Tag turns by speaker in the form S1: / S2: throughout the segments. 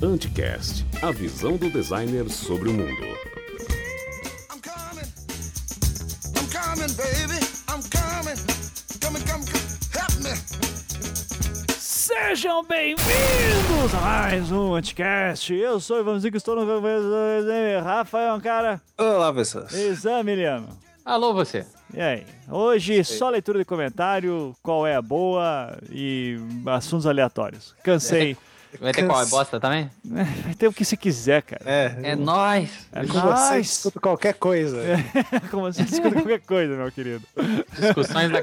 S1: Anticast, a visão do designer sobre o mundo.
S2: I'm coming. I'm coming, baby. I'm coming. Coming, come, come. Help me.
S3: Sejam bem-vindos a mais um Anticast. Eu sou o Ivan Zico, estou no Rafael Ancara
S4: Olá, pessoas.
S3: e Zamiliano.
S5: Alô, você.
S3: E aí? Hoje só leitura de comentário, qual é a boa e assuntos aleatórios. Cansei.
S5: Vai ter
S4: Cansa-
S5: qual? É bosta também?
S3: Vai ter o que você quiser, cara.
S4: É,
S5: É nóis.
S3: É
S4: com você
S3: nóis.
S4: escuto qualquer coisa.
S3: Como assim? Escuta qualquer coisa, meu querido.
S5: Discussões da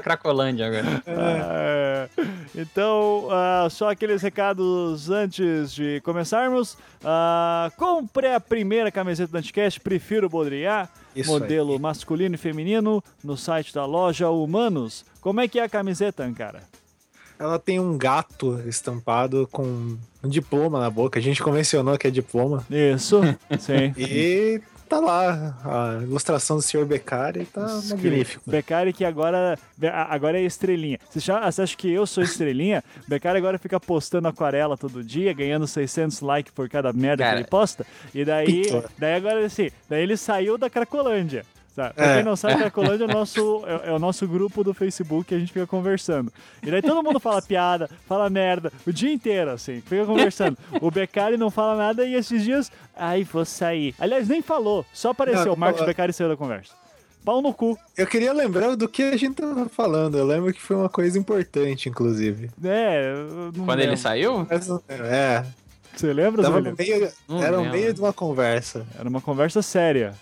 S5: Cracolândia agora.
S3: É. Então, ah, só aqueles recados antes de começarmos. Ah, compre a primeira camiseta do Anticast, prefiro Bodriar.
S4: Isso
S3: modelo masculino e feminino no site da loja Humanos. Como é que é a camiseta, Ankara?
S4: Ela tem um gato estampado com um diploma na boca. A gente convencionou que é diploma.
S3: Isso, sim.
S4: E tá lá a ilustração do Sr. Beccari. Tá magnífico.
S3: Becari que agora, Be- a- agora é estrelinha. Você já- você acha que eu sou estrelinha? Becari agora fica postando aquarela todo dia, ganhando 600 likes por cada merda
S5: Cara.
S3: que ele posta. E daí,
S4: Pintor.
S3: daí agora assim, daí ele saiu da Cracolândia. Sabe? Pra
S4: É.
S3: quem não sabe, Cracolândia é o, nosso, é, é o nosso grupo do Facebook que a gente fica conversando. E daí todo mundo fala piada, fala merda, o dia inteiro, assim, fica conversando. O Becari não fala nada e esses dias, ai, vou sair. Aliás, nem falou, só apareceu.
S4: Não,
S3: o Marcos
S4: eu-
S3: Becari saiu da conversa. Pau no cu.
S4: Eu queria lembrar do que a gente tava falando. Eu lembro que foi uma coisa importante, inclusive.
S3: É, eu não
S5: Quando
S3: lembro.
S5: ele saiu?
S4: Mas, é,
S3: Você lembra,
S4: tava
S3: Zé
S4: no
S3: Felipe?
S4: meio,
S5: Não
S4: era no
S5: lembro.
S4: meio de uma conversa.
S3: Era uma conversa séria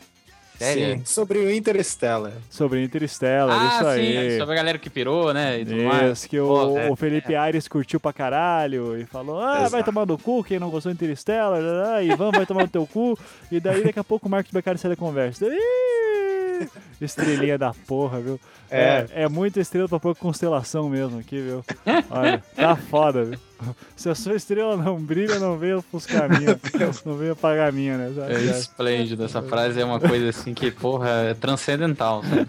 S5: Sério?
S4: Sim, sobre o Interstellar.
S3: sobre Interstellar,
S5: Ah,
S3: isso
S5: sim.
S3: aí.
S5: Sobre a galera que pirou, né? E tudo mais.
S3: Isso, que o,
S5: Pô, é.
S3: o Felipe Aires curtiu pra caralho e falou: Ah, vai
S4: Exato.
S3: tomar no cu, quem não gostou de Interstellar, ah, Ivan vai tomar no teu cu. E daí daqui a pouco o Marcos Beccari sai da conversa. Ih, Estrelinha da porra, viu?
S4: É.
S3: é, muita estrela pra pouca constelação mesmo aqui, viu? Olha, tá foda, viu? Se a sua estrela não brilha, não veio ofuscar a minha. Não veio apagar a minha, né?
S5: É esplêndido. Essa frase é uma coisa assim que, porra, é transcendental. sabe?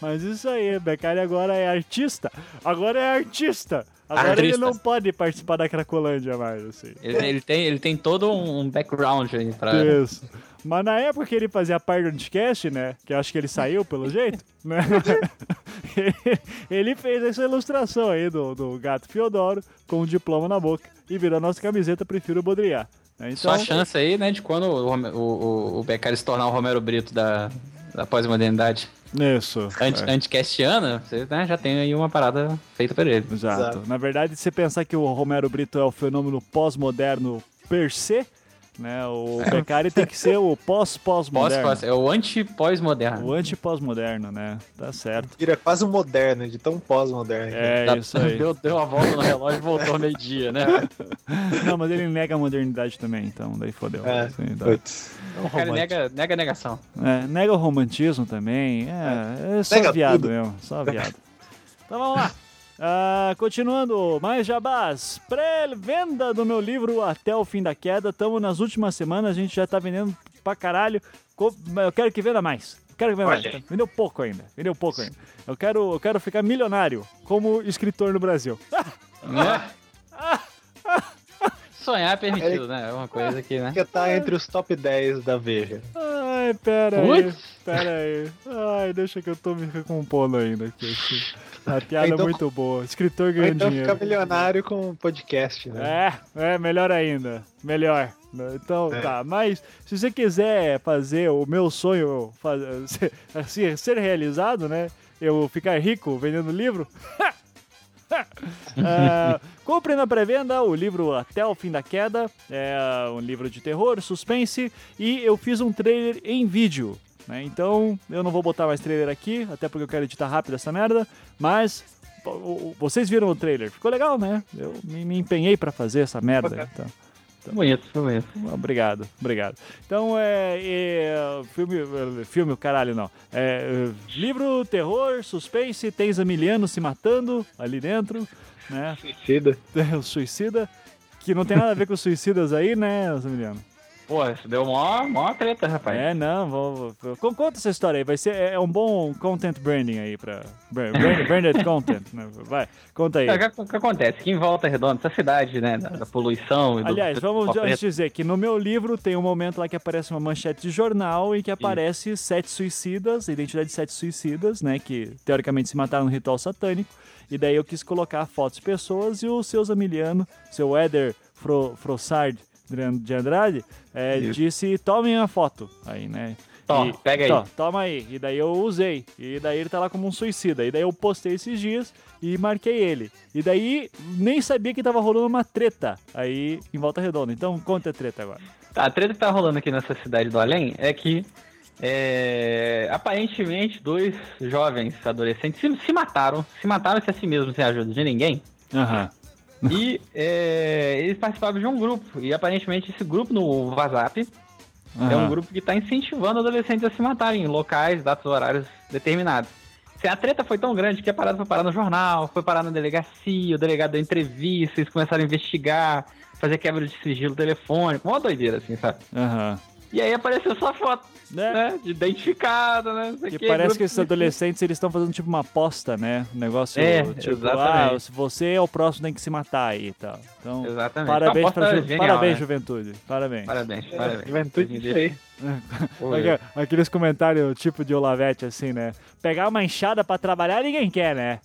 S3: Mas isso aí, Beccari agora é artista. Agora é artista. Agora ele
S5: Artista.
S3: não pode participar da Cracolândia mais, assim.
S5: Ele, ele tem, ele tem todo um background aí pra.
S3: Isso. Mas na época que ele fazia parte do Anticast, né? Que eu acho que ele saiu, pelo jeito, né? ele fez essa ilustração aí do, do gato Fiodoro com um diploma na boca e virou nossa camiseta Prefiro Bodriar. né? Então,
S5: Só a chance aí, né, de quando o, Rome- o, o, o Beccari se tornar o Romero Brito da, da pós-modernidade
S3: Isso. É.
S5: anti, anticastiana, você né, já tem aí uma parada feita pra ele.
S3: Exato.
S4: Exato.
S3: Na verdade, se você pensar que o Romero Brito é o fenômeno pós-moderno per se, né? O
S4: É.
S3: Beccari tem que ser o
S5: Pós,
S3: pós-pós-moderno.
S5: pós, é o anti-pós-moderno.
S3: O anti-pós-moderno, né? Tá certo.
S4: Vira quase um moderno, de tão pós-moderno.
S3: É
S5: Tá-
S3: isso aí.
S5: Deu, deu a volta no relógio e voltou meio-dia, né?
S3: Não, mas ele nega a modernidade também, então daí fodeu.
S4: É,
S3: Assim, dá.
S4: Putz.
S5: O cara nega, nega a negação.
S3: É, nega o romantismo também. É, é só
S4: Nega
S3: viado
S4: tudo.
S3: mesmo, só viado. Então vamos lá. Ah, continuando, mais jabás. Pré-venda do meu livro Até o Fim da Queda. Estamos nas últimas semanas, a gente já tá vendendo pra caralho. Co- mas Eu quero que venda mais. Eu Quero que venda
S4: Olha
S3: mais. Vendeu pouco ainda. Vendeu pouco ainda. Eu quero, eu quero ficar milionário como escritor no Brasil.
S5: Né? Sonhar é permitido, né? É uma coisa que, né?
S4: Que tá entre os top 10 da Veja.
S3: Ai, pera aí.
S5: Putz.
S3: Pera aí. Ai, deixa que eu tô me recompondo ainda aqui. assim. A piada é
S4: Então-
S3: muito boa. Escritor
S4: Ou
S3: ganhando
S4: então
S3: dinheiro.
S4: ficar milionário com podcast, né?
S3: É, é, melhor ainda. Melhor. Então,
S4: É.
S3: tá. Mas se você quiser fazer o meu sonho faz- ser, assim, ser realizado, né? Eu ficar rico vendendo livro. Ah, compre na pré-venda o livro Até o Fim da Queda. É um livro de terror, suspense. E eu fiz um trailer em vídeo. né? Então, eu não vou botar mais trailer aqui, até porque eu quero editar rápido essa merda. Mas Pô, o- o- Vocês viram o trailer? Ficou legal, né? Eu me, me empenhei pra fazer essa merda. Então,
S5: Bonito, bonito.
S3: obrigado, obrigado. Então é, é, filme, é, filme, o caralho não. É, é, livro, terror, suspense, tem Zamiliano se matando ali dentro, né?
S4: Suicida.
S3: Tem O suicida que não tem nada a ver com os suicidas aí, né, Zamiliano?
S5: Porra, isso deu mó, mó treta, rapaz.
S3: É, não, vou, vou- con- conta essa história aí, vai ser é um bom content branding aí pra bra- brand- branded content, né? Vai, conta aí.
S5: É, O que, o que acontece? Aqui em Volta Redonda, essa cidade, né? Da, da poluição e do.
S3: Aliás, vamos
S5: do-
S3: antes dizer que no meu livro tem um momento lá que aparece uma manchete de jornal em que aparece sete suicidas, a identidade de sete suicidas, né? Que teoricamente se mataram no ritual satânico. E daí eu quis colocar fotos de pessoas e o seu Zamiliano, seu Éder Fro, Frossard de Andrade, é,
S5: Isso.
S3: disse: tomem uma foto aí, né?
S5: Tó,
S3: E-
S5: pega aí.
S3: Tó, toma aí. E daí eu usei. E daí ele tá lá como um suicida. E daí eu postei esses dias e marquei ele. E daí nem sabia que tava rolando uma treta aí em volta redonda. Então conta a treta agora.
S5: Tá, a treta que tá rolando aqui nessa cidade do além é que é, aparentemente dois jovens adolescentes se, se mataram, se mataram se a si mesmos sem a ajuda de ninguém.
S3: Aham.
S5: E é, eles participavam de um grupo. E aparentemente esse grupo no WhatsApp é um grupo que está incentivando adolescentes a se matarem em locais, datas, horários determinados. Assim, a treta foi tão grande que a parada foi parar no jornal, foi parar na delegacia, o delegado deu entrevista, eles começaram a investigar, fazer quebra de sigilo telefônico, uma doideira assim, sabe?
S3: Aham.
S5: E aí apareceu sua foto,
S3: Né?
S5: né? De identificada, né? não sei o
S3: E
S5: quê,
S3: parece
S5: grupo
S3: que esses
S5: de-
S3: adolescentes eles estão fazendo tipo uma aposta, né? Um negócio
S5: É,
S3: tipo,
S5: exatamente.
S3: ah, se você é o próximo tem que se matar aí e tal. Então,
S5: Exatamente.
S3: parabéns
S5: Uma
S3: pra
S5: aposta
S3: ju-
S5: genial,
S3: parabéns,
S5: né?
S3: juventude. Parabéns.
S5: Parabéns, parabéns.
S4: Juventude,
S5: Hoje em
S4: isso aí.
S5: dia-
S3: Aqu- Aqueles comentários tipo de Olavete, assim, né? Pegar uma enxada pra trabalhar ninguém quer, né?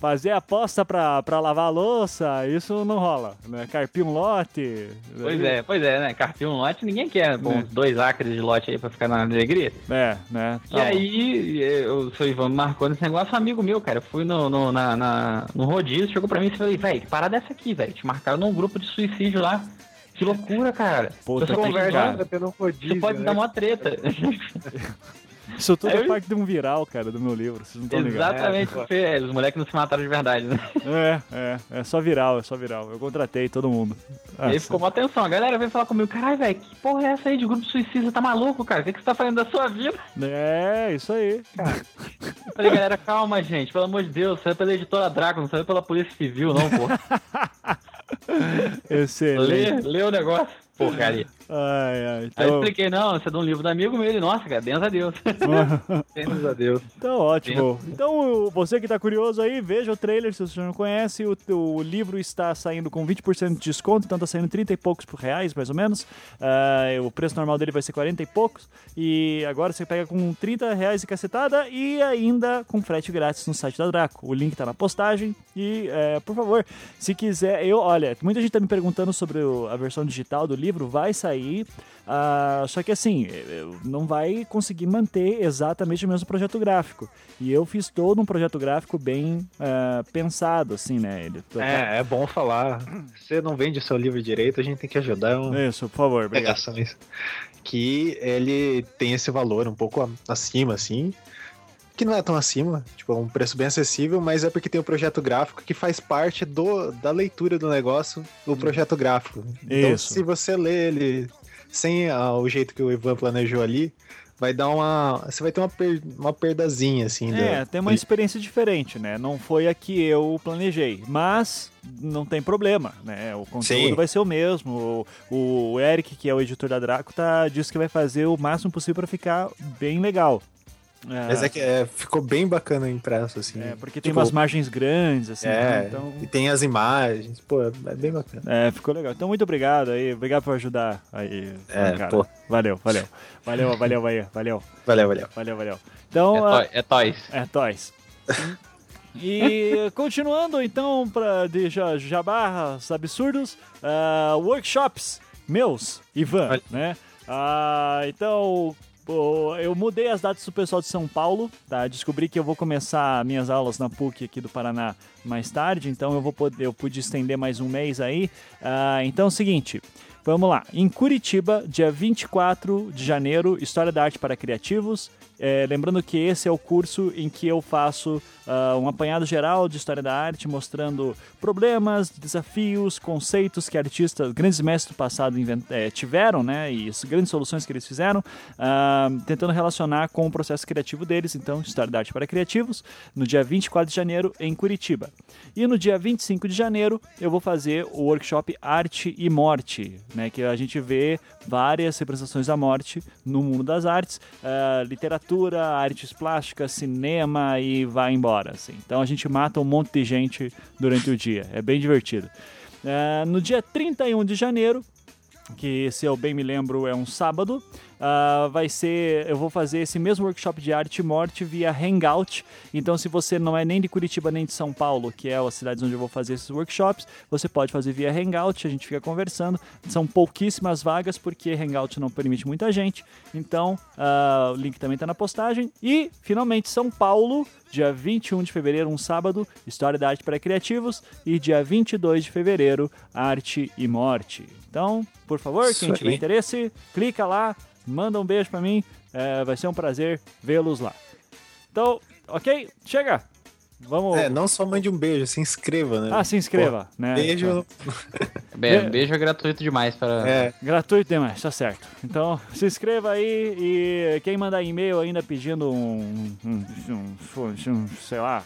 S3: Fazer aposta pra, pra lavar a louça, isso não rola. Né? Carpir um lote.
S5: Pois é, pois é, né? Carpinho um lote, ninguém quer. Bom, uns dois acres de lote aí pra ficar na alegria.
S3: É, né?
S5: E aí, eh, o seu Ivan marcou nesse negócio, um amigo meu, cara. Eu fui no, no, na, na- no rodízio, chegou pra mim e falei, velho, que parada é essa aqui, velho? Te marcaram num grupo de suicídio lá. Que loucura, cara.
S3: Puta
S5: Você
S3: que
S5: conversa,
S3: pariu.
S4: Tá tendo um rodízio,
S5: você pode
S4: né?
S5: dar uma treta.
S3: Isso tudo é
S5: aí-
S3: parte de um viral, cara, do meu livro, vocês não estão ligados.
S5: Exatamente,
S4: ligado.
S5: é, os moleques não se mataram de verdade, né?
S3: É, é, é só viral, é só viral. Eu contratei todo mundo. Ah,
S5: E aí ficou uma atenção. A galera veio falar comigo, caralho, velho, que porra é essa aí de grupo de suicídio? Tá maluco, cara? O que, que você tá fazendo da sua vida?
S3: É, isso aí.
S5: Eu falei, galera, calma, gente. Pelo amor de Deus, saiu pela editora Draco, não saiu pela Polícia Civil, não, pô.
S3: Excelente.
S5: lê, lê o negócio. Porcaria.
S3: Ai, ai.
S5: Aí eu
S3: Então,
S5: expliquei, não, isso é de um livro do amigo meu. Ele, nossa, cara, benza a Deus.
S4: Graças a Deus.
S3: Então, ótimo. Então, o- você que tá curioso aí, veja o trailer se você não conhece. O, o livro está saindo com 20% de desconto, então tá saindo 30 e poucos por reais, mais ou menos. Ah, o preço normal dele vai ser 40 e poucos. E agora você pega com 30 reais e cacetada e ainda com frete grátis no site da Draco. O link tá na postagem. E, eh, por favor, se quiser, eu, olha, muita gente tá me perguntando sobre o- a versão digital do livro, vai sair. ah, só que assim, eu- não vai conseguir manter exatamente o mesmo projeto gráfico. E eu fiz todo um projeto gráfico bem ah, pensado, assim, né? Ele,
S4: É, é bom falar. Você não vende o seu livro direito, a gente tem que ajudar. É uma
S3: Isso, por favor, obrigado.
S4: pregação isso. Que ele tem esse valor um pouco a- acima, assim. Que não é tão acima, tipo, é um preço bem acessível, mas é porque tem o projeto gráfico que faz parte do, da leitura do negócio, o projeto gráfico. Então,
S3: Isso.
S4: se você lê ele sem ah, o jeito que o Ivan planejou ali, vai dar uma. Você vai ter uma, per- uma perdazinha, assim.
S3: É,
S4: da-
S3: tem uma experiência diferente, né? Não foi a que eu planejei, mas não tem problema, né? O conteúdo
S4: Sim.
S3: vai ser o mesmo. O, o Eric, que é o editor da Draco, tá, disse que vai fazer o máximo possível pra ficar bem legal. É,
S4: Mas é que é, ficou bem bacana impresso, assim.
S3: é, porque tem
S4: Tipo,
S3: umas margens grandes, assim, né?
S4: É,
S3: então...
S4: e tem as imagens, pô, é bem bacana.
S3: É, ficou legal. Então, muito obrigado aí. Obrigado por ajudar aí,
S4: É,
S3: cara.
S4: pô.
S3: Valeu, valeu. Valeu, valeu, valeu, valeu,
S4: Valeu, valeu.
S3: valeu, valeu. Então, ah,
S5: é Toys.
S3: É, Toys. E continuando então pra, de ja- jabarras absurdos, ah, workshops meus, Ivan, né? Ah, então, pô, eu mudei as datas do pessoal de São Paulo, tá? Descobri que eu vou começar minhas aulas na PUC aqui do Paraná mais tarde, então eu vou poder, eu pude estender mais um mês aí. Ah, então, é o seguinte, Vamos lá. Em Curitiba, dia 24 de janeiro, História da Arte para Criativos. É, lembrando que esse é o curso em que eu faço ah, um apanhado geral de história da arte, mostrando problemas, desafios, conceitos que artistas, grandes mestres do passado invent- eh, tiveram, né? E as grandes soluções que eles fizeram, ah, tentando relacionar com o processo criativo deles. Então, História da Arte para Criativos, no dia 24 de janeiro, em Curitiba. E no dia 25 de janeiro, eu vou fazer o workshop Arte e Morte, né? Que a gente vê várias representações da morte no mundo das artes, ah, literatura, artes plásticas, cinema e vai embora. Assim. Então a gente mata um monte de gente durante o dia, é bem divertido. Ah, no dia 31 de janeiro, que se eu bem me lembro é um sábado, ah, vai ser, eu vou fazer esse mesmo workshop de arte e morte via Hangout. Então, se você não é nem de Curitiba nem de São Paulo, que é as cidades onde eu vou fazer esses workshops, você pode fazer via Hangout. A gente fica conversando. São pouquíssimas vagas porque Hangout não permite muita gente. Então, ah, o link também está na postagem. E finalmente São Paulo, dia 21 de fevereiro, um sábado, História da Arte para Criativos, e dia 22 de fevereiro, Arte e Morte. Então, por favor,
S4: Isso
S3: quem tiver
S4: aí.
S3: interesse, clica lá, manda um beijo pra mim, é, vai ser um prazer vê-los lá. Então, ok? Chega! Vamos.
S4: É, não só mande um beijo, se inscreva, né?
S3: Ah, se inscreva, né?
S4: Beijo.
S5: Be-
S3: É.
S5: Beijo é gratuito demais para.
S4: É,
S3: Gratuito demais, tá certo. Então, se inscreva aí e quem mandar e-mail ainda pedindo um. um, um- um- sei lá.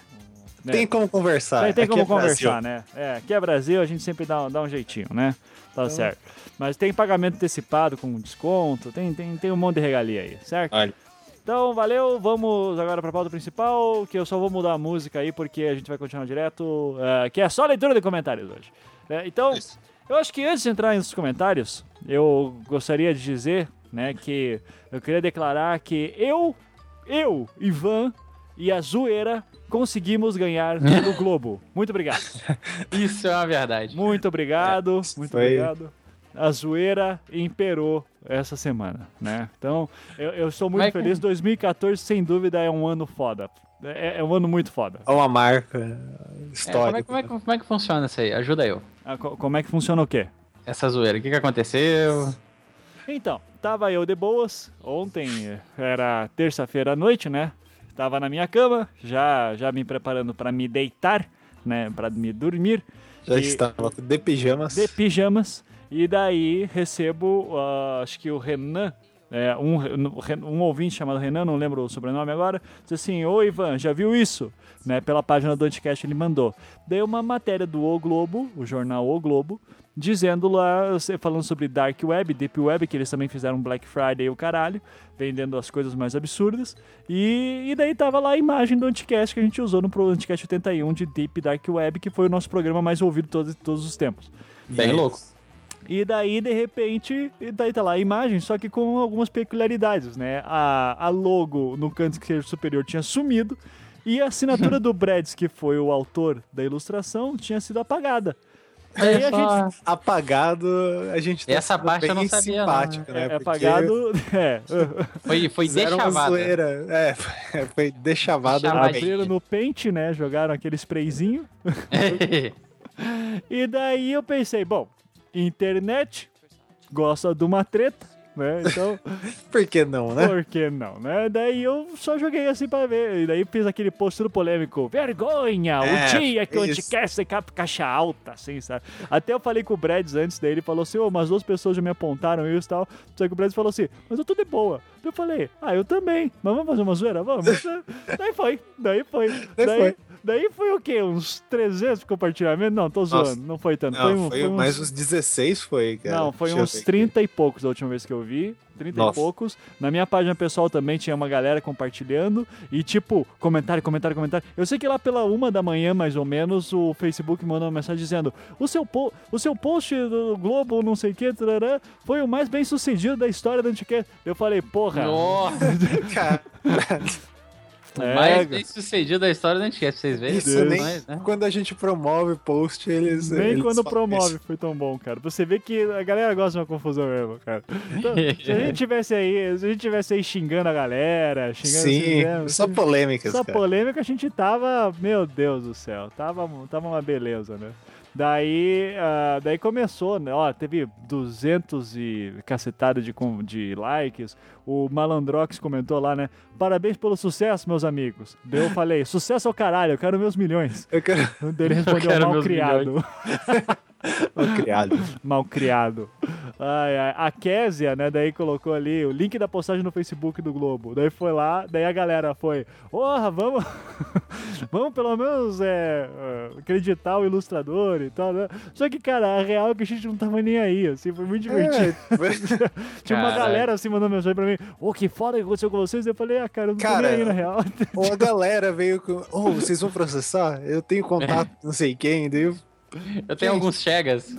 S3: né?
S4: tem como conversar.
S3: Tem, tem
S4: Aqui
S3: como
S4: é Brasil.
S3: conversar, né? É, aqui é Brasil, a gente sempre dá, dá um jeitinho, né? Tá certo. Mas tem pagamento antecipado com desconto, tem, tem, tem um monte de regalia aí, certo?
S4: Olha.
S3: Então, valeu, vamos agora pra pauta principal, que eu só vou mudar a música aí, porque a gente vai continuar direto, é, que é só leitura de comentários hoje. É, então, eu acho que antes de entrar nos comentários, eu gostaria de dizer, né, que eu queria declarar que eu, eu, Ivan e a Zoeira conseguimos ganhar o Globo. Muito obrigado.
S5: Isso é uma verdade.
S3: Muito obrigado, muito
S4: foi-
S3: obrigado. A zoeira imperou essa semana, né? Então, eu, eu sou muito
S5: Mas-
S3: feliz. 2014, sem dúvida, é um ano foda. É, é um ano muito foda.
S4: É uma marca
S5: É, como,
S4: histórica.
S5: é, como, é, que- como é que funciona isso aí? Ajuda eu.
S3: Ah, co- Como é que funciona o quê?
S5: Essa zoeira. O que, que aconteceu?
S3: Então, tava eu de boas. Ontem eh, era terça-feira à noite, né? Tava na minha cama, já, já me preparando para me deitar, né? Para me dormir.
S4: Já
S3: E-
S4: estava tá de pijamas.
S3: de pijamas. E daí recebo, ah, acho que o Renan, é, um, um ouvinte chamado Renan, não lembro o sobrenome agora, disse assim: Ô Ivan, já viu isso? Né, pela página do Anticast ele mandou. Daí uma matéria do O Globo, o jornal O Globo, dizendo lá, você falando sobre Dark Web, Deep Web, que eles também fizeram Black Friday e o caralho, vendendo as coisas mais absurdas. E, e daí tava lá a imagem do Anticast que a gente usou no pro Anticast 81 de Deep Dark Web, que foi o nosso programa mais ouvido de todos, todos os tempos.
S5: Bem louco.
S3: E daí, de repente, e daí tá lá a imagem, só que com algumas peculiaridades, né? A, a logo no canto esquerdo superior tinha sumido e a assinatura do Brads, que foi o autor da ilustração, tinha sido apagada. Aí a gente
S4: Apagado, a gente tá
S5: Essa
S4: sendo
S5: parte eu
S4: bem
S5: não sabia, não.
S4: simpático,
S3: é,
S4: né? Porque
S3: apagado. É,
S5: Foi, foi
S4: fizeram uma
S5: deixavada.
S4: zoeira. É, foi- foi deixavado. né?
S5: Deixavada.
S4: bem.
S3: ah, abriram no pente, né? Jogaram aquele sprayzinho. E daí eu pensei, bom, internet gosta de uma treta, né? Então.
S4: Por que não, né?
S3: Por que não, né? Daí eu só joguei assim pra ver. E daí fiz aquele post todo polêmico. Vergonha!
S4: É,
S3: o dia que o
S4: isso.
S3: Anticast é cap caixa alta, assim, sabe? Até eu falei com o Brads antes daí, ele falou assim, ô, mas duas pessoas já me apontaram isso e tal. Só que o Brads falou assim, mas eu tô de boa. Eu falei, ah, eu também. Mas vamos fazer uma zoeira? Vamos. né?" daí foi, daí foi. Daí,
S4: foi.
S3: daí foi o quê? Uns 300 compartilhamentos? Não, tô zoando.
S4: Nossa.
S3: Não foi tanto.
S4: Não,
S3: foi, um,
S4: foi
S3: foi uns-
S4: mais uns 16 foi, cara.
S3: não, foi
S4: Deixa eu ver
S3: uns
S4: aqui.
S3: 30 e poucos da última vez que eu vi. 30
S4: Nossa.
S3: e poucos. Na minha página pessoal também tinha uma galera compartilhando. E tipo, comentário, comentário, comentário. Eu sei que lá pela uma da manhã, mais ou menos, o Facebook mandou uma mensagem dizendo: O seu, po o seu post do Globo, não sei o que, tarará, foi o mais bem sucedido da história da Anticast. Eu falei, porra.
S5: Nossa,
S4: Cara,
S3: é,
S5: mais bem sucedido da história do Anticast, vocês verem.
S4: isso nem
S5: Mas, né?
S4: quando a gente promove post, eles.
S3: Nem
S4: eles
S3: quando
S4: falam
S3: promove
S4: isso.
S3: foi tão bom, cara. Você vê que a galera gosta de uma confusão mesmo, cara. Então, se a gente tivesse aí, se a gente tivesse aí xingando a galera, xingando
S4: Sim,
S3: assim, né?
S4: só polêmicas.
S3: Essa
S4: cara.
S3: polêmica a gente tava, meu Deus do céu, tava, tava uma beleza, né? Daí, ah, daí começou, né? Ó, teve 200 e cacetada de, com- de likes. O Malandrox comentou lá, né? Parabéns pelo sucesso, meus amigos. Daí eu falei, sucesso ao caralho, eu quero meus milhões.
S4: Eu quero...
S3: Daí ele respondeu,
S5: quero
S3: mal
S5: meus
S3: criado.
S4: Criado.
S3: mal criado. Ai, ai. A Késia, né, daí colocou ali o link da postagem no Facebook do Globo. Daí foi lá, daí a galera foi, porra, vamos, vamos pelo menos é, é, acreditar o ilustrador e tal. né? Só que, cara, a real é que a gente não tava nem aí, assim, foi muito divertido.
S4: É,
S3: Tinha uma
S5: Caralho.
S3: galera assim mandando mensagem pra mim, ô, que foda que aconteceu com vocês. Eu falei, ah, cara, eu não tô
S4: Cara,
S3: nem aí na real.
S4: ou a galera veio com. Oh, vocês vão processar? Eu tenho contato, não sei quem, daí eu-
S5: Eu tenho alguns chegas.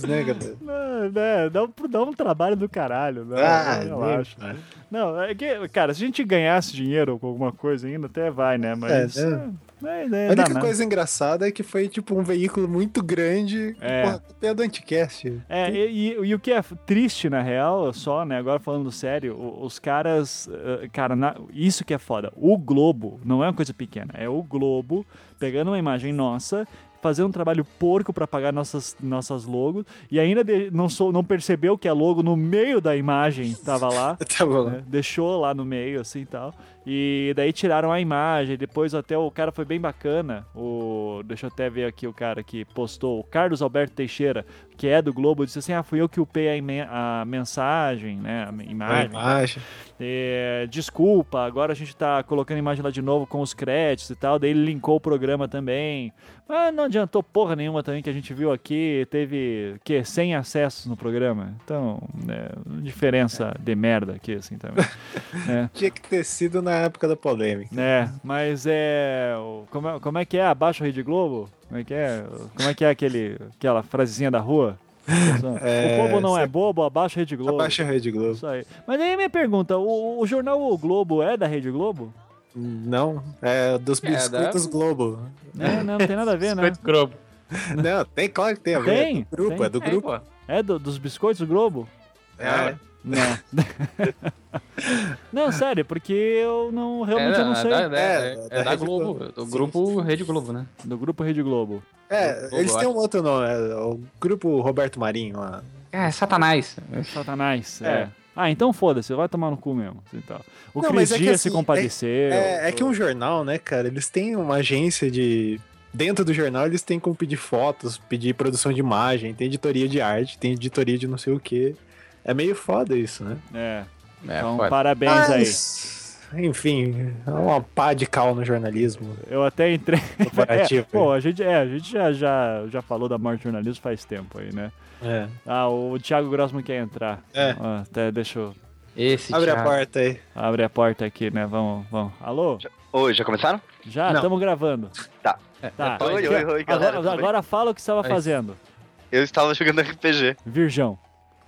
S4: né, galera?
S3: Não, né, dá, um- dá um trabalho do caralho. Né?
S4: Ah,
S3: relaxa. Não, é que, cara, se a gente ganhasse dinheiro com alguma coisa ainda, até vai, né? Mas.
S4: É, né?
S3: é, né, né,
S4: A
S3: dá
S4: única
S3: nada.
S4: coisa engraçada é que foi, tipo, um veículo muito grande.
S3: É.
S4: Porra, até do Anticast.
S3: É, e, e- e o que é triste, na real, só, né? Agora falando sério, o- os caras. eh, Cara, na- isso que é foda. O Globo não é uma coisa pequena, é o Globo pegando uma imagem nossa. Fazendo um trabalho porco pra pagar nossas, nossas logos e ainda de- não, sou, não percebeu que a logo no meio da imagem tava lá.
S4: Tá bom.
S3: né? Deixou lá no meio, assim e tal. E daí tiraram a imagem. Depois até o cara foi bem bacana. O... Deixa eu até ver aqui o cara que postou, o Carlos Alberto Teixeira, que é do Globo, disse assim: Ah, fui eu que upei a, imen- a mensagem, né? A
S4: A
S3: imagem.
S4: imagem.
S3: É, desculpa, agora a gente tá colocando a imagem lá de novo com os créditos e tal. Daí ele linkou o programa também. Mas não adiantou porra nenhuma também que a gente viu aqui. Teve que 100 acessos no programa. Então, né, diferença de merda aqui, assim também.
S4: Tinha que ter sido na época da polêmica.
S3: né, mas é. o- Como é, como é que é? Abaixa a Rede Globo? Como é que é? Como é que é aquele, aquela frasezinha da rua?
S4: É,
S3: o povo não é
S4: sempre-
S3: bobo, abaixa a Rede Globo.
S4: Abaixa a Rede Globo.
S3: Isso aí. Mas aí a minha pergunta: o, o jornal O Globo é da Rede Globo?
S4: Não, é dos
S5: É, dá-
S4: biscoitos Globo.
S3: É, não, não tem nada a ver, né?
S5: Biscoito Globo.
S4: Não, tem, claro que tem a ver.
S3: Tem,
S4: é do grupo,
S3: tem.
S4: é do grupo.
S5: É, pô.
S3: É do- dos biscoitos Globo?
S4: É,
S3: Não. não, sério, porque eu não realmente eu não
S5: da-
S3: sei.
S5: da- é-
S4: É,
S5: é
S4: da
S5: da
S4: Rede
S5: Globo. Do grupo Rede Globo, né?
S3: Do grupo Rede Globo.
S4: é,
S5: Globo,
S4: eles têm
S5: acho.
S4: um outro nome, é o grupo Roberto Marinho lá.
S5: É, é Satanás.
S3: Satanás. É.
S4: É.
S3: Ah, então foda-se, vai tomar no cu mesmo. assim, tal. O
S4: Não,
S3: Cris
S4: mas é que
S3: Dias se
S4: assim,
S3: compadeceu.
S4: É, é que um jornal, né, cara, eles têm uma agência de. Dentro do jornal eles têm como pedir fotos, pedir produção de imagem, tem editoria de arte, tem editoria de não sei o quê. É meio foda isso, né?
S3: É.
S5: É,
S3: Então,
S5: foda.
S3: parabéns
S4: Mas, enfim, é uma pá de cal no jornalismo
S3: aí. Eu até entrei.
S4: corporativo.
S3: É, pô, a gente, é, a gente já, já, já falou da morte do jornalismo faz tempo aí, né?
S4: É.
S3: Ah, o Thiago Grossman quer entrar.
S4: É.
S3: Ah, até deixa eu
S5: Esse
S4: Abre a
S5: Thiago.
S4: porta aí.
S3: abrir a porta aqui, né? Vamos, vamos. Alô?
S6: Oi, já começaram?
S3: Já?
S4: Não.
S3: Estamos gravando.
S6: Tá.
S3: Tá.
S5: Oi,
S6: oi, oi, oi, galera, tudo
S3: Agora,
S6: bem? É
S3: agora fala o que você estava
S5: Oi.
S3: fazendo.
S6: Eu estava jogando RPG.
S3: Virgão.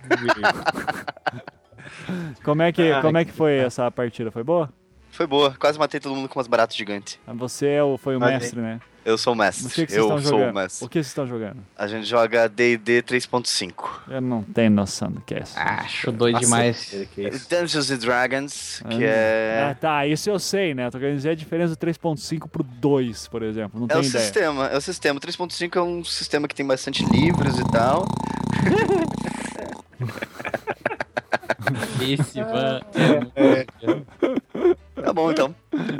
S3: Como é que,
S4: Ai,
S3: como é que foi essa partida? Foi boa?
S6: Foi boa, quase matei todo mundo com umas baratas gigantes.
S3: Você é o- foi o
S4: Olha aí.
S3: mestre, né?
S6: Eu sou o
S3: O
S6: mestre.
S3: que, que vocês
S6: eu
S3: estão
S6: sou
S3: jogando?
S6: o mestre.
S3: O que vocês estão jogando?
S6: A gente joga DD 3.5.
S3: Eu não tenho noção do que é isso.
S5: Acho doido demais.
S3: é
S6: Dungeons and Dragons, que
S3: Ah.
S6: é.
S3: Ah, tá. Isso eu sei, né? Tô querendo dizer a diferença do 3.5 pro 2, por exemplo. Não
S6: É
S3: tenho
S6: o
S3: ideia.
S6: sistema, é o sistema. 3.5 é um sistema que tem bastante livros e tal.
S5: Esse van é
S6: Tá bom, então.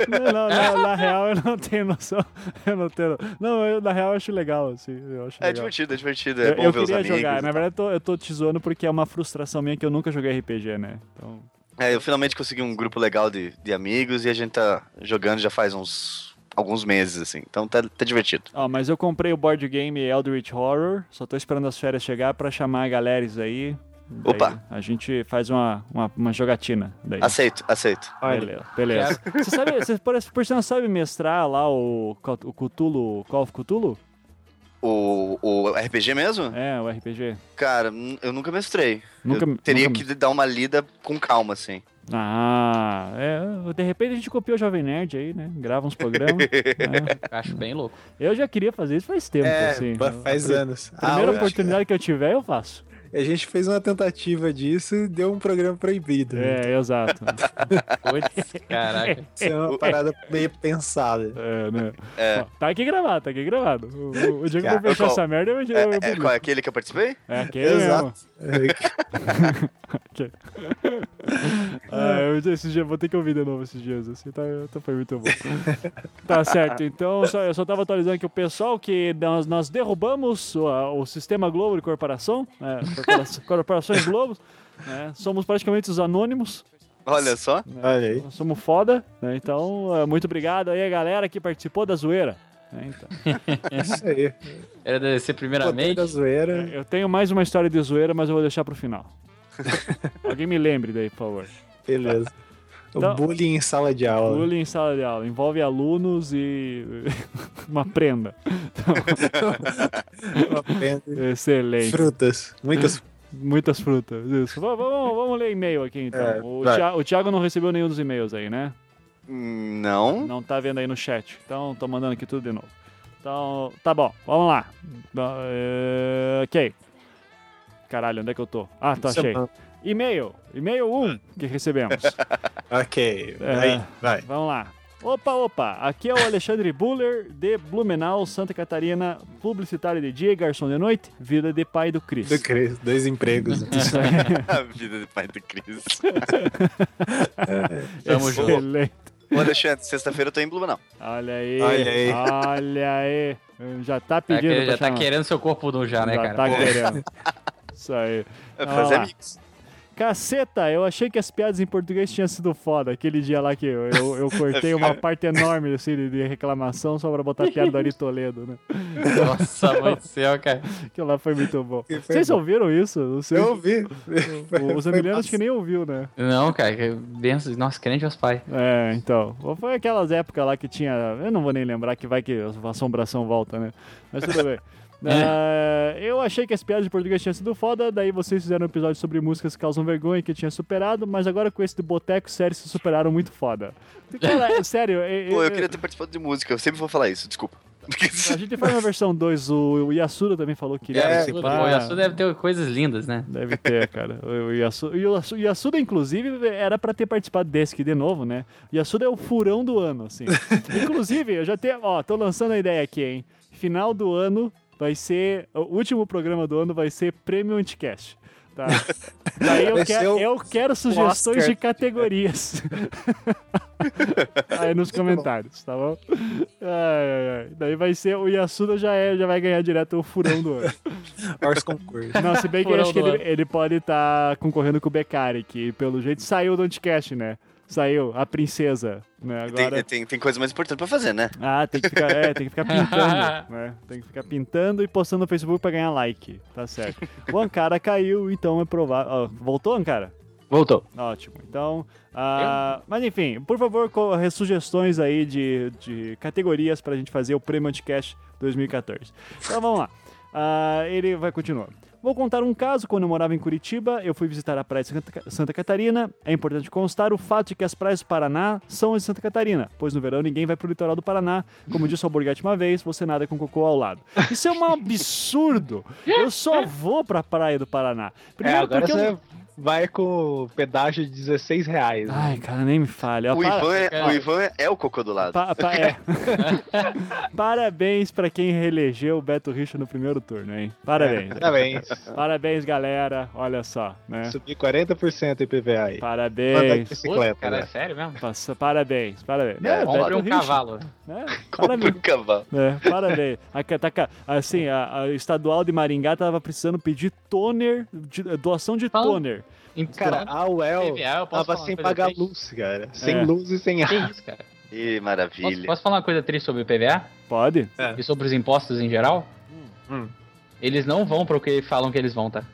S3: Não, não, não, na real eu não tenho noção. Eu não tenho. Não, eu, na real eu acho legal, assim. Eu acho
S6: É
S3: legal.
S6: divertido, é divertido. É
S3: Eu,
S6: bom
S3: eu
S6: ver os
S3: queria
S6: amigos.
S3: jogar. né? Na verdade, eu tô, eu tô te zoando porque é uma frustração minha que eu nunca joguei RPG, né? Então,
S6: É, eu finalmente consegui um grupo legal de, de amigos e a gente tá jogando já faz uns. alguns meses, assim. Então tá, tá divertido.
S3: Ó, mas eu comprei o board game Eldritch Horror, só tô esperando as férias chegar pra chamar a galera isso aí. Daí
S6: Opa.
S3: A gente faz uma, uma, uma jogatina daí.
S6: Aceito, aceito.
S3: Beleza, beleza. você sabe, você por, por sinal sabe mestrar lá o, Ca- o Cthulhu, Call of Cthulhu?
S6: O, o RPG mesmo?
S3: É, o RPG.
S6: Cara, n- eu nunca mestrei.
S3: Nunca-
S6: eu teria
S3: nunca-
S6: que dar uma lida com calma, assim.
S3: Ah, é, de repente a gente copia o Jovem Nerd aí, né? Grava uns programas. né?
S5: Acho bem louco.
S3: Eu já queria fazer isso faz tempo,
S4: É,
S3: assim.
S4: faz anos. A
S3: Primeira
S6: Ah,
S4: última-
S3: oportunidade que eu tiver, eu faço.
S4: A gente fez uma tentativa disso e deu um programa proibido. né?
S3: É, exato.
S5: Caraca.
S4: Isso é uma parada meio pensada.
S3: É, né?
S6: É.
S3: Ó, tá aqui gravado, tá aqui gravado. O, o- o dia que eu
S4: Cara,
S3: vou fechar
S6: qual-
S3: essa merda, eu, eu,
S6: É,
S3: eu
S6: é,
S3: publico.
S6: qual é aquele que eu participei?
S3: É aquele mesmo.
S4: Exato.
S3: Ok. ah, eu, esses dias, vou ter que ouvir de novo esses dias, assim, tá, tá- foi muito bom. tá certo, então só, eu só tava atualizando que o pessoal que nós, nós derrubamos o, a- o sistema Globo de corporação, né, corpora- corporações Globos, né, somos praticamente os anônimos,
S6: Olha só.
S4: Olha aí.
S3: nós somos foda, né, então é, muito obrigado aí a galera que participou da zoeira. né, então.
S4: É Isso aí.
S7: Agradecer
S4: Poder
S7: primeiramente.
S4: da zoeira.
S3: Eu tenho mais uma história de zoeira, mas eu vou deixar pro final. Alguém me lembre daí, por favor.
S4: Beleza.
S3: Então-
S4: O bullying em sala de aula.
S3: Bullying em sala de aula envolve alunos e uma prenda.
S4: Vende
S3: Excelente.
S4: Frutas. Muitas.
S3: Muitas frutas. Isso. Vamos, vamos, vamos ler e-mail aqui então.
S4: É,
S3: o,
S4: vai.
S3: Thiago, o Thiago não recebeu nenhum dos e-mails aí, né?
S6: Hum, Não.
S3: Não tá vendo aí no chat. Então tô mandando aqui tudo de novo. Então, tá bom, vamos lá. Tá, é, ok. Caralho, onde é que eu tô? Ah, tá, achei.
S4: Semana. É.
S3: E-mail. E-mail 1 que recebemos.
S4: Ok.
S3: É.
S4: Aí, vai.
S3: Vamos lá. Opa, opa, aqui é o Alexandre Buller, de Blumenau, Santa Catarina, publicitário de dia, garçom de noite, vida de pai do Cris.
S4: Do Cris, dois empregos.
S3: Isso aí.
S6: A vida de pai do Cris.
S7: Tamo junto.
S3: Excelente.
S6: Ô, Alexandre, sexta-feira eu tô em Blumenau.
S3: Olha aí,
S4: Olha aí.
S3: olha aí. Já tá
S7: Tá
S3: pedindo
S7: querendo-
S3: pra
S7: já tá
S3: chamar.
S7: querendo seu corpo nu já, né,
S3: Já
S7: cara?
S3: tá
S7: Pô,
S3: querendo. Isso aí. Ah
S6: Eu vou fazer
S3: lá.
S6: amigos.
S3: Caceta, eu achei que as piadas em português tinham sido foda. Aquele dia lá que eu, eu, eu cortei
S4: é
S3: uma parte enorme assim, de- de reclamação só pra botar a piada do Ari Toledo, né?
S7: Nossa, mãe do céu, cara.
S3: Aquilo lá foi muito bom.
S4: Que foi
S3: Vocês
S4: bom.
S3: ouviram isso? Não sei.
S4: Eu ouvi.
S3: O- Os Emiliano acho que nem ouviu, né?
S7: Não, cara, que benção. Nossa, crente aos pais.
S3: É, então. Ou Foi aquelas épocas lá que tinha. Eu não vou nem lembrar que vai que a assombração volta, né? Mas tudo bem. Ah, eu achei que as piadas de português tinham sido foda, daí vocês fizeram um episódio sobre músicas que causam vergonha e que eu tinha superado, mas agora com esse de boteco, sério, se superaram muito foda. Cara, é sério, é-
S6: Pô,
S3: é-
S6: eu queria ter participado de música. Eu sempre vou falar isso, desculpa.
S3: a gente faz uma versão 2, o, o Yasuda também falou que queria
S4: É,
S7: Pô,
S3: participar.
S7: o Yasuda deve ter coisas lindas, né?
S3: Deve ter, cara. O o Yasu- e o Yasu- o Yasuda, inclusive, era pra ter participado desse aqui de novo, né? O Yasuda é o furão do ano, assim. inclusive, eu já tenho. Ó, tô lançando a ideia aqui, hein? Final do ano vai ser. O último programa do ano vai ser Prêmio Anticast. Tá? Daí eu,
S4: Vai
S3: quero-
S4: ser o-
S3: eu quero sugestões
S4: Oscar.
S3: de categorias. Aí nos comentários, tá bom? Ai, ai, ai. Daí vai ser. O Yasuda já, é, já vai ganhar direto o furão do ano.
S4: Ors concurso.
S3: Não, se bem que eu
S7: Furão
S3: acho que
S7: do
S3: ele, ele pode estar concorrendo com o Beccari, que pelo jeito saiu do Anticast, né? Saiu, a princesa, né? Agora...
S6: Tem, tem, tem coisa mais importante pra fazer, né?
S3: Ah, tem que ficar, é, tem que ficar pintando, né? Tem que ficar pintando e postando no Facebook pra ganhar like, tá certo. O Ankara caiu, então é provável... ó, voltou, Ankara?
S7: Voltou.
S3: Ótimo. Então, ah, mas enfim, por favor, co- re- sugestões aí de, de categorias pra gente fazer o Prêmio Anticast 2014. Então vamos lá. Ah, ele vai continuar. Vou contar um caso quando eu morava em Curitiba, eu fui visitar a praia de Santa Ca- Santa Catarina. É importante constar o fato de que as praias do Paraná são as de Santa Catarina, pois no verão ninguém vai pro litoral do Paraná. Como disse o Alborguete uma vez, você nada com cocô ao lado. Isso é um absurdo! Eu só vou pra praia do Paraná.
S4: É,
S3: Primeiro
S4: agora
S3: porque eu-
S4: você vai com pedágio de 16 reais. né?
S3: Ai, cara, nem me falha.
S6: O
S3: Para-
S6: Ivan, é, o
S7: cara.
S6: Ivan é o cocô do lado.
S3: Pa- pa- é. Parabéns pra quem reelegeu o Beto Richa no primeiro turno, hein? Parabéns.
S4: É, Parabéns.
S3: Parabéns, galera. Olha só, né?
S4: Subi 40% IPVA aí. Andar de
S3: Parabéns.
S4: bicicleta,
S7: cara, é
S4: né?
S7: sério mesmo?
S3: Passa- Parabéns, parabéns.
S6: É,
S3: Né,
S6: vamos
S7: Comprei
S3: Beto
S7: um
S3: Richa,
S7: cavalo.
S3: né?
S6: Como
S3: Parabéns.
S6: um cavalo.
S3: É, parabéns. A, ca- tá ca- assim, a, a estadual de Maringá tava precisando pedir toner, de- doação de
S7: Fala.
S3: toner.
S4: Cara, a UEL
S7: PVA, eu posso
S4: tava
S7: falar
S4: sem
S7: uma coisa
S4: pagar
S7: triste?
S4: luz, cara. Sem
S3: É.
S4: luz e sem
S7: Ah, Que
S4: ar.
S7: isso, cara?
S6: Ih,
S7: Posso,
S6: maravilha.
S7: posso falar uma coisa triste sobre o PVA?
S3: Pode?
S5: É.
S7: E sobre os impostos em geral?
S4: Hum.
S7: Eles não vão pro que falam que eles vão, tá?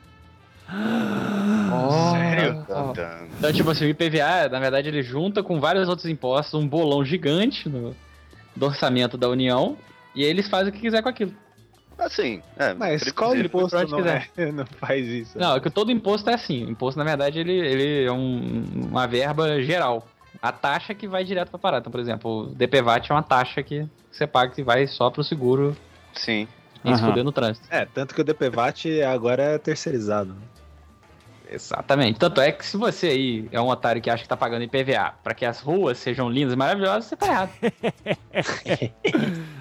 S6: Sério? Tan, tan.
S7: Então, tipo assim, o IPVA, na verdade, ele junta com vários outros impostos, um bolão gigante no, do orçamento da União, e aí eles fazem o que quiser com aquilo.
S6: Assim, é.
S4: Mas
S6: pre-
S4: qual
S6: pre-
S4: imposto
S7: pra onde
S4: não,
S6: né?
S4: é? não faz isso?
S7: Não, é que todo imposto é assim. O imposto, na verdade, ele, ele é um- uma verba geral. A taxa que vai direto pra parada. Então, por exemplo, o DPVAT é uma taxa que você paga que vai só pro seguro
S6: Sim.
S7: Nem se
S3: Aham.
S7: fuder no trânsito.
S4: É, tanto que o DPVAT agora é terceirizado.
S7: Exatamente. Tanto é que se você aí é um otário que acha que tá pagando IPVA pra que as ruas sejam lindas e maravilhosas, você tá errado.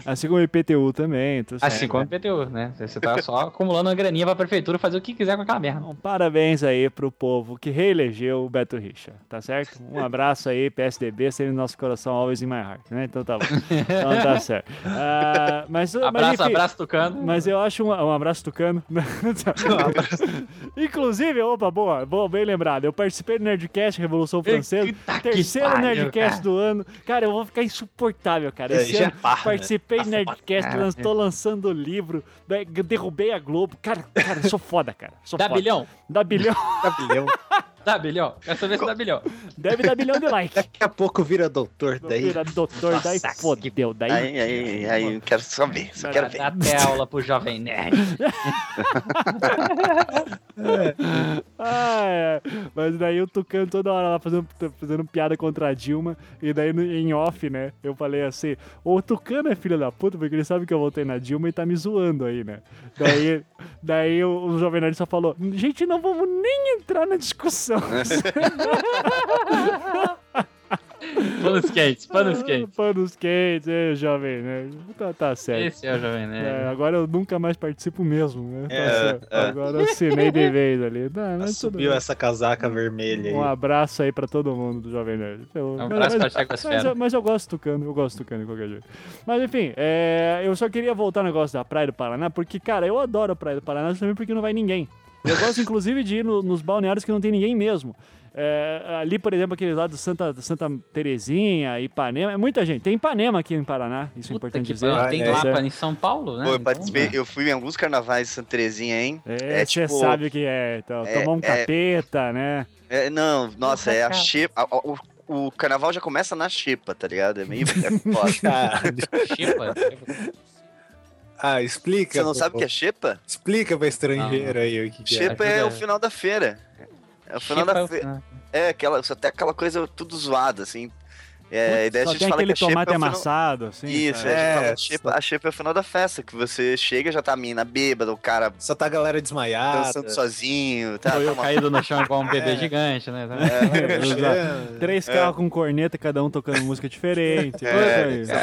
S3: Assim como o IPTU também. tudo certo.
S7: Assim como o IPTU, né? Você tá só acumulando uma graninha pra prefeitura fazer o que quiser com aquela merda.
S3: Então, parabéns aí pro povo que reelegeu o Beto Richa, tá certo? Um abraço aí, PSDB, sempre no nosso coração, always in my heart, né? Então tá bom. Então tá certo. Ah, mas, mas,
S7: Abraço,
S3: enfim,
S7: abraço, Tucano.
S3: Mas eu acho um, um abraço tucano. Inclusive, opa, boa, boa, bem lembrado. Eu participei do Nerdcast Revolução Francesa,
S7: Eita, que
S3: terceiro
S7: pariu,
S3: Nerdcast
S7: cara.
S3: do ano. Cara, eu vou ficar insuportável, cara.
S4: É,
S3: Esse
S4: já
S3: ano
S7: né?
S3: participei do Nerdcast, lan- tô lançando livro, né, derrubei a Globo. Cara, cara, eu sou foda, cara. Sou
S7: Dá
S3: foda.
S7: bilhão?
S3: Dá bilhão.
S4: Cabilhão.
S7: Dá bilhão? Quero saber se dá bilhão.
S3: Deve dar bilhão de like.
S4: Daqui a pouco vira doutor daí.
S3: Vira doutor, daí
S7: Nossa,
S3: fodeu, daí.
S6: Aí, aí, aí, eu quero saber. Só
S7: Dá,
S6: quero ver.
S7: dá até aula pro jovem nerd.
S3: Ah, é. Mas daí o Tucano toda hora lá fazendo, fazendo piada contra a Dilma. E daí no- em off, né? Eu falei assim: o Tucano é filho da puta, porque ele sabe que eu voltei na Dilma e tá me zoando aí, né? Daí, daí o, o Jovem Nerd só falou: gente, não vamos nem entrar na discussão.
S7: Panos quentes, panos quentes.
S3: Panos quentes, é, Jovem Nerd. Tá, tá certo.
S7: Esse é o jovem
S3: É,
S7: nerd.
S3: agora eu nunca mais participo mesmo, né? Tá
S4: É,
S3: certo.
S6: é.
S3: Agora eu assinei de vez ali. Tá, mas tudo
S4: Subiu
S3: bem.
S4: essa casaca vermelha aí.
S3: Um abraço aí pra todo mundo do Jovem Nerd. Eu-
S7: Um abraço pra
S3: mas,
S7: Thiago
S3: mas,
S7: Asfera.
S3: eu, mas eu gosto do Tucano, eu gosto do Tucano de qualquer jeito. Mas enfim, é, eu só queria voltar ao negócio da Praia do Paraná, porque, cara, eu adoro a Praia do Paraná também porque não vai ninguém. Eu gosto, inclusive, de ir no- nos balneários que não tem ninguém mesmo. É, ali, por exemplo, aquele lado de Santa, Santa Terezinha, Ipanema, é muita gente. Tem Ipanema aqui em Paraná, isso é
S7: Puta
S3: importante
S7: que
S3: dizer.
S7: pariu, Tem
S4: É,
S3: Mas
S7: Lapa em São Paulo, né?
S6: Pô, eu
S7: Então,
S6: participei, eu fui em alguns carnavais de Santa Terezinha, hein?
S3: É,
S6: É,
S3: você
S6: tipo,
S3: sabe o que é. Então,
S6: é-
S3: tomar um
S6: é-
S3: capeta, né?
S6: É, não, nossa, é a
S7: cara.
S6: xepa. a- a- O, o carnaval já começa na xepa, tá ligado? É meio é foda.
S4: Ah,
S7: Chipa,
S4: ah, explica.
S6: Você não sabe o que é xepa?
S4: Explica pra estrangeiro aí o que, que é.
S6: Xepa é o
S7: Ajuda.
S6: final da feira. É o final da feira. É, aquela, só tem aquela coisa tudo zoada, assim. É, a ideia
S3: Só
S6: de
S3: tem
S6: falar que
S3: aquele
S6: a xepa
S3: tomate
S6: é o final...
S3: amassado, assim.
S6: Isso,
S3: sabe?
S4: É,
S6: é, a gente fala que xepa- a xepa é o final da festa, que você chega, já tá a mina bêbada, o cara
S4: Só tá a galera desmaiada.
S6: dançando sozinho, tá?
S7: Foi
S6: tá
S7: eu
S6: uma-
S7: caído no chão igual um bebê gigante, né?
S4: É,
S3: Três carros com corneta, cada um tocando música diferente.
S6: É,
S3: Puta,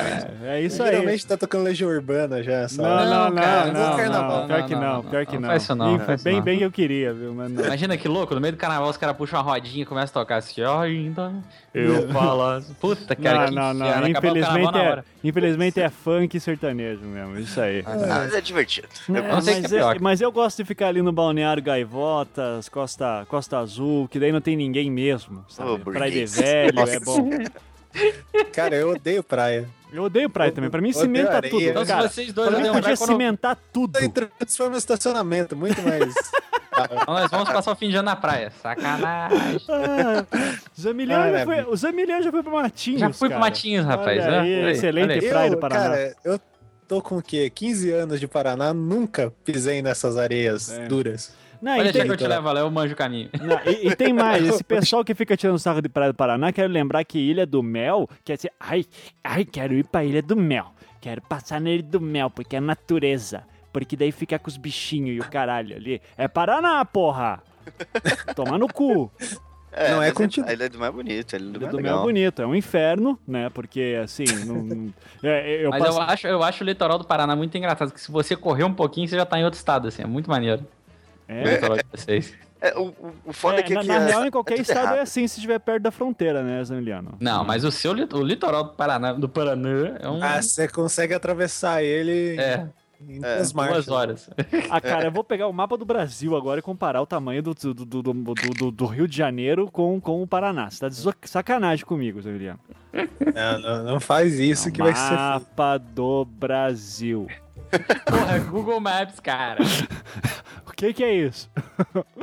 S3: é isso aí.
S4: Geralmente tá tocando Legião Urbana já. Essa
S3: Não,
S4: hora.
S3: não, não,
S7: Não, cara,
S3: não,
S4: não,
S3: não,
S4: carnaval.
S3: Pior que não,
S7: Não, não,
S3: pior que
S7: não,
S3: não.
S7: faz isso não,
S3: E
S7: não faz isso
S3: bem,
S7: não.
S3: bem que eu queria, viu? Mas não.
S7: Imagina que louco, no meio do carnaval os caras puxam uma rodinha e começam a tocar assim, ó, ainda. Eu falo. assim, Puta, cara,
S3: Não, não,
S7: que
S3: não.
S7: inferno, acabou o carnaval
S3: Infelizmente
S7: na
S3: é,
S7: hora. Ah,
S3: infelizmente é funk sertanejo mesmo. Isso aí.
S6: Mas é divertido. Eu
S3: É,
S7: não sei o que
S3: mas,
S7: é pior.
S3: eu, mas eu gosto de ficar ali no balneário Gaivotas, Costa, Costa Azul, que daí não tem ninguém mesmo. Sabe?
S6: Ô, burguês.
S3: praia de velho, é bom.
S4: Cara, eu odeio praia.
S3: Eu odeio praia também. Pra mim
S4: Odeio
S3: cimenta
S4: areia.
S3: tudo.
S7: Então se
S3: Cara,
S7: vocês dois
S3: pra mim
S7: não
S3: podia
S7: vai
S3: cimentar tudo.
S4: Aí Transforma o estacionamento, muito mais.
S7: então Nós vamos passar o fim de ano na praia. Sacanagem.
S3: Ah, Zamiliano já foi, o Zamiliano já foi pro Matinhos.
S7: Já fui pro
S3: cara.
S7: Matinhos, rapaz.
S3: Olha
S7: né?
S3: aí,
S7: Olha aí,
S3: excelente
S7: olha aí.
S3: praia do Paraná.
S4: Cara, eu tô com o quê? 15 anos de Paraná, nunca pisei nessas areias
S3: É.
S4: duras.
S3: Não, e
S7: Olha,
S3: tem-
S7: deixa que eu te levo
S3: né?
S7: lá, eu manjo o caminho.
S3: Não, e, e tem mais, esse pessoal que fica tirando sarro de Praia do Paraná, quero lembrar que Ilha do Mel quer dizer, ai, ai, quero ir pra Ilha do Mel, quero passar na Ilha do Mel, porque é natureza, porque daí fica com os bichinhos e o caralho ali. É Paraná, porra! Tomar no cu.
S4: Não é
S6: mas
S4: contigo.
S6: A Ilha do Mar é bonito, a Ilha do
S3: Ilha
S6: Mar é
S3: do Mel é
S6: legal.
S3: bonito, é um inferno, né? Porque assim, não- não- é, eu
S7: Mas
S3: passo-
S7: eu acho, eu acho o litoral do Paraná muito engraçado, que se você correr um pouquinho, você já tá em outro estado, assim. É muito maneiro.
S3: É.
S7: O litoral de vocês.
S6: É, o, o- o foda
S3: É,
S6: é que
S3: na,
S6: aqui
S3: na
S6: é-
S3: real, em qualquer
S6: tudo
S3: estado é
S6: errado.
S3: assim, se estiver perto da fronteira, né, Zamiliano?
S7: Não, mas o seu lit- o litoral do Paraná, do Paraná é um.
S4: Ah, você consegue atravessar ele
S7: é,
S4: em duas marchas.
S7: duas horas.
S3: Ah, cara, eu vou pegar o mapa do Brasil agora e comparar o tamanho do, do, do, do, do- do Rio de Janeiro com, com o Paraná. Você tá de zo- sacanagem comigo, Zé William.
S4: Não, não, não faz isso que vai ser.
S3: Mapa do Brasil.
S7: Porra, Google Maps, cara.
S3: O que que é isso?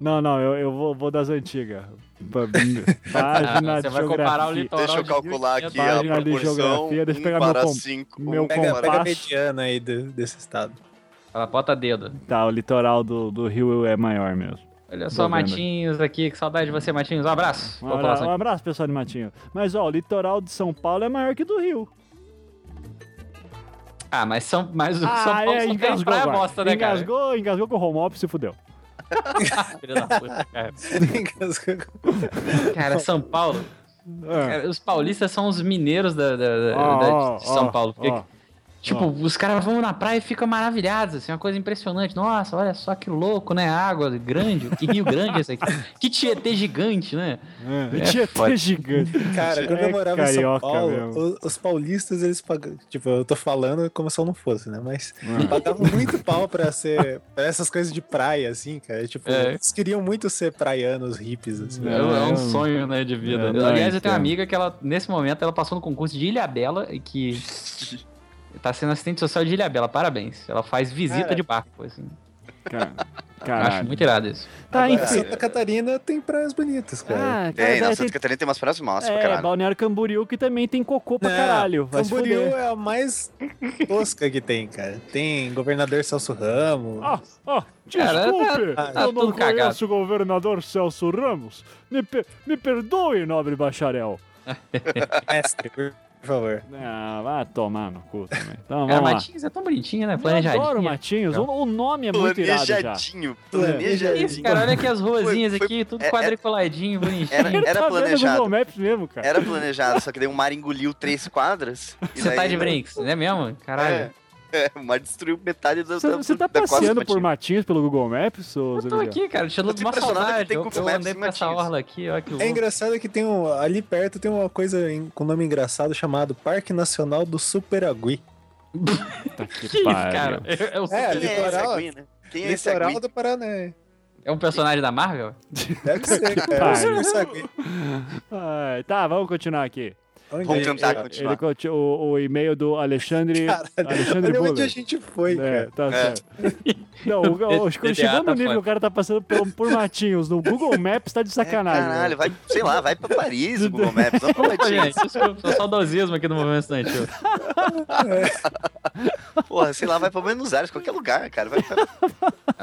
S3: Não, não, eu, eu vou, vou das antigas. Pa- Página
S7: você
S3: de
S7: vai comparar o
S3: geografia.
S7: litoral.
S6: Deixa eu calcular aqui
S7: Página
S6: a
S3: é de
S6: proporção.
S3: geografia, deixa eu pegar
S6: um
S3: meu
S6: para
S3: com-
S6: cinco,
S3: meu
S6: um
S3: com-
S4: Pega,
S6: para-
S4: pega
S3: compasso.
S4: a mediana aí do- desse estado.
S7: Fala, bota dedo.
S3: Tá, o litoral do, do Rio é maior mesmo.
S7: Olha
S3: Tô
S7: só,
S3: vendo.
S7: Matinhos aqui, que saudade de você, Matinhos. Um abraço.
S3: Um
S7: Boa
S3: abraço, um
S7: população.
S3: abraço, pessoal de Matinho. Mas, ó, o litoral de São Paulo é maior que o do Rio.
S7: Ah, mas são mas o São
S3: Ah,
S7: Paulo
S3: é,
S7: só tem
S3: engasgou.
S7: praia
S3: vai.
S7: bosta, né, cara?
S3: engasgou, engasgou com o home office e fudeu.
S7: Filha da puta, cara. Cara, São Paulo.
S3: É.
S7: cara, os paulistas são os mineiros da, da- da-
S3: Ó,
S7: da-
S3: Ah, ó,
S7: de São
S3: ó,
S7: Paulo. Porque,
S3: ó. ah.
S7: tipo, os caras vão na praia e ficam maravilhados, assim, uma coisa impressionante. Nossa, olha só que louco, né? Água grande, que rio grande é esse aqui. Que Tietê gigante, né?
S3: É. Tietê gigante.
S4: Cara, quando
S3: É
S4: eu morava em São
S3: carioca
S4: Paulo,
S3: mesmo.
S4: o- os, paulistas, eles pagavam. Tipo, eu tô falando como se eu não fosse, né? Mas pagavam muito pau pra ser. pra essas coisas de praia, assim, cara. Tipo,
S7: É.
S4: eles queriam muito ser praianos hippies, assim.
S7: É,
S3: É,
S7: um
S3: eu-
S7: sonho, né, de vida.
S3: É, não,
S7: Aliás, eu
S3: então.
S7: tenho uma amiga que ela, nesse momento, ela passou no concurso de Ilhabela e que tá sendo assistente social de Ilhabela. Parabéns. Ela faz visita
S4: Cara.
S7: de barco, assim.
S3: Cara,
S7: Acho
S3: É. caralho.
S7: muito irado isso.
S3: Tá,
S4: Agora,
S3: enfim.
S4: Santa Catarina É. tem praias bonitas, cara.
S3: Ah, cara,
S6: Tem,
S3: vai
S6: na
S3: ter-
S6: Santa Catarina tem umas praias massas pra
S3: É,
S6: caralho.
S3: Balneário Camboriú que também tem cocô pra
S4: Não,
S3: caralho. Vai se
S4: Camboriú
S3: fuder.
S4: é a mais tosca que tem, cara. Tem governador Celso Ramos.
S3: Ah, ah,
S7: Cara,
S3: desculpe,
S4: tá-
S7: tá
S3: eu não
S7: tudo cagado.
S3: conheço o governador Celso Ramos. Me, per- me perdoe, nobre bacharel.
S4: Mestre, por favor.
S3: Ah, vai tomar no cu também. Então,
S7: Cara,
S3: vamos lá.
S7: Matinhos é tão bonitinho, né?
S3: Eu
S7: Planejadinho.
S3: adoro Matinhos.
S7: Então.
S3: O, o nome é muito irado já. É,
S6: Planejadinho.
S7: Que Isso,
S6: Planejadinho.
S7: cara, olha aqui as ruazinhas
S6: Foi- foi-
S7: aqui, tudo
S6: é- é-
S7: quadriculadinho, bonitinho.
S6: Era,
S3: Ele
S6: era
S3: tá vendo o Google
S6: planejado.
S3: Maps mesmo, cara.
S6: Era planejado, só que daí o mar engoliu três quadras. e
S7: Você tá
S6: daí-
S7: de brinks, né mesmo? Caralho.
S6: É, o mar destruiu metade da.
S3: Você,
S6: da-
S3: você tá
S6: da costa
S3: passeando
S6: do
S3: por
S6: Matinho.
S3: Matinhos pelo Google Maps, ô
S7: Eu
S3: Zé
S7: tô
S3: Miguel?
S7: aqui, cara, tirando
S6: Eu tô
S7: uma
S6: impressionado que
S7: saudade.
S6: tem
S7: Eu,
S6: Google
S7: eu
S6: Maps
S7: andei
S6: em
S7: pra essa
S6: Matinhos.
S7: orla aqui, olha que
S4: É
S7: louco.
S4: engraçado que tem um, ali perto tem uma coisa em- com nome engraçado chamado Parque Nacional do Superagui.
S3: Tá aqui,
S7: Que isso,
S3: pariu.
S7: cara? É, é o-
S4: É,
S6: Quem é esse
S4: litoral.
S6: aguinha, né? Quem é esse
S4: Litoral
S6: aguinha?
S4: do Paraná.
S7: é um personagem da Marvel?
S4: Deve ser, cara.
S3: pariu.
S4: Super Sagui.
S3: Ai, tá, vamos continuar aqui.
S4: Onde
S6: Vamos
S4: é?
S6: tentar
S4: É,
S6: continuar.
S3: Ele conti- o, o e-mail do Alexandre. Alexandre
S4: Olha onde a
S3: Buller.
S4: gente foi,
S6: né?
S3: É,
S4: cara.
S3: tá certo. Não, o, o, o,
S7: DDA
S3: chegando
S7: tá
S3: no nível,
S7: foda.
S3: o cara tá passando por, por matinhos. No Google Maps tá de
S6: É,
S3: sacanagem.
S6: Caralho, vai, sei lá, vai pra Paris o Google Maps, não pra
S7: Opa,
S6: Matinhos.
S7: gente, desculpa, sou saudosismo aqui no movimento estudantil.
S6: Porra, sei lá, vai pra Buenos Aires, qualquer lugar, cara. Vai pra um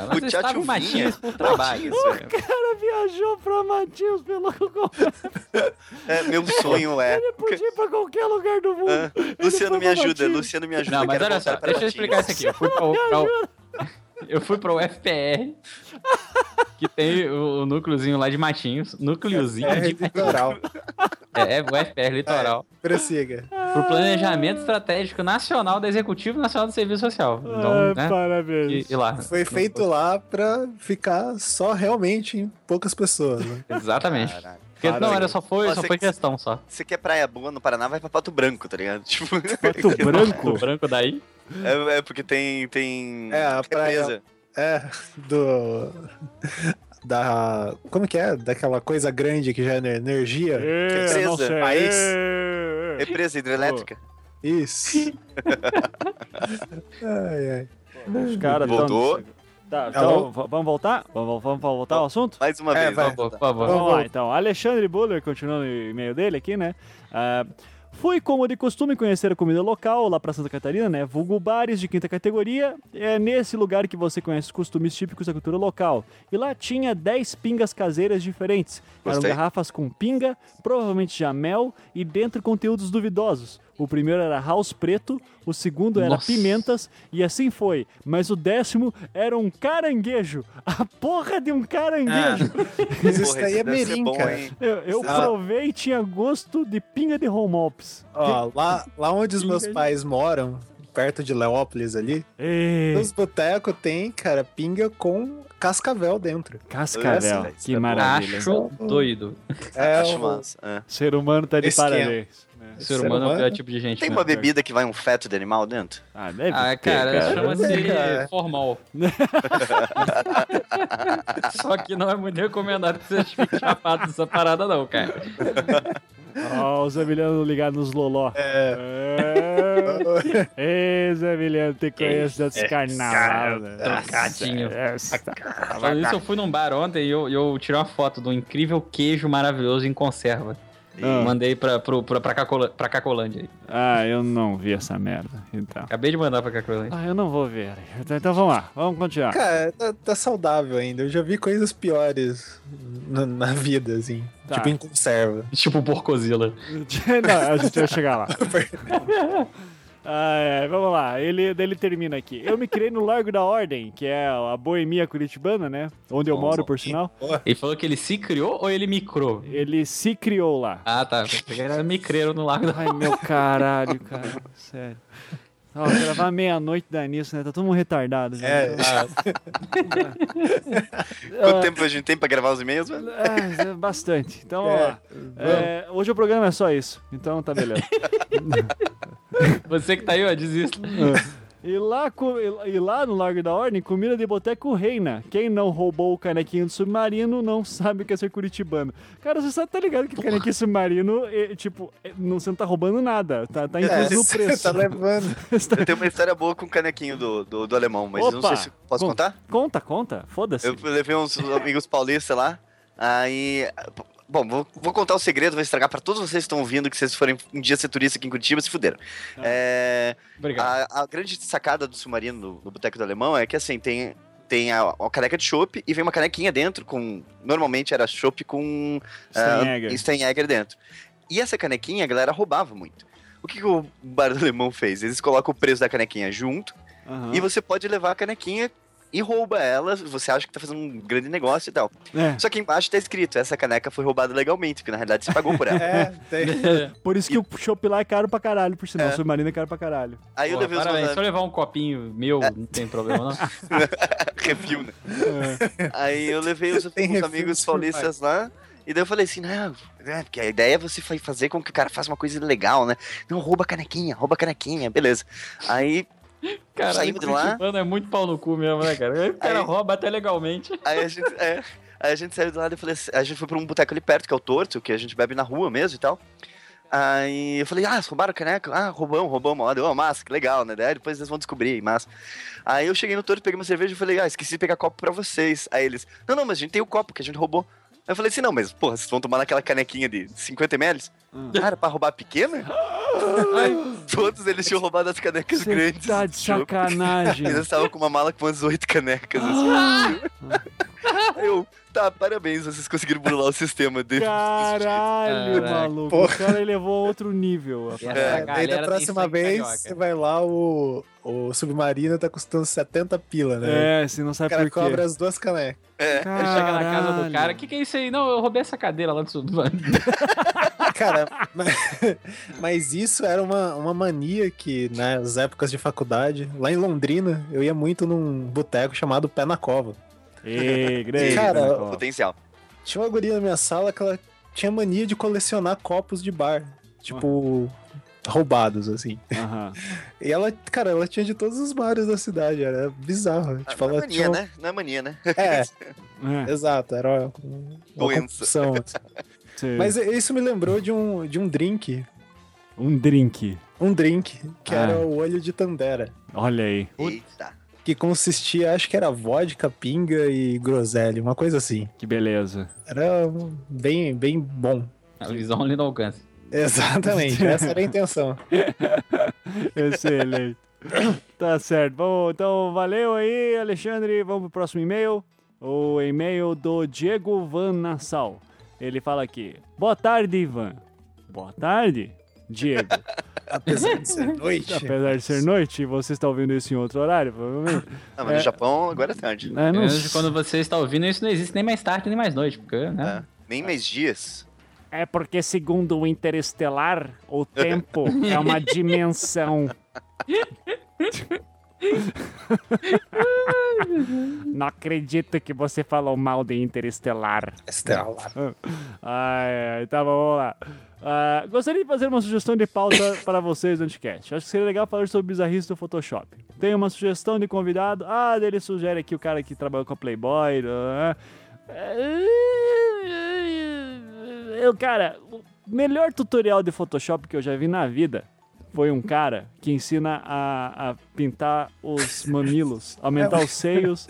S7: Mas eu estava
S6: Tchau,
S7: em
S6: tchauzinha.
S7: Matinhos por trabalho. né?
S6: Matinhos,
S7: cara.
S3: O cara viajou pra Matinhos pelo Google Maps.
S6: É, meu sonho é.
S3: Ele podia ir pra qualquer lugar do mundo.
S6: Ah,
S3: Ele
S6: Luciano,
S3: foi
S6: me
S3: pra
S6: ajuda,
S3: Matinhos.
S6: Luciano, me ajuda.
S7: Não, mas
S6: quero
S7: olha só,
S6: voltar pra
S7: deixa eu explicar isso
S6: Matinhos.
S7: aqui. Eu fui pro, pra- eu fui pro FPR, que tem o, o núcleozinho lá de Matinhos. Núcleozinho
S4: É,
S7: de Matinhos.
S4: litoral.
S7: É, é o FPR Litoral.
S4: Prossiga.
S7: Pro Planejamento Estratégico Nacional da Executivo Nacional do Serviço Social. Então,
S3: Ah,
S7: né? E,
S3: Parabéns.
S7: e lá.
S4: Foi feito lá pra ficar só realmente em poucas pessoas, né?
S7: Exatamente.
S6: Caralho.
S7: Porque, não, era só foi, só
S6: Você-
S7: foi questão só.
S6: Você quer praia boa no Paraná, vai pra Pato Branco, tá ligado? Tipo,
S3: Pato
S7: O
S3: branco?
S7: é branco daí.
S6: é, é porque tem. tem
S4: É, a praia-
S6: represa.
S4: É, do. Da. Como que é? Daquela coisa grande que já é energia?
S3: É, não sei.
S4: País.
S3: É, é, é.
S6: Represa hidrelétrica.
S4: Isso. ai, ai.
S3: Os caras tão-
S6: Voltou.
S3: Tá,
S4: Alô?
S3: então, v- vamos voltar? Vamos, vamos voltar ao assunto?
S6: Mais uma
S4: É,
S6: vez, né?
S4: vai.
S6: ó.
S7: Por favor, por favor.
S3: Vamos lá, então. Alexandre Buller, continuando o e-mail dele aqui, né? Ah, fui, como de costume, conhecer a comida local lá pra Santa Catarina, né? Vulgo bares de quinta categoria. É nesse lugar que você conhece os costumes típicos da cultura local. E lá tinha 10 pingas caseiras diferentes.
S6: Gostei.
S3: Eram garrafas com pinga, provavelmente já mel e dentro conteúdos duvidosos. O primeiro era house preto, o segundo era
S7: Nossa.
S3: pimentas e assim foi. Mas o décimo era um caranguejo. A porra de um caranguejo!
S4: Mas isso
S6: Porra,
S4: daí
S6: esse
S4: é
S6: deve ser
S4: merim,
S6: bom,
S4: cara.
S6: hein?
S3: Eu, eu
S4: Ah.
S3: provei e tinha gosto de pinga de home ops.
S4: Ó, lá, lá onde os
S6: Uhum.
S4: meus pais moram, perto de Leópolis ali,
S3: Ê,
S4: os botecos tem, cara, pinga com cascavel dentro.
S3: Cascavel,
S6: Essa-
S3: que maravilha.
S7: Acho doido.
S4: É,
S6: Acho
S4: o-
S6: massa. é.
S3: Ser humano tá de
S4: Esquema.
S3: parabéns. né?
S7: O ser humano é o pior tipo de gente.
S6: Tem
S7: mesmo.
S6: uma bebida que vai um feto de animal dentro?
S3: Ah, deve
S7: Ah,
S3: ter,
S7: cara, chama-se
S4: cara.
S7: formal. Só que não é muito recomendado que você fique chapado dessa parada, não, cara.
S3: Ó, o Zé Miliano ligado nos loló. É. Ei, Zé Miliano, te conheço desse carnaval. né?
S7: Trocadinho.
S3: Essa-
S7: Falando isso, eu fui num bar ontem e eu, eu tirei uma foto de um incrível queijo maravilhoso em conserva.
S3: Ah.
S7: Mandei pra, pro, pra, pra, Cacola- pra Cacolândia aí.
S3: Ah, eu não vi essa merda. Então.
S7: Acabei de mandar pra Cacolândia.
S3: Ah, eu não vou ver. Então, então vamos lá, vamos continuar.
S4: Cara, tá, tá saudável ainda. Eu já vi coisas piores na, na vida, assim.
S3: Tá.
S4: Tipo em conserva.
S7: Tipo porcozila.
S3: não, a gente vai chegar lá. Ah, é, vamos lá, ele, daí ele termina aqui. Eu me criei no Largo da Ordem, que é a boemia curitibana, né? Onde eu moro, por sinal.
S7: Ele falou que ele se criou ou ele microu?
S3: Ele se criou lá.
S7: Ah, tá. Porque era micreiro no Largo da
S3: Ai, meu caralho, cara. Sério. Nossa, gravar meia-noite dá nisso, né? Tá todo mundo retardado. né?
S4: É,
S3: gente.
S6: Quanto tempo a gente tem pra gravar os e-mails, velho?
S3: Ah, é bastante. Então, vamos lá. É, hoje o programa é só isso. Então, tá beleza.
S7: Você que tá aí, ó, desista.
S3: E lá, co- e lá no Largo da Ordem, comida de boteco reina. Quem não roubou o canequinho do submarino não sabe o que é ser curitibano. Cara, você só tá ligado que canequinho submarino, é, tipo, é, não, você não tá roubando nada. Tá, tá
S6: É.
S3: incluso no preço.
S4: tá levando.
S3: Você tá-
S6: Eu tenho uma história boa com o canequinho do, do, do alemão, mas eu não
S3: Opa!
S6: sei se posso
S3: Con-
S6: contar.
S3: Conta, conta. Foda-se.
S6: Eu levei uns amigos paulistas lá, aí... Bom, vou, vou contar o segredo, vou estragar pra todos vocês que estão ouvindo, que vocês forem um dia ser turista aqui em Curitiba, se fuderam.
S3: Ah,
S6: É...
S7: Obrigado.
S6: A, a grande sacada do submarino do, do Boteco do Alemão é que assim, tem, tem a, a caneca de chopp e vem uma canequinha dentro com. Normalmente era chopp com ah,
S3: Steinegger.
S6: Steinegger dentro. E essa canequinha a galera roubava muito. O que, que o bar do alemão fez? Eles colocam o preço da canequinha junto
S3: Aham.
S6: e você pode levar a canequinha e rouba ela. Você acha que tá fazendo um grande negócio e tal.
S3: É,
S6: Só que embaixo tá escrito: essa caneca foi roubada legalmente, porque na realidade você pagou por ela.
S4: É, tem.
S6: Ah,
S3: por isso que o chopp lá é caro pra caralho, por sinal. O submarino é caro pra caralho.
S6: Aí eu
S7: Porra,
S6: levei os
S7: parabéns.
S6: meus
S7: Se eu levar um copinho meu,
S6: É.
S7: não tem problema, não.
S6: refil, né? Aí eu levei os,
S4: Tem
S6: uns
S4: refil
S6: amigos
S4: que você
S6: paulistas lá. E daí eu falei assim, não, é, porque a ideia é você fa- fazer com que o cara faça uma coisa legal, né? Não, rouba a canequinha, rouba a canequinha, beleza. Aí,
S7: Caralho,
S6: Saindo de lá-
S7: curitibano é muito pau no cu mesmo, né, cara? Aí O cara
S6: Aí-
S7: rouba até legalmente.
S6: aí a gente. é, aí a gente saiu do lado e falei assim, a gente foi pra um boteco ali perto, que é o Torto, que a gente bebe na rua mesmo e tal. Aí eu falei, ah, roubaram a caneca, ah, roubamos, roubamos, ó, deu uma massa, que legal, né? Daí depois eles vão descobrir, massa. Aí eu cheguei no Torto, peguei uma cerveja e falei, ah, esqueci de pegar copo pra vocês. Aí eles, não, não, mas a gente tem o copo que a gente roubou. Aí eu falei assim, não, mas, porra, vocês vão tomar naquela canequinha de 50 ml?
S3: Hum.
S6: Ah, era pra roubar a pequena? Aí, todos eles tinham roubado as canecas
S3: Você
S6: grandes.
S3: tá de
S6: do jogo.
S3: sacanagem.
S6: Eles estavam com uma mala com umas oito canecas, assim. Aí eu, tá, parabéns, vocês conseguiram burlar o sistema dele.
S3: Caralho,
S7: Caraca.
S3: maluco. O
S4: Porra.
S3: cara levou a outro nível. rapaz.
S4: Daí
S7: Essa galera
S4: da
S7: tem
S4: É, próxima
S7: sangue
S4: vez,
S7: carioca.
S4: você vai lá, o, o submarino tá custando 70 pila, né?
S3: É, você não
S4: O
S3: sabe
S4: cara
S3: por quê.
S4: cobra as duas canecas.
S6: É,
S7: Aí chega na casa do cara, o que, que é isso aí? Não, eu roubei essa cadeira lá do sul.
S4: Cara, mas, mas isso era uma, uma mania que, né, nas épocas de faculdade, lá em Londrina, eu ia muito num boteco chamado Pé na Cova.
S3: Ei, grande.
S4: Cara,
S3: Pernambuco.
S6: né, Potencial.
S4: Tinha uma guria na minha sala que ela tinha mania de colecionar copos de bar. Tipo, roubados, assim.
S3: Aham.
S4: E ela, cara, ela tinha de todos os bares da cidade, era bizarro. Tipo,
S6: não é
S4: ela
S6: mania,
S4: tinha...
S6: né? Não é mania, né?
S4: É,
S3: É,
S4: exato, era uma, uma
S6: Doença.
S4: compulsão, assim.
S3: sei.
S4: Mas isso me lembrou de um, de um drink,
S3: Um drink.
S4: um drink, que
S3: Ah.
S4: era o olho de Tandera.
S3: Olha aí.
S6: Eita.
S4: que consistia, acho que era vodka, pinga e groselha, uma coisa assim.
S3: Que beleza.
S4: Era um- bem, bem bom.
S7: A visão ali não alcança.
S4: Exatamente, essa era a intenção.
S3: Excelente. tá certo. Bom, então valeu aí, Alexandre. Vamos pro próximo e-mail. O e-mail do Diego Van Nassau. Ele fala aqui: Boa tarde, Ivan. Boa tarde, Diego.
S4: Apesar de ser noite.
S3: Apesar de ser noite, você está ouvindo isso em outro horário, provavelmente.
S6: Ah, mas no Japão agora é tarde.
S3: É, não
S7: Pelo menos Quando você está ouvindo, isso não existe nem mais tarde, nem mais noite, porque, né?
S6: Nem mais dias.
S3: É porque, segundo o Interestelar, o tempo é uma dimensão. Não acredito que você falou mal de Interestelar.
S4: Estrela.
S3: Ai, ai, tá bom, vamos lá. Ah, gostaria de fazer uma sugestão de pauta para vocês do Anticast. Acho que seria legal falar sobre o bizarrice do Photoshop. Tem uma sugestão de convidado. Ah, daí ele sugere aqui o cara que trabalhou com a Playboy. ah, ah. Eu, cara, o melhor tutorial de Photoshop que eu já vi na vida foi um cara que ensina a, a pintar os mamilos, aumentar os seios.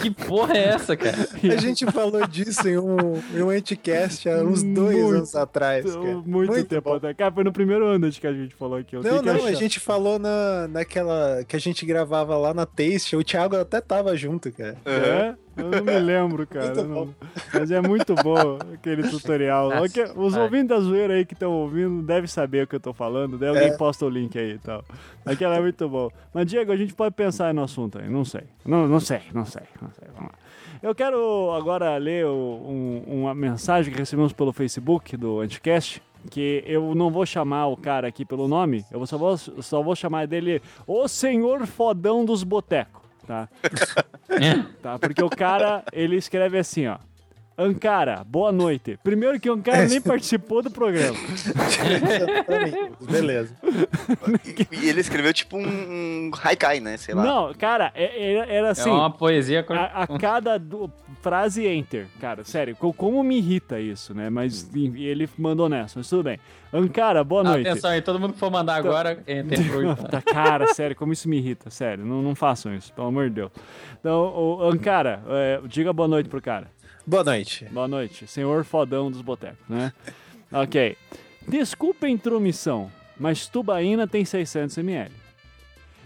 S7: Que porra é essa, cara?
S4: A gente falou disso em um, em um anticast há uns dois
S3: Muito,
S4: anos atrás. Cara.
S3: Muito, tempo
S4: É, bom.
S3: atrás. Cara, foi no primeiro ano acho que a gente falou aqui. eu tenho
S4: Não,
S3: que
S4: não, a
S3: achar.
S4: gente falou na, naquela que a gente gravava lá na Taste, o Thiago até tava junto, cara.
S3: É? Eu não me lembro, cara.
S8: Muito bom.
S3: não. Mas é muito bom aquele tutorial.
S7: Nossa,
S3: Ok, Os
S7: vai.
S3: ouvintes da zoeira aí que estão ouvindo devem saber o que eu tô falando. Daí
S8: É.
S3: alguém posta o link aí e tal. Aquela é muito bom. Mas, Diego, a gente pode pensar no assunto aí. Não sei. Não, não sei, não sei, não sei. Vamos lá. Eu quero agora ler o- um- uma mensagem que recebemos pelo Facebook do Anticast. Que eu não vou chamar o cara aqui pelo nome, eu só vou, só vou chamar dele o Senhor Fodão dos Botecos, tá? tá? Porque o cara, ele escreve assim, ó. Ankara, boa noite. Primeiro que o Ankara nem participou do programa.
S4: Pra mim. Beleza.
S6: E, e ele escreveu tipo um, um haikai, né? Sei lá.
S3: Não, cara, é- era, era assim.
S7: É uma poesia. cor-
S3: A, a cada du- frase enter, cara, sério, co- como me irrita isso, né? Mas e- e ele mandou nessa, mas tudo bem. Ankara, boa noite.
S7: Atenção aí, é todo mundo que for mandar agora, entra em grupo.
S3: Puta, cara, sério, como isso me irrita, sério. Não, não façam isso, pelo amor de Deus. Então, o Ankara, é, diga boa noite pro cara.
S4: Boa noite.
S3: Boa noite, senhor fodão dos botecos, né? ok. Desculpa a intromissão, mas tubaína tem 600ml.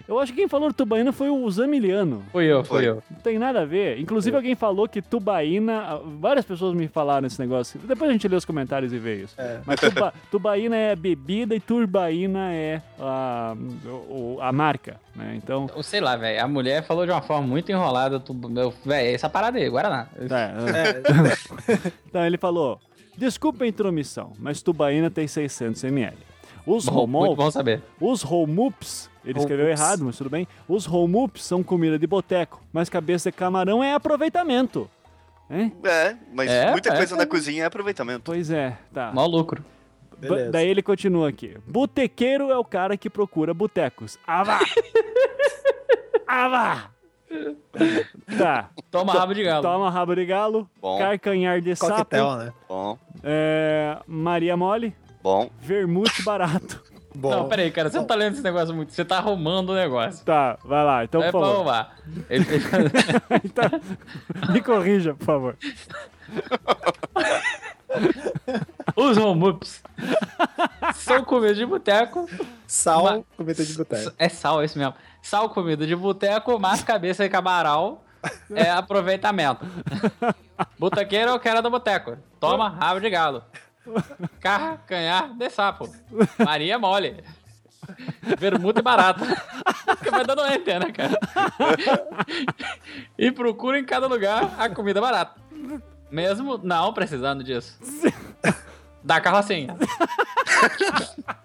S3: Eu acho que quem falou de tubaína foi o Zamiliano.
S7: Fui eu, fui eu.
S3: Não tem nada a ver. Inclusive, alguém falou que tubaína. ah, Várias pessoas me falaram esse negócio. Depois a gente lê os comentários e vê isso. Mas tuba- tubaína é a bebida e turbaína é a, o- a marca, né? Então.
S7: Eu sei lá, velho. A mulher falou de uma forma muito enrolada. Tu, meu, velho, essa parada aí, Guaraná.
S3: Tá,
S4: É.
S3: então ele falou: Desculpa a intromissão, mas tubaína tem 600ml. Os
S7: Bom, muito
S3: romol,
S7: bom saber.
S3: os romups, ele escreveu errado, mas tudo bem. Os romups são comida de boteco, mas cabeça de camarão é aproveitamento. Hein?
S6: É, mas
S7: É,
S6: muita
S7: é,
S6: coisa
S7: é.
S6: na cozinha é aproveitamento.
S3: Pois é, tá.
S7: Mó lucro.
S3: Ba-
S4: Beleza.
S3: Daí ele continua aqui. Botequeiro é o cara que procura botecos. Ava! Ava! Tá.
S7: Toma rabo de galo.
S3: Toma rabo de galo,
S6: Bom.
S3: carcanhar de sapo,
S4: Coquetel, né?
S6: Bom,
S3: é, Maria Mole,
S6: bom.
S3: vermute barato.
S4: Bom.
S7: Não, peraí, cara, você não tá lendo esse negócio muito. Você tá arrumando o negócio.
S3: Tá, vai lá. Então,
S7: é
S3: por
S7: pra
S3: favor.
S7: arrumar. Ele fez-
S3: Tá. Me corrija, por favor.
S7: Os homups um são comida de boteco.
S4: Sal,
S7: Mas-
S4: comida de boteco.
S7: É sal, é isso mesmo. Sal, comida de boteco, mas cabeça de camarão é aproveitamento. Botequeiro é o cara do boteco. Toma rabo de galo. Carcanhar de sapo. Maria mole. Vermuta e barato. Porque vai dando enter, né, cara? E procura em cada lugar a comida barata. Mesmo não precisando disso. Da carrocinha.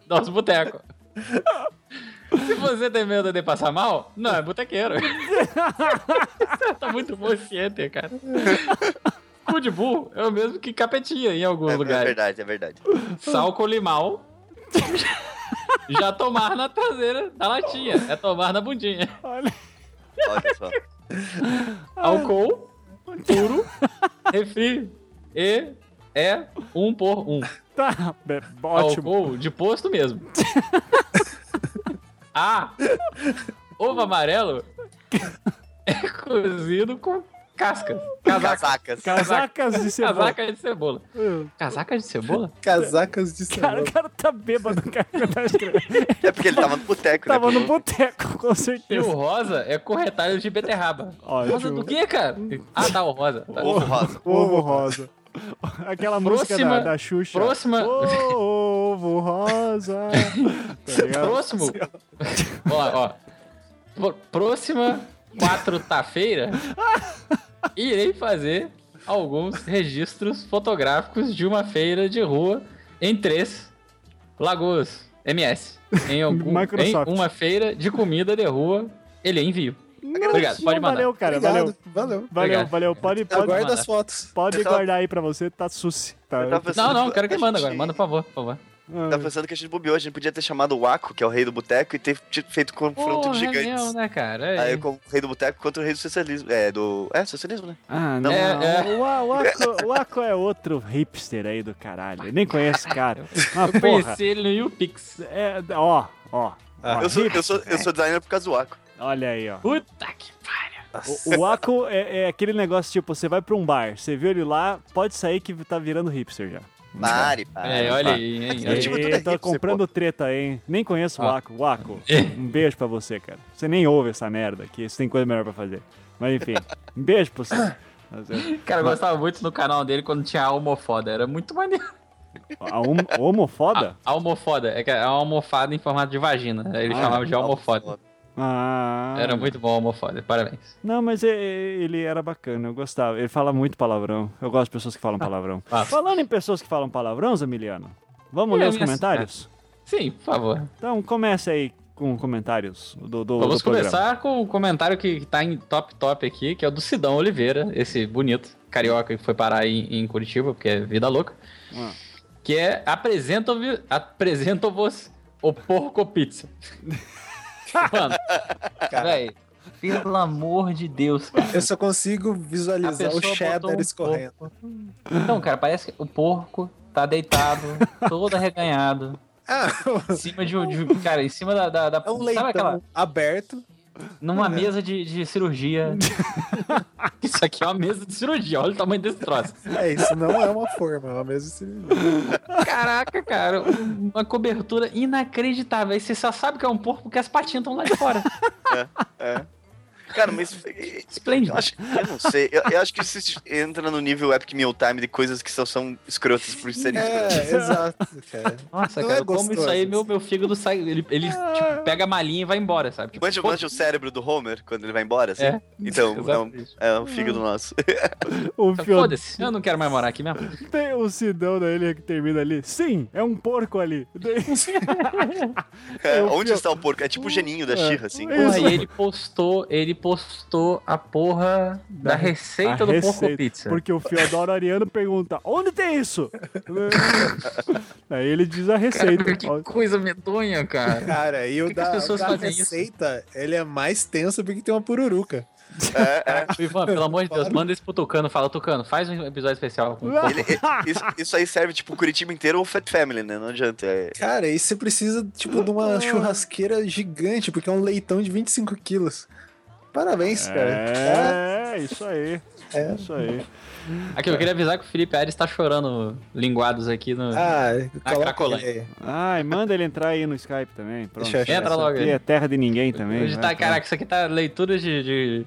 S7: Nosso boteco. Se você tem medo de passar mal, não é botequeiro. tá muito bom esse enter, cara. Cu de burro é o mesmo que capetinha em alguns
S6: É, é
S7: lugares.
S6: verdade, é verdade.
S7: Sal com limão. Já tomar na traseira da latinha. É tomar na bundinha.
S6: Olha só.
S7: Álcool puro, refri e é um por um.
S3: Tá, be- ótimo.
S7: Álcool de posto mesmo. A ovo amarelo é cozido com cascas. Casaca,
S6: Casacas.
S3: Casacas de cebola. É.
S7: casaca de cebola. Casaca de cebola?
S4: Casacas de
S3: Cara,
S4: cebola.
S3: o cara tá bêbado, cara. que Tá escrevendo.
S6: É porque ele tava no boteco,
S3: Tava
S6: né?
S3: no boteco, com
S7: E o
S3: certeza.
S7: rosa é corretalho de beterraba.
S3: Ótimo.
S7: Rosa do quê, cara? Ah, tá, o rosa. Tá.
S6: Ovo rosa.
S3: Ovo rosa. Aquela música da,
S7: Próxima-
S3: da Xuxa.
S7: próxima-
S3: Ô, ovo rosa. Tá ligado?
S7: Próximo. ó, ó. Pro- Próxima quarta-feira, irei fazer alguns registros fotográficos de uma feira de rua em três Lagoas, MS. Em, algum, em
S3: Microsoft.
S7: uma feira de comida de rua, ele é envio. Obrigado, pode mandar.
S3: Valeu, cara.
S4: Obrigado.
S3: Valeu.
S4: Valeu.
S3: Valeu,
S7: Obrigado.
S3: valeu. Pode, pode,
S4: Aguarda
S7: mandar.
S4: as fotos.
S3: pode
S6: Eu tava-
S3: guardar aí pra você, tá suci. Tá.
S6: Eu tava pensando
S7: Não, não,
S6: que
S7: quero que
S6: a
S7: manda
S6: gente-
S7: agora. Manda, por favor, por favor.
S6: Tava pensando que a gente bobeou, a gente podia ter chamado o Waco, que é o rei do boteco, e ter te- feito confronto
S7: Porra,
S6: de
S7: é
S6: gigantes.
S7: meu, né, cara?
S6: Aí com o rei do boteco contra o rei do socialismo. É, do. É, socialismo, né?
S3: Ah,
S6: não.
S7: É,
S3: O, A- o Aco, o Aco é outro hipster aí do caralho. Eu nem conheço o cara. Mas,
S7: Ah, Eu
S3: porra,
S7: conheci ele no YouPix.
S3: é, ó, ó. ó,
S6: Ah, Eu sou, eu,
S3: hipster.
S6: sou, eu sou designer por causa do Waco.
S3: Olha aí, ó.
S7: Puta que pariu.
S3: O, o Aco é, é aquele negócio, tipo, você vai pra um bar, você viu ele lá, pode sair que tá virando hipster já.
S6: Pare, pare.
S7: Olha aí, É, olha aí, hein?
S6: Eu digo tudo é
S3: Ei, tô
S6: hipster,
S3: comprando treta, hein? Nem conheço o
S7: Ah.
S3: Waco. Waco, um beijo pra você, cara. Você nem ouve essa merda aqui, você tem coisa melhor pra fazer. Mas enfim, um beijo pra você. Mas é-
S7: Cara, eu gostava muito no canal dele quando tinha a homofoda. Era muito maneiro.
S3: A hom- homofoda?
S7: Ah, A homofoda. É que é uma almofada em formato de vagina. Ele
S3: Ah,
S7: chamava de homofoda.
S3: Ah.
S7: Era muito bom a homofoda. Parabéns.
S3: Não, mas é- é- ele era bacana, eu gostava. Ele fala muito palavrão. Eu gosto de pessoas que falam palavrão.
S7: Ah.
S3: Falando em pessoas que falam palavrão, Zamiliano, vamos
S7: É,
S3: ler os
S7: minha-
S3: comentários?
S7: Sim, por favor.
S3: Então comece aí com comentários do, do,
S7: Vamos
S3: do programa.
S7: começar com o comentário que tá em top top aqui, que é o do Sidão Oliveira, esse bonito carioca que foi parar em, em Curitiba, porque é vida louca.
S3: Ah.
S7: Que é apresento-vi- apresento-vos o porco pizza. Mano, véi, pelo amor de Deus, cara.
S4: Eu só consigo
S7: A
S4: visualizar o
S7: pessoa botou
S4: cheddar
S7: um
S4: escorrendo.
S7: Então, cara, parece que o porco tá deitado, todo arreganhado,
S4: Ah,
S7: em cima de um. de um- cara, em cima da. da, da-
S4: é um leitão
S7: sabe aquela.
S4: aberto.
S7: Numa mesa de, de cirurgia. Isso aqui é uma mesa de cirurgia, olha o tamanho desse troço.
S4: É, isso não é uma forma, é uma mesa de cirurgia.
S7: Caraca, cara, um, uma cobertura inacreditável. Aí você só sabe que é um porco porque as patinhas estão lá de fora.
S6: Cara, mas eh, eu,
S7: Esplêndido.
S6: acho, eu não sei. Eu, eu acho que isso entra no nível Epic Meal Time de coisas que só são escrotas por serem escrotas.
S4: É, exato, cara.
S7: Nossa,
S4: Não
S7: cara,
S4: é
S7: eu como isso
S4: gostoso.
S7: aí, meu, meu fígado sai. Ele, ele tipo, pega a malinha e vai embora, sabe? Tipo,
S6: Manja,
S7: pô,
S6: manja o cérebro do Homer quando ele vai embora, assim.
S7: É.
S6: Então, não,
S7: exatamente.
S6: é o fígado nosso.
S3: O
S7: Então,
S3: Fiodoro-
S7: Foda-se, eu não quero mais morar aqui mesmo.
S3: Tem o Sidão da ilha que termina ali. Sim, é um porco ali.
S7: Um
S6: É,
S3: Eu-
S6: onde
S3: eu-
S6: está o porco? É tipo o geninho da
S3: É.
S6: Xirra, assim.
S3: Isso.
S7: Porra, e ele postou, ele postou a porra da, receita do porco pizza.
S3: Porque o Fiodoro Ariano pergunta: onde tem isso? Aí ele diz a receita.
S7: Cara, que coisa medonha, cara.
S4: Cara, e o
S7: que que
S4: da,
S7: as pessoas
S4: o da
S7: fazem isso?
S4: receita, ele é mais tenso porque tem uma pururuca.
S7: Ivan, pelo amor de Deus, manda isso pro Tucano. Fala, Tucano, faz um episódio especial com o porco.
S6: Ele- isso, isso aí serve, tipo, Curitiba inteiro ou Fat Family, né? Não adianta. É,
S4: Cara, e você precisa, tipo, de uma churrasqueira gigante, porque é um leitão de 25 quilos. Parabéns, cara.
S3: É, isso aí.
S4: É.
S3: Isso aí.
S7: Aqui, eu queria avisar que o Felipe Aires tá chorando linguados aqui no.
S4: Ah,
S7: Ah,
S4: coloca
S7: cracolândia.
S4: aí.
S3: Ai, manda ele entrar aí no Skype também. Pronto.
S4: Deixa eu achar
S7: Entra
S4: essa
S7: logo
S3: Aqui é
S7: aí.
S3: terra de ninguém também.
S7: Hoje
S3: vai,
S7: tá,
S6: né,
S3: pronto.
S7: caraca, isso aqui tá leitura de, de-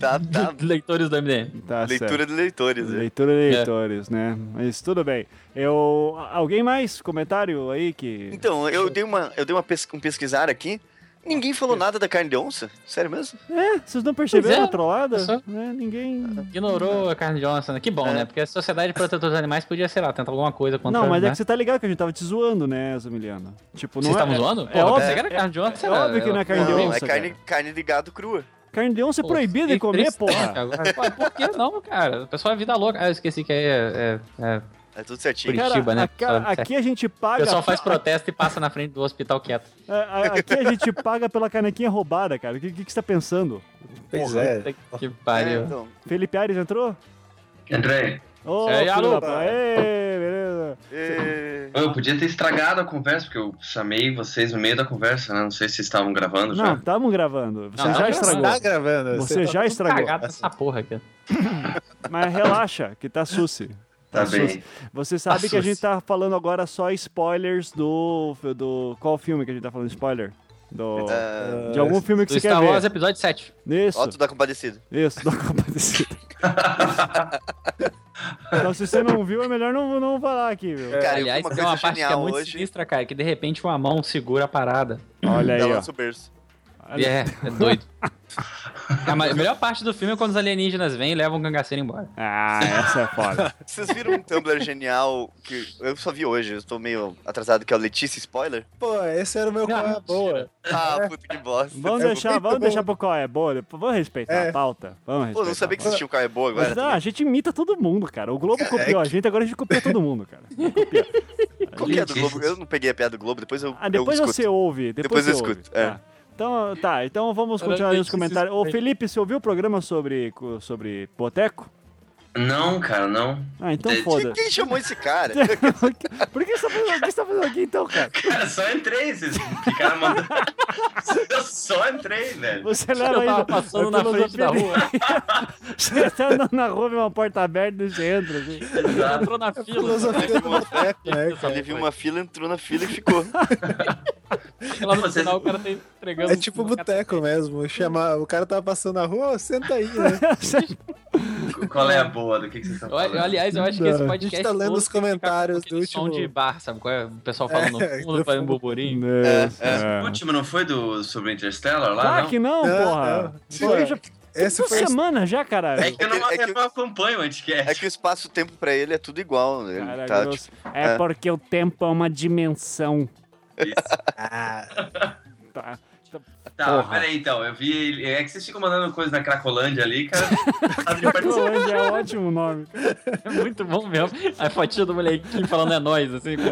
S6: tá, tá.
S7: de leitores do MDM.
S3: Tá
S6: Leitura
S3: certo.
S6: de leitores. né?
S3: Leitura
S7: É.
S3: de leitores, né? Mas tudo bem. Eu, alguém mais? Comentário aí que.
S6: Então, eu dei uma, eu dei uma pes- um pesquisar aqui. Ninguém falou nada da carne de onça? Sério mesmo?
S3: É, vocês não perceberam
S7: Pois é,
S3: a trollada?
S7: só- Tá
S3: Né? Ninguém.
S6: Tá.
S7: Ignorou a carne de onça, né? Que
S6: É.
S7: bom, né? Porque a Sociedade de Protetores dos Animais podia, sei lá, tentar alguma coisa contra
S3: Não, mas é
S7: né?
S3: que você tá ligado que a gente tava te zoando, né, Zamiliano? Tipo, não
S7: Vocês
S3: é-
S7: estavam zoando?
S3: É óbvio,
S7: que era carne de onça.
S3: é
S7: era-
S3: óbvio que
S7: era-
S3: não é carne de
S6: não,
S3: onça,
S6: é carne, carne de gado crua.
S3: Carne de onça é
S7: Pô,
S3: proibida
S7: fiquei
S3: de comer,
S7: triste
S3: porra.
S7: agora. Pô, por que não, cara? O pessoal é vida louca. Ah, eu esqueci que aí é. é- é-
S6: É tudo certinho.
S7: Cara, Curitiba, né?
S3: aqui,
S7: Sabe,
S3: aqui a gente
S7: O
S3: paga.
S7: pessoal faz protesto e passa na frente do hospital quieto.
S3: a- a- Aqui a gente paga pela canequinha roubada, cara. O que, que, que você tá pensando?
S4: Pois é.
S7: Que
S6: É,
S7: pariu. Tá
S6: então,
S3: Felipe Aires entrou?
S8: André,
S3: Ô,
S7: É,
S3: filho
S7: alô.
S3: da pra- Ê, beleza.
S6: é,
S8: eu podia ter estragado a conversa, porque eu chamei vocês no meio da conversa, né? Não sei se vocês estavam gravando já.
S3: Não, tamo gravando. Você
S7: Não,
S3: já
S7: não,
S3: estragou.
S4: Tá gravando.
S3: Você já estragou.
S7: Cagado essa porra, cara.
S3: Mas relaxa, que tá suci.
S8: Tá
S3: Nossa,
S8: bem.
S3: Você sabe que a
S7: suci.
S3: gente tá falando agora só spoilers do. do qual filme que a gente tá falando spoiler? Do,
S4: tá-
S6: é, tá
S3: de algum filme que
S7: Do
S3: você quer
S7: Star Wars é
S3: ver.
S7: Episódio 7.
S3: Isso.
S6: Otto da Compadecida.
S3: Isso, dá compadecida. então, se você não viu, é melhor não, não falar aqui, viu?
S6: Cara, eu vi
S7: Aliás,
S6: uma
S7: tem
S6: coisa
S7: uma parte que é
S6: genial
S7: muito
S6: hoje.
S7: sinistra, cara, que de repente uma mão segura a parada.
S3: Olha aí,
S6: Ela
S3: ó.
S6: lança o berço.
S3: Olha-
S7: É, é doido. É A ma- a melhor parte do filme é quando os alienígenas vêm e levam o cangaceiro embora.
S3: Ah, essa é foda.
S6: Vocês viram um Tumblr genial que eu só vi hoje, eu tô meio atrasado, que é o Letícia Spoiler?
S4: Pô, esse era o meu qual é a boa.
S6: Ah, puta que bosta.
S3: Vamos
S4: É
S3: deixar,
S4: muito
S3: vamos
S4: bom.
S3: deixar pro qual é boa. depois- Vamos respeitar
S4: É.
S3: a pauta. Vamos respeitar.
S6: Pô, não sabia que existia um cara boa
S3: Mas,
S6: agora.
S3: ah, a gente imita todo mundo, cara. O
S6: É,
S3: Globo copiou a gente, agora a gente copia todo mundo, cara.
S6: Qual que é a do
S8: Letícia.
S6: Globo? Eu não peguei a piada do Globo, depois eu
S3: Ah, depois
S6: eu
S3: você
S6: escuto.
S3: ouve. Depois,
S6: Depois eu
S3: você ouve.
S6: escuto, é.
S3: Tá. Então, tá, então vamos
S7: Era
S3: continuar aí os
S7: Letícia
S3: comentários. Ô,
S7: Spray.
S3: Felipe, você ouviu o programa sobre, sobre Boteco?
S8: Não, cara, não.
S3: Ah, então
S8: Entendi.
S3: foda.
S6: Quem chamou esse cara?
S3: Por que você tá fazendo, o que você tá fazendo aqui então, cara?
S8: Cara, só entrei, vocês ficaram mandando. eu só entrei, velho.
S3: Você
S7: Eu
S3: leva aí.
S7: tava
S3: no-
S7: passando
S3: a
S7: na frente da
S3: filosofia
S7: rua.
S3: de- Você tá andando na rua, vê uma porta aberta e você entra. assim.
S8: Exato.
S7: Entrou na fila.
S4: Filosofia do boteco, né, cara?
S6: Ele viu uma fila, entrou na fila e ficou.
S7: Lá no final o cara tá entregando.
S4: É
S3: tipo
S4: tá tipo boteco mesmo. Chamar, o cara tava passando na rua, ó, senta aí, né?
S8: Qual é a boa do que, que vocês estão
S7: Eu- eu-
S8: falando?
S7: Aliás, eu acho que esse
S4: A
S7: podcast.
S4: gente tá lendo
S7: todo
S4: os
S7: tem que ficar
S4: comentários
S7: com aquele
S4: do
S7: Som
S4: último.
S7: de bar, sabe? qual é? O pessoal fala no
S4: É,
S7: fundo,
S4: no
S7: faz um
S4: fundo.
S7: burburinho.
S6: É,
S8: O último não foi do sobre Interstellar lá,
S3: É. Claro
S8: não?
S3: Ah, que não,
S6: É,
S3: assim,
S4: Não,
S3: porra.
S4: não.
S3: Pô, eu já-
S4: Esse
S3: Duas
S4: foi
S3: semanas já, caralho.
S8: É que eu não,
S6: É que- é que-
S8: eu não acompanho o anticast.
S6: É que o espaço-tempo pra ele é tudo igual. né? Ele
S3: Caralho,
S6: tá,
S3: grosso.
S6: tipo,
S3: é
S6: é.
S3: porque o tempo é uma dimensão.
S4: Ah,
S3: Tá.
S8: Tá,
S3: Porra.
S8: peraí então, eu vi. É que vocês ficam mandando coisa na Cracolândia ali, cara. Tá de participação.
S3: Cracolândia é ótimo nome.
S7: É muito bom mesmo. A fotinha do molequinho falando é nóis, assim. como-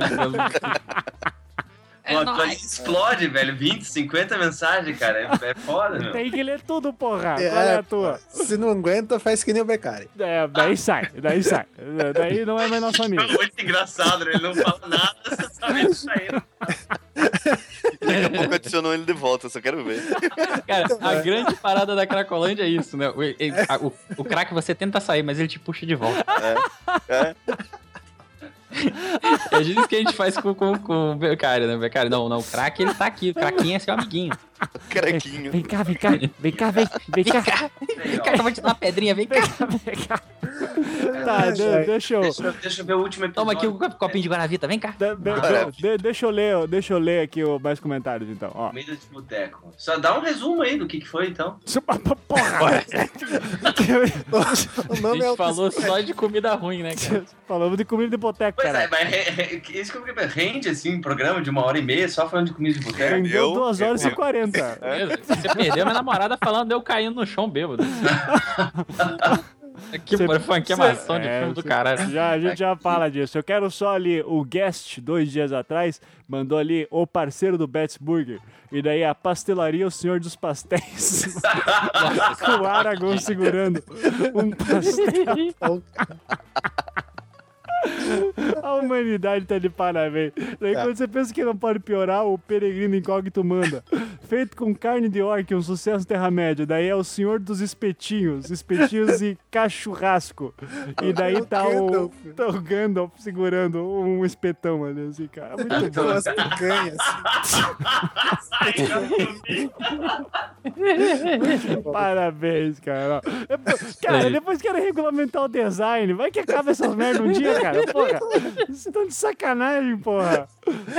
S8: Pô, tu ali explode, velho. 20, 50 mensagens, cara. É, é foda, meu.
S3: Tem que ler tudo, porra.
S4: É,
S3: Qual é a tua?
S4: se não aguenta, faz que nem o Beccari.
S3: É, daí sai, daí sai. Daí não é mais nosso amigo.
S8: É muito engraçado, né? Ele não fala nada, você sabe isso aí.
S6: Daqui a pouco adicionou ele de volta, eu só quero ver.
S7: Cara, a grande parada da Cracolândia é isso, né? O, ele- a- o, o craque você tenta sair, mas ele te puxa de volta.
S6: É.
S7: É disso que a gente faz com, com, com o Becari, né? Becari, não, não. O craque ele tá aqui. O craquinho é seu amiguinho.
S6: Craquinho.
S3: Vem cá, vem cá, vem cá, vem, vem cá.
S8: Aí, ó.
S7: Cara, eu vou te dar uma pedrinha, vem cá.
S3: Tá, de- deixa eu.
S8: Deixa, eu- deixa eu ver o último episódio.
S7: Toma aqui o copinho de Guaravita, vem cá.
S3: de-
S8: é.
S3: de- de- deixa eu ler, deixa eu ler aqui o- mais comentários então. Ó.
S8: Comida de boteco. Só dá um resumo aí do que, que foi, então.
S3: Porra!
S4: O
S7: A
S4: nome é
S7: gente
S4: o
S7: falou só de comida ruim, né, cara?
S3: Falamos de comida de boteco,
S8: Pois
S3: cara.
S8: é, mas re- re- isso que eu queria rende, assim, um programa de uma hora e meia só falando de comida de boteco.
S3: Rendeu
S6: Eu-
S3: 2 horas e
S6: eu-
S3: 40.
S7: Beleza? Você perdeu minha namorada falando de eu caindo no chão bêbado. que
S3: Você-
S7: porra, foi uma queimação de
S3: É,
S7: filme do
S3: você-
S7: caralho.
S3: Já, a gente já fala disso. Eu quero só ali, o guest, dois dias atrás, mandou ali o parceiro do Betts Burger. E daí a pastelaria O Senhor dos Pastéis. Com o Aragorn segurando um pastel. A humanidade tá de parabéns. Daí quando você pensa que não pode piorar, o peregrino incógnito manda. Feito com carne de orc, um sucesso Terra-média. Daí é o senhor dos espetinhos. Espetinhos e cachurrasco. E daí tá o,
S4: Gandalf.
S3: tá o Gandalf segurando um espetão ali, assim, cara. Muito
S4: com as assim. picanhas.
S3: bom. Parabéns, cara. Depois- Cara,
S7: É.
S3: depois querem regulamentar o design. Vai que acaba essas merdas um dia, cara. Porra, vocês estão de sacanagem, porra.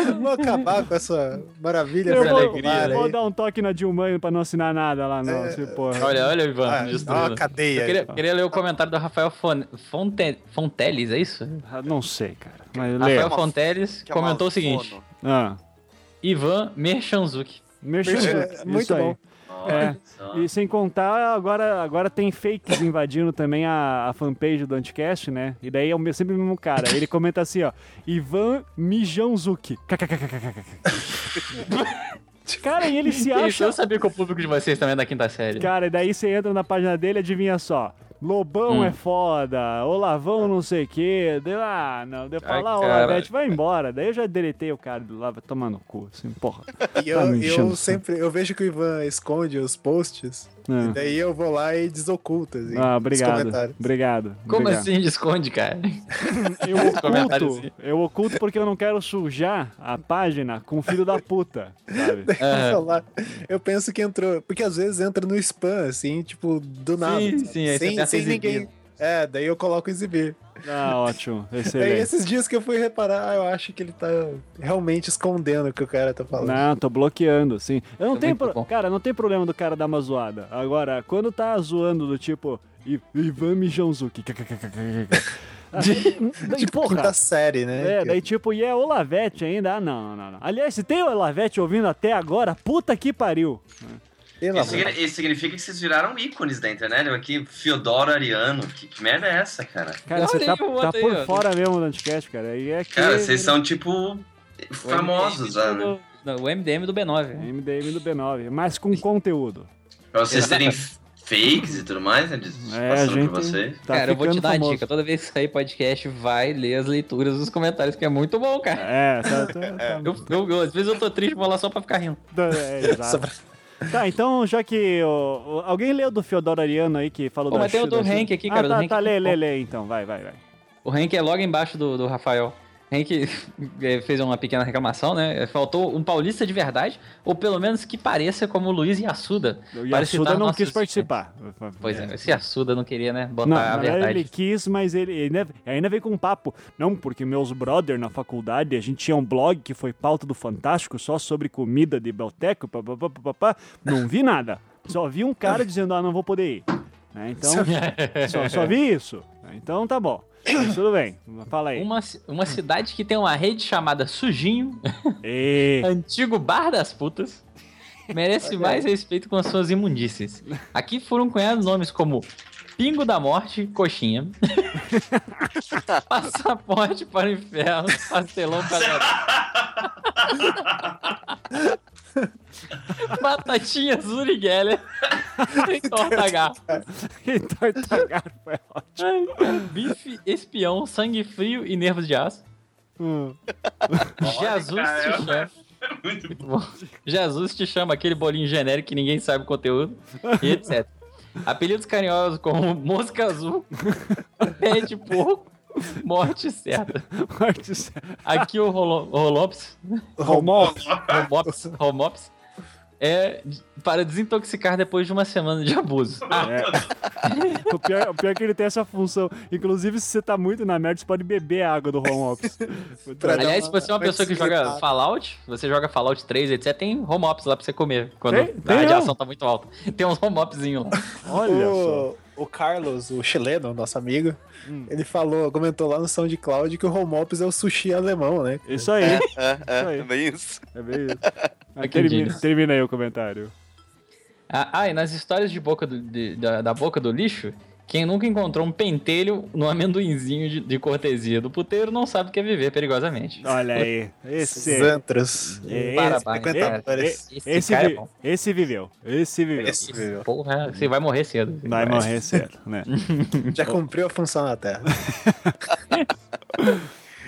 S4: Vamos acabar com essa maravilha
S3: Eu
S4: essa né?
S3: vou,
S4: popular
S3: vou
S4: aí.
S3: dar um toque na Dilma pra não assinar nada lá, não.
S4: É,
S3: se porra.
S7: Olha, olha, Ivan,
S4: Ah,
S3: é
S4: dá
S7: destruindo.
S4: uma cadeia.
S7: Eu
S4: aí.
S7: queria, queria ler o comentário do Rafael Fon- Fonte- Fonteles, é isso?
S3: Ah, Não sei, cara. Mas
S6: Ah,
S3: lê.
S7: Rafael Fonteles
S6: Que é
S7: comentou o
S6: maluco.
S7: seguinte:
S3: Ah,
S7: Ivan Merchanzuk.
S3: mexa
S4: Merchan-
S3: isso
S4: muito
S3: aí.
S4: bom.
S3: É. E sem contar, agora, agora tem fakes invadindo também a, a fanpage do Anticast, né? E daí é o meu- sempre o mesmo cara. Ele comenta assim, ó. Ivan Mijanzuki. cara, e ele se
S7: Isso,
S3: acha...
S7: eu sabia que o público de vocês também é da quinta série.
S3: Cara, e daí você entra na página dele e adivinha só. Lobão
S7: Hum.
S3: é foda, Olavão não sei o quê. Deu, ah, não, deu pra
S7: Ai,
S3: lá,
S7: cara.
S3: Olavete, vai embora. Daí eu já deletei o cara do lá, vai tomar no cu, assim, porra.
S4: E eu,
S3: me
S4: eu
S3: enchendo o saco.
S4: sempre eu vejo que o Ivan esconde os posts,
S3: Ah.
S4: e daí eu vou lá e desoculto. assim,
S3: Ah,
S4: os
S3: obrigado.
S4: comentários.
S3: Obrigado.
S7: Como
S3: obrigado.
S7: assim esconde, cara?
S3: Eu
S7: comentários,
S3: oculto,
S7: assim.
S3: eu oculto porque eu não quero sujar a página com o filho da puta, sabe?
S4: Sei lá, eu penso que entrou. Porque às vezes entra no spam, assim, tipo, do nada. sabe?
S7: sim, aí você
S4: sem,
S7: tenta
S4: sem
S7: exibir.
S4: ninguém. É, daí eu coloco exibir.
S3: Ah, ótimo,
S4: Daí
S3: excelente.
S4: esses dias que eu fui reparar, ah, eu acho que ele tá realmente escondendo o que o cara tá falando.
S3: Não, tô bloqueando, sim. Eu não
S7: Tá
S3: tenho
S7: muito
S3: pro-
S7: bom.
S3: Cara, não tem problema do cara dar uma zoada. Agora, quando tá zoando do tipo I- Ivan Mijonzuki. E
S4: Tipo,
S3: porra.
S4: quinta série, né?
S3: É, daí tipo, e é Olavete ainda? Ah, não, não, não. Aliás, se tem Olavete ouvindo até agora, puta que pariu.
S4: Pelo
S8: Isso,
S4: amor.
S8: signi- isso significa que vocês viraram ícones da internet. Eu Aqui, Fiodoro Ariano. Que, que merda é essa, cara?
S3: Cara,
S7: Olha
S3: você
S7: aí,
S3: tá,
S7: o um outro
S3: tá
S7: aí,
S3: por
S7: ó.
S3: fora mesmo do Anticast, cara. E é que...
S8: Cara, vocês são, tipo, famosos,
S7: O
S8: né?
S7: MDM do- não, o MDM do B9.
S3: MDM do B9, mas com conteúdo.
S8: Pra vocês terem f- fakes e tudo mais, né? Des-
S3: É, a
S8: passando
S3: gente
S8: por vocês.
S3: tá
S7: cara, eu vou te
S3: ficando
S7: dar
S3: famoso.
S7: uma dica. Toda vez que sair podcast, vai ler as leituras dos comentários, que é muito bom, cara.
S3: É, tá, tá, tá-
S7: Eu, eu- eu- às vezes eu tô triste, vou lá só pra ficar rindo.
S3: tá- é, exato. Tá, então, já que o- o- alguém leu do Feodoro Ariano aí que falou
S7: Pô,
S3: da
S7: mas tem o
S3: Xuxa,
S7: do
S3: assim?
S7: Henk aqui, cara,
S3: Ah,
S7: do
S3: tá,
S7: Henk
S3: tá,
S7: é
S3: lê,
S7: muito
S3: lê,
S7: bom.
S3: lê, então, vai, vai, vai.
S7: O rank é logo embaixo do, do Rafael. Henrique eh, fez uma pequena reclamação, né? Faltou um paulista de verdade, ou pelo menos que pareça como o Luiz Yassuda.
S3: O
S7: para citar
S3: Yasuda não
S7: nossos-
S3: quis participar.
S7: Pois é, esse Yassuda não queria, né? Botar
S3: Não,
S7: a
S3: na verdade
S7: verdade.
S3: ele quis, mas ele ele ainda, ainda veio com um papo. Não, porque meus brother na faculdade, a gente tinha um blog que foi pauta do Fantástico só sobre comida de Belteco, papapá, papapá. não vi nada. Só vi um cara dizendo, ah, não vou poder ir. Né, Então, só, só vi isso. Né, Então tá bom. Mas tudo bem, fala aí.
S7: Uma, ci- uma cidade que tem uma rede chamada Sujinho,
S3: E...
S7: antigo bar das putas, merece mais respeito com as suas imundícies. Aqui foram cunhados nomes como Pingo da Morte, Coxinha, Passaporte para o Inferno, Pastelão para Batatinha Zuriguelia e Torta Garfo.
S3: Torta garfo é ótimo.
S7: Bife, espião, sangue frio e nervos de aço.
S3: Hum.
S7: Jesus
S8: cara, eu-
S7: te chama.
S8: Muito bom.
S7: Jesus te chama, aquele bolinho genérico que ninguém sabe o conteúdo, e etc. Apelidos carinhosos como mosca azul, pé de porco, morte certa.
S3: Corte certo.
S7: Aqui o Rolo- Rolopes,
S3: Romox.
S7: Romops, Romops, é de- para desintoxicar depois de uma semana de abuso. Ah,
S3: O pior, o pior é que ele tem essa função. Inclusive, se você tá muito na merda, você pode beber a água do home ops.
S4: Pra dar
S7: aliás, se
S4: uma-
S7: você é uma
S4: vai
S7: pessoa que joga
S4: desingripar.
S7: Fallout, você joga Fallout 3, etc, tem Romops lá pra você comer, quando
S3: Tem-
S7: a
S3: tem,
S7: radiação tá muito alta. Tem uns Romopzinho lá.
S3: Olha
S7: um-
S3: só.
S4: O, o Carlos, o chileno, nosso amigo,
S3: Hum.
S4: ele falou, comentou lá no SoundCloud que o home ops é o sushi alemão, né?
S3: Isso aí. Isso
S6: É, é,
S3: aí.
S6: é bem isso.
S3: É bem isso. Mas
S7: Quem
S3: termina,
S7: diria?
S3: termina aí o comentário.
S7: Ah, ah, e nas histórias de boca do- de- da, da boca do lixo, quem nunca encontrou um pentelho no amendoinzinho de, de cortesia do puteiro não sabe o que é viver perigosamente.
S3: Olha aí. Esse, é
S4: Esses antros.
S3: Esse-
S7: Parabéns,
S4: frequentadores.
S7: Esse,
S3: esse,
S7: cara
S3: vi-
S7: é bom.
S3: esse viveu. Esse viveu.
S4: Esse, viu?
S7: Porra, você vai morrer cedo.
S3: Vai morrer cedo, né?
S4: Já cumpriu a função na Terra.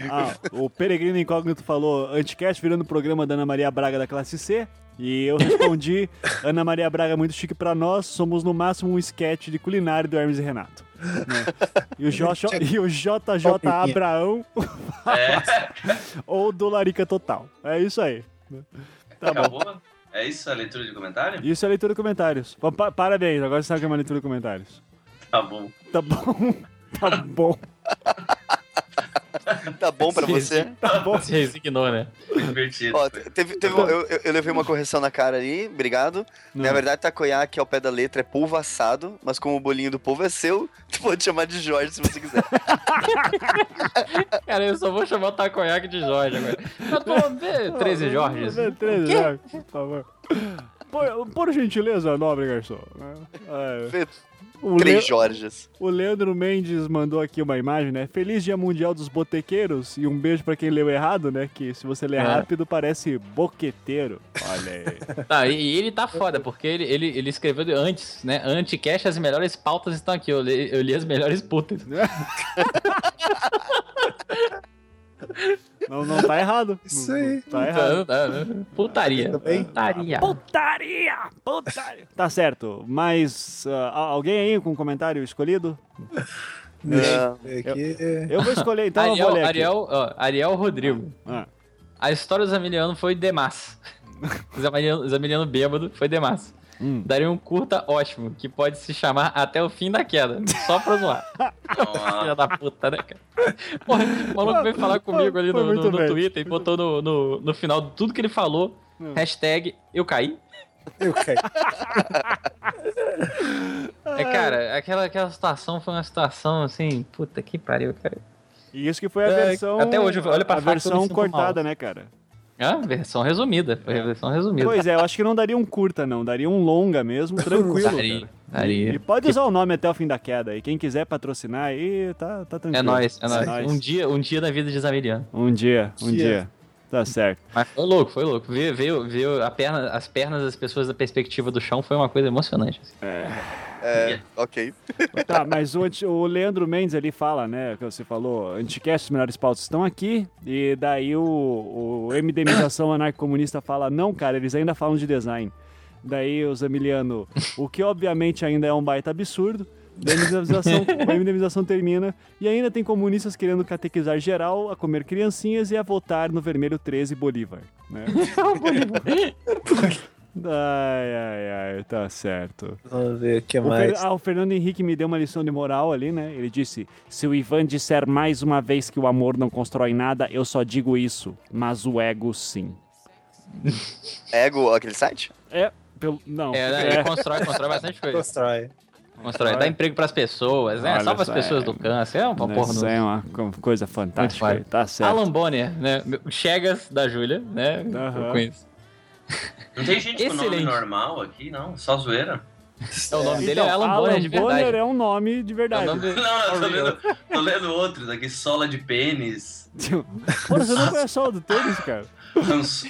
S3: Ah, o Peregrino Incógnito falou anticast virando programa da Ana Maria Braga da classe C. E eu respondi: Ana Maria Braga é muito chique pra nós, somos no máximo um sketch de culinária do Hermes e Renato. né? E, o Josh, e o JJ Abraão ou do Larica Total. É isso aí. tá
S8: Acabou? É isso a leitura de comentário?
S3: Isso é leitura de comentários. Pa- pa- Parabéns, agora você sabe que é uma leitura de comentários.
S8: Tá bom.
S3: Tá bom, tá bom,
S6: Tá bom pra você?
S3: tá bom.
S7: Se resignou, né?
S8: Divertido.
S6: Ó, te- teve, teve um- eu, eu- eu levei uma correção na cara ali, obrigado.
S3: Não.
S6: Na verdade, takoyaki ao pé da letra é polvo assado, mas como o bolinho do polvo é seu, tu pode chamar de Jorge se você quiser.
S7: Cara, eu só vou chamar o tacoyaque de Jorge agora. Mas, pô, vê 13 Jorges.
S3: 13 Jorges, né? por favor. Por, por gentileza, nobre garçom. É.
S6: Vê
S3: O, Le-
S6: Três Jorges.
S3: o Leandro Mendes mandou aqui uma imagem, né? Feliz Dia Mundial dos Botequeiros e um beijo pra quem leu errado, né? Que se você ler
S7: É.
S3: rápido parece boqueteiro. Olha aí.
S7: Tá, e, e ele tá foda, porque ele, ele, ele escreveu de- antes, né? Anticast, as melhores pautas estão aqui. Eu li, eu li as melhores putas.
S3: Não, não tá errado.
S4: Isso
S3: Não- não
S4: aí.
S3: Tá errado.
S7: Então. Putaria.
S4: Também?
S7: Putaria.
S3: Putaria! Putaria! Tá certo, mas ah, alguém aí com um comentário escolhido?
S4: Deixa eu ver aqui. é-
S3: Eu vou escolher, então eu
S7: Ariel,
S3: vou ler aqui.
S7: Ariel, ó, Ariel Rodrigo.
S3: Ah.
S7: A história do Zamiliano foi demais. Zamiliano, Zamiliano bêbado foi demais.
S3: Hum.
S7: Daria um curta ótimo, que pode se chamar Até o Fim da Queda. Só pra zoar. Filha da puta, né, cara? Porra, o maluco veio falar comigo ali
S3: Foi
S7: no, no-
S3: muito
S7: no
S3: bem.
S7: Twitter e botou no, no, no final de tudo que ele falou.
S3: Hum.
S7: Hashtag eu caí.
S4: Eu caí.
S7: É,
S3: Ah.
S7: cara, aquela, aquela situação foi uma situação assim, puta que pariu, cara.
S3: E isso que foi a
S7: É,
S3: versão.
S7: até hoje, olha pra
S3: A
S7: faca, eu me
S3: versão
S7: sinto
S3: cortada,
S7: mal.
S3: né, cara?
S7: É uma versão resumida, foi a versão resumida.
S3: Pois é, eu acho que não daria um curta, não. Daria um longa mesmo, tranquilo.
S7: Daria,
S3: cara.
S7: daria.
S3: E pode usar o nome até o fim da queda. E quem quiser patrocinar aí, tá, tá tranquilo.
S7: É nóis, é nóis.
S3: nóis.
S7: Um dia, um dia da vida de Zamiliano.
S3: Um dia, um
S4: Que
S3: dia. Tá certo.
S7: Mas foi louco, foi louco. Ver, ver, ver a perna, as pernas das pessoas da perspectiva do chão foi uma coisa emocionante. assim.
S6: É, ok.
S3: Tá, mas o, anti- o Leandro Mendes ali fala, né? Que você falou, anticast, os melhores pautas estão aqui. E daí o, o MDMização anarcocomunista fala, não, cara, eles ainda falam de design. Daí o Zamiliano, o que obviamente ainda é um baita absurdo. Daí A indemnização, a indemnização termina e ainda tem comunistas querendo catequizar geral, a comer criancinhas e a votar no vermelho 13 Bolívar. Né? ai, ai, ai, tá certo.
S4: Vamos ver o que
S3: O, Fer-
S4: mais.
S3: ah, o Fernando Henrique me deu uma lição de moral ali, né? Ele disse: Se o Ivan disser mais uma vez que o amor não constrói nada, eu só digo isso, mas o ego sim.
S6: Ego, aquele site?
S3: É, pelo- não.
S7: É, né, ele constrói, constrói bastante coisa.
S4: Constrói.
S7: Constrói, dá emprego pras pessoas, né?
S3: Olha
S7: Salva as
S3: só,
S7: pessoas
S3: é.
S7: do câncer. É uma porra
S3: Isso
S7: no...
S3: é uma co- coisa fantástica.
S7: Muito vale.
S3: Tá certo.
S7: Alan Bonner, né? O Chegas da Júlia, né?
S3: Aham.
S7: Eu conheço.
S8: Não tem gente com nome
S7: Excelente.
S8: normal aqui, não? Só zoeira?
S7: É, o nome dele é
S3: Então,
S7: Alan, Bonner de verdade.
S3: Bonner é um nome de
S7: É o
S3: verdade.
S7: nome dele.
S8: Não, eu tô lendo, tô lendo outros aqui. Sola de pênis.
S3: Pô, Tipo, você não conhece o do tênis, cara?
S8: Ranso-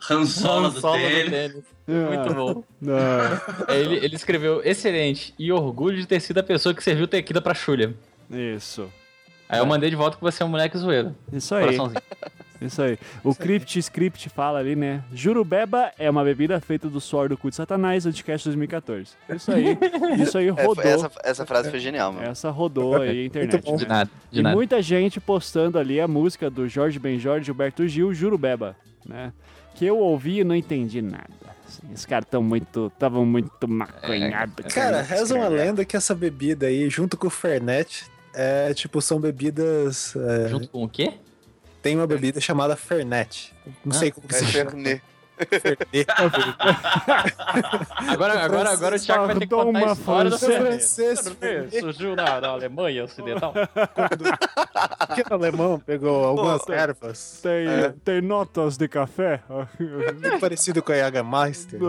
S8: Ransola do
S7: Sola É do
S8: tênis.
S7: tênis. Muito bom.
S3: Ah. Não.
S7: É, Ele, ele escreveu, excelente, e orgulho de ter sido a pessoa que serviu tequila pra Xulia.
S3: Isso.
S7: Aí eu mandei de volta que você é um moleque zoeiro.
S3: Isso aí.
S7: Coraçãozinho.
S3: Isso aí. O Crypt Script fala ali, né? Jurubeba é uma bebida feita do suor do cu de Satanás, Anticast 2014. Isso aí. Isso aí
S6: É, foi-
S3: rodou.
S6: essa,
S3: essa...
S6: essa frase foi genial, mano.
S3: rodou aí a internet. né?
S4: Muito bom.
S7: De nada, de
S3: É. e
S7: nada.
S3: muita gente postando ali a música do Jorge Benjor e Gilberto Gil, Jurubeba, né? Que eu ouvi e não entendi nada. Assim, esses caras tão muito. estavam muito
S7: É,
S6: É,
S3: maconhados.
S4: Cara, reza uma lenda que essa bebida aí, junto com o Fernet, é tipo, são bebidas. é,
S7: Junto com o quê?
S4: tem uma bebida chamada Fernet. Não sei como que
S6: É
S4: se chama.
S6: Fernet.
S7: Agora, agora, agora o Thiago vai ter que
S3: Sardou
S7: contar a
S3: uma
S7: história do
S4: Sou
S7: Fernet.
S4: francês,
S7: Surgiu na, na Alemanha Ocidental.
S4: que é alemão pegou algumas ervas,
S3: Tem,
S7: É.
S3: tem notas de café?
S4: muito parecido com a Jägermeister.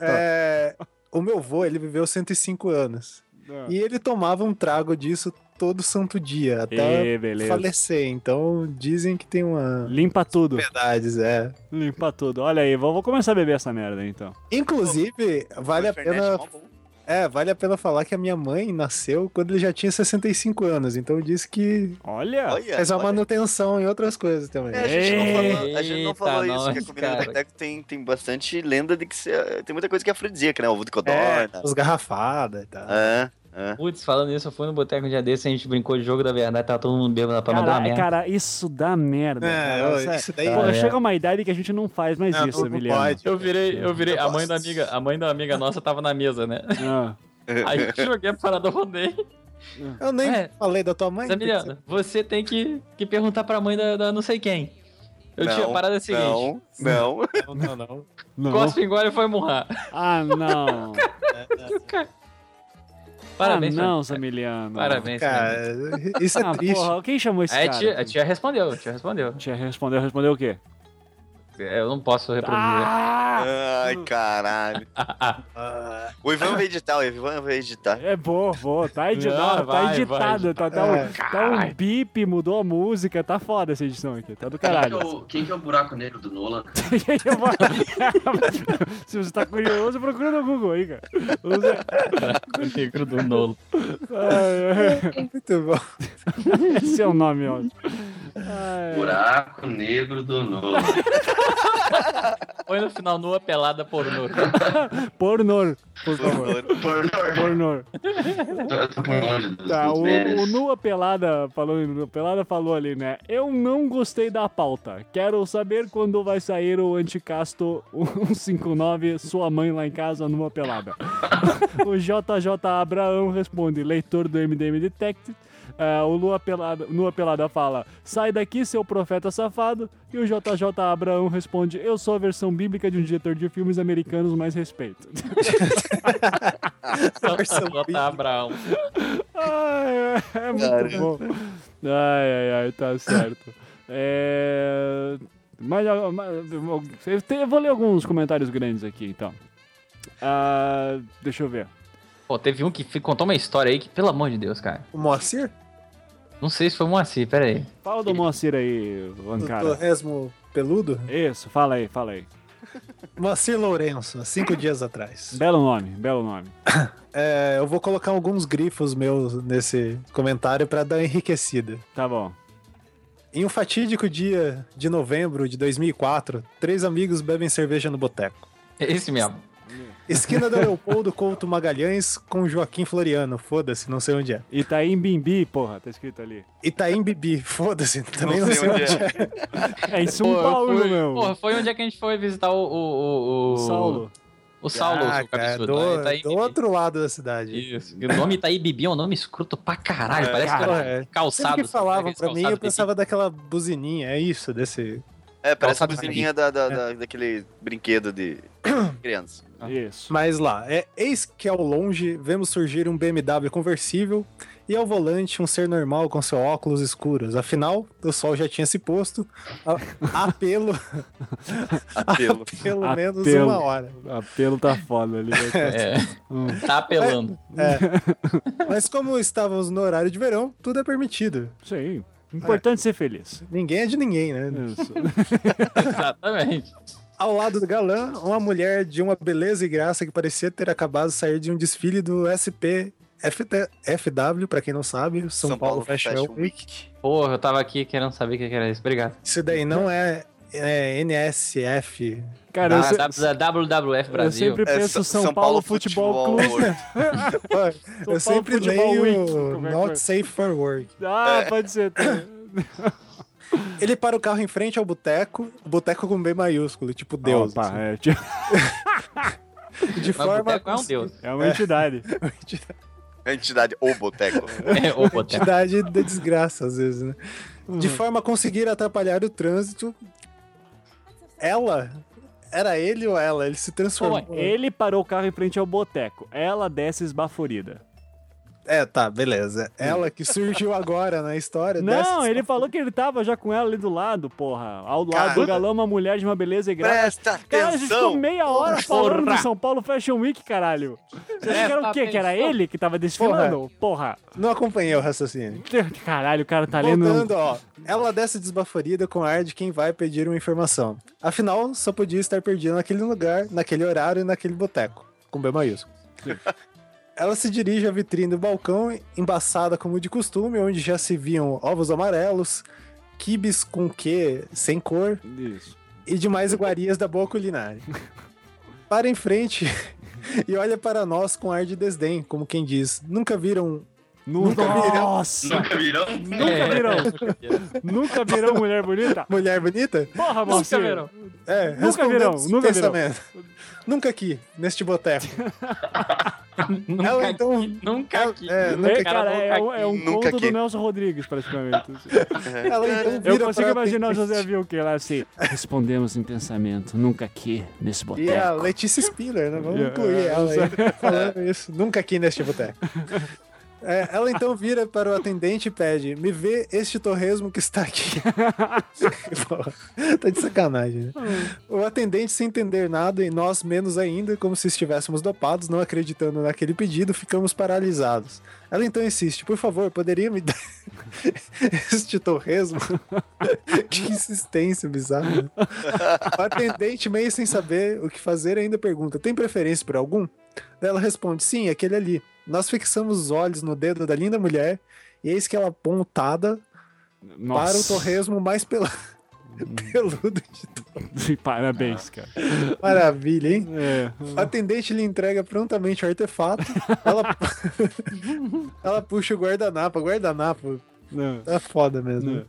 S4: É, o meu avô, ele viveu 105 anos.
S3: Ah.
S4: E ele tomava um trago disso todo santo dia,
S7: Tá
S4: até
S3: Ê, beleza.
S4: falecer. Então, dizem que tem uma...
S3: Limpa tudo.
S4: Verdades, é.
S3: Limpa tudo. Olha aí, vou, vou começar a beber essa merda aí, então.
S4: Inclusive, vale a
S6: Fernet,
S4: pena
S6: mó bom.
S4: É, vale a pena falar que a minha mãe nasceu quando ele já tinha 65 anos, então diz que
S3: Olha!
S6: Olha,
S4: faz uma
S6: olha.
S4: manutenção em outras coisas também. né?
S6: É, a gente não falou, a
S7: Eita,
S6: gente não falou isso, que a
S7: nós,
S6: comida do
S7: cara.
S6: Tec-Tec tem, tem bastante lenda de que se- tem muita coisa que é afrodisíaca, né? Ovo de
S4: É,
S6: codorna.
S4: os garrafada e tal.
S6: É, é.
S7: Putz, falando isso, eu fui no boteco um dia desse, a gente brincou de jogo da verdade, tava todo mundo bêbado pra mandar uma
S3: Cara,
S7: merda.
S3: cara, isso dá merda.
S4: É,
S3: cara,
S4: ô,
S3: sério.
S4: isso daí-
S3: Porra,
S7: Ah, é.
S3: chega uma idade que a gente não faz mais
S4: Não,
S3: isso,
S4: não
S3: Emiliano.
S4: pode.
S7: Eu virei, eu virei, a mãe da
S4: Nossa.
S7: amiga, a mãe da amiga nossa tava na mesa, né?
S3: Ah,
S7: Aí eu joguei a parada, eu rodei.
S4: Eu nem
S7: É.
S4: falei da tua mãe.
S7: Zé Miliano, você tem que, que perguntar pra mãe da, da não sei quem. Eu
S6: Não,
S7: tinha assim, a parada seguinte.
S6: Não, não.
S4: Não, não, não.
S3: não.
S7: Cospe engole e foi murrar.
S3: Ah, não.
S7: Parabéns,
S3: ah, não,
S7: mano.
S3: Zamiliano.
S7: Parabéns, É mano.
S4: Cara, isso é
S3: Ah,
S4: triste.
S3: porra, quem chamou esse
S7: Aí a
S3: cara?
S7: tia, a tia respondeu, a tia respondeu. É,
S3: Tia respondeu, respondeu o quê?
S7: Eu não posso reproduzir.
S3: Ah!
S6: Ai, caralho.
S4: Ah,
S6: O Ivan vai editar, o Ivan vai editar.
S3: É boa, boa. Tá, edi...
S7: Não,
S3: não, tá
S7: vai,
S3: editado.
S7: vai.
S3: Tá, tá, um,
S4: É.
S3: tá um bip, mudou a música. Tá foda essa edição aqui. Tá do
S8: Quem que,
S3: caralho.
S8: é o, quem que é o buraco negro do Nolan?
S3: Eu vou- Tá, Se você tá curioso, procura no Google aí, cara. Usa-
S7: O negro do Nolo.
S3: Ah,
S4: muito bom.
S3: Esse é o nome, ó. Ai,
S8: Buraco negro do Nolan.
S7: Põe no final nua pelada pornô.
S3: pornor, por
S6: Por
S3: favor.
S6: favor.
S3: Pornor.
S8: Eu tô com longe dos
S3: Tá,
S8: dos
S3: o,
S8: memes.
S3: o Nua Pelada falou, o Nua Pelada falou ali, né? Eu não gostei da pauta. Quero saber quando vai sair o anticasto 159, sua mãe lá em casa, Nua Pelada. o JJ Abraão responde, leitor do MDM Detected. Ah, o Lua Pelada, Nua Pelada fala, sai daqui, seu profeta safado. E o JJ Abraão responde, eu sou a versão bíblica de um diretor de filmes americanos, mais respeito.
S7: Botar Abraão.
S3: Ai, é muito bom. Ai, ai, ai, tá certo. É... Mas, ah, mas, eu te- eu vou ler alguns comentários grandes aqui, então. Ah, deixa eu ver.
S7: Pô, teve um que fi- contou uma história aí que, pelo amor de Deus, cara.
S4: O Moacir?
S7: Não sei se foi o Moacir, pera aí.
S3: Fala do Moacir aí,
S4: Do
S3: Ancara.
S4: Torresmo Peludo?
S3: Isso, fala aí, fala aí.
S4: Moacir Lourenço, há cinco dias atrás.
S3: Belo nome, belo nome.
S4: É, eu vou colocar alguns grifos meus nesse comentário pra dar uma enriquecida.
S3: Tá bom.
S4: Em um fatídico dia de novembro de 2004, três amigos bebem cerveja no boteco.
S7: Esse mesmo.
S4: Esquina da Leopoldo Couto Magalhães com Joaquim Floriano. Foda-se, não sei onde é.
S3: Itaim Bimbi, porra, tá escrito ali.
S4: Itaim Bibi. Foda-se, também não, sei onde é.
S3: É em São
S7: Pô, eu
S3: Paulo,
S7: fui-
S3: meu.
S7: Porra, foi onde é que a gente foi visitar o. O, o, o
S3: Saulo.
S7: O Saulo,
S4: Ah,
S7: seu
S4: cara,
S7: cabeçudo.
S4: do,
S7: lá, É, Itaim
S4: do
S7: Bibi.
S4: outro lado da cidade.
S7: Isso. E O nome Itaí Bibi é um nome escroto pra caralho. parece que
S4: cara,
S7: é
S4: é.
S7: um calçado.
S4: Sempre que
S7: sabe?
S4: falavam
S7: Aqueles
S4: pra mim, eu
S7: calçados
S4: pensava daquela buzininha, é isso, desse...
S6: É, parece a
S7: Calçado
S6: buzininha da, da- da- daquele brinquedo de criança.
S3: Isso.
S4: Mas lá, é, eis que ao longe vemos surgir um BMW conversível e ao volante um ser normal com seus óculos escuros. Afinal, o sol já tinha se posto a, apelo, Ah,
S6: Apelo.
S4: pelo menos
S3: Apelo.
S4: uma hora.
S3: Apelo tá foda ali. né, cara?
S7: Bibi.
S3: Hum.
S7: É, tá apelando.
S4: Mas como estávamos no horário de verão, tudo é permitido.
S3: Sim. Importante ser feliz.
S4: Ninguém é de ninguém, né?
S3: Isso.
S7: Exatamente.
S4: Ao lado do galã, uma mulher de uma beleza e graça que parecia ter acabado de sair de um desfile do SP FT FW, pra quem não sabe, São,
S6: São
S4: Paulo,
S6: Paulo Fashion
S7: um
S4: Fashion Week.
S7: Porra, eu tava aqui querendo saber o que que era isso. Obrigado.
S4: Isso daí não é, é NSF.
S3: Cara, eu,
S7: Ah,
S3: se-
S7: da- da WWF
S3: eu
S7: Brasil.
S3: sempre
S6: É,
S3: penso
S6: Sa-
S3: São, Paulo, Futebol, Clube.
S6: World.
S4: Pô,
S3: São
S4: Eu sempre
S3: Futebol Week,
S4: leio
S3: como é que
S4: Not Safe for Work.
S3: foi? Ah, pode ser. também.
S4: Ele para o carro em frente ao boteco, boteco com B maiúsculo, tipo Deus.
S3: Opa,
S4: assim.
S3: é, tipo,
S4: De
S7: Mas
S4: forma
S7: Boteco é um deus.
S3: é uma entidade.
S6: é A entidade ou boteco.
S7: É, o Boteco.
S4: quantidade da desgraça, às vezes, né? De forma a conseguir atrapalhar o trânsito. Ela? Era ele ou ela? Ele se transformou.
S3: Pô, ele parou o carro em frente ao boteco. Ela desce esbaforida.
S4: É, tá, beleza. Ela que surgiu agora na história.
S3: Não,
S4: dessa-
S3: ele falou que ele tava já com ela ali do lado, porra. Ao lado do
S6: Caramba.
S3: galão, uma mulher de uma beleza e graça.
S6: Presta
S3: Cara, a gente ficou
S6: atenção!
S3: meia hora falando
S7: Porra.
S3: do São Paulo Fashion Week, caralho. Você acha que era o quê? Que era
S7: atenção.
S3: ele que tava desfilando? Porra.
S4: Não acompanhei o raciocínio.
S3: Caralho, o cara tá lendo...
S4: Voltando, ó. Ela desce desbaforida com ar de quem vai pedir uma informação. Afinal, só podia estar perdida naquele lugar, naquele horário e naquele boteco. Com B maiúsculo. Ela se dirige à vitrine do balcão, embaçada como de costume, onde já se viam ovos amarelos, quibes com que sem cor
S3: Isso.
S4: e demais iguarias da boa culinária. Para em frente e olha para nós com ar de desdém, como quem diz: Nunca viram
S3: Nunca
S4: virou.
S3: Nossa!
S8: Nunca virou?
S3: Nunca virou. Nunca virou mulher bonita?
S4: mulher bonita?
S3: Porra,
S7: Nunca
S3: Valcir.
S7: virou.
S4: É,
S3: Nunca
S4: respondendo
S3: virão,
S4: esse
S3: nunca virão.
S4: pensamento. Nunca aqui, neste boteco.
S7: Nunca
S4: Ela
S7: aqui.
S4: então.
S7: Nunca aqui.
S4: É,
S3: É,
S4: nunca-
S3: cara, é, um-
S7: nunca aqui.
S3: é um
S6: Nunca
S3: conto
S6: aqui.
S3: do Nelson Rodrigues, praticamente.
S4: Ela então vira
S3: Eu consigo
S4: pra
S3: imaginar o
S4: atendente.
S3: José Vilke lá assim. Respondemos em pensamento, nunca aqui, nesse
S4: E a
S3: boteco.
S4: Letícia Spiller, né? Vamos
S3: Yeah,
S4: incluir
S3: é,
S4: ela
S3: eu
S4: aí, falando isso. Nunca aqui neste boteco. É, ela então vira para o atendente e pede: Me vê este torresmo que está aqui. Porra, tá de sacanagem, né? O atendente, sem entender nada, e nós menos ainda, como se estivéssemos dopados, não acreditando naquele pedido, ficamos paralisados. Ela então insiste: Por favor, poderia me dar este torresmo? que insistência bizarra. né? O atendente, meio sem saber o que fazer, ainda pergunta: Tem preferência por algum? Daí ela responde: Sim, aquele ali. Nós fixamos os olhos no dedo da linda mulher e eis que ela apontada para o torresmo mais pela- peludo de todos.
S3: Parabéns, cara.
S4: Maravilha, hein?
S3: É.
S8: Hum.
S4: O atendente lhe entrega prontamente o artefato. Ela, ela puxa o guardanapo. Guardanapo
S3: Não.
S4: tá foda mesmo. né?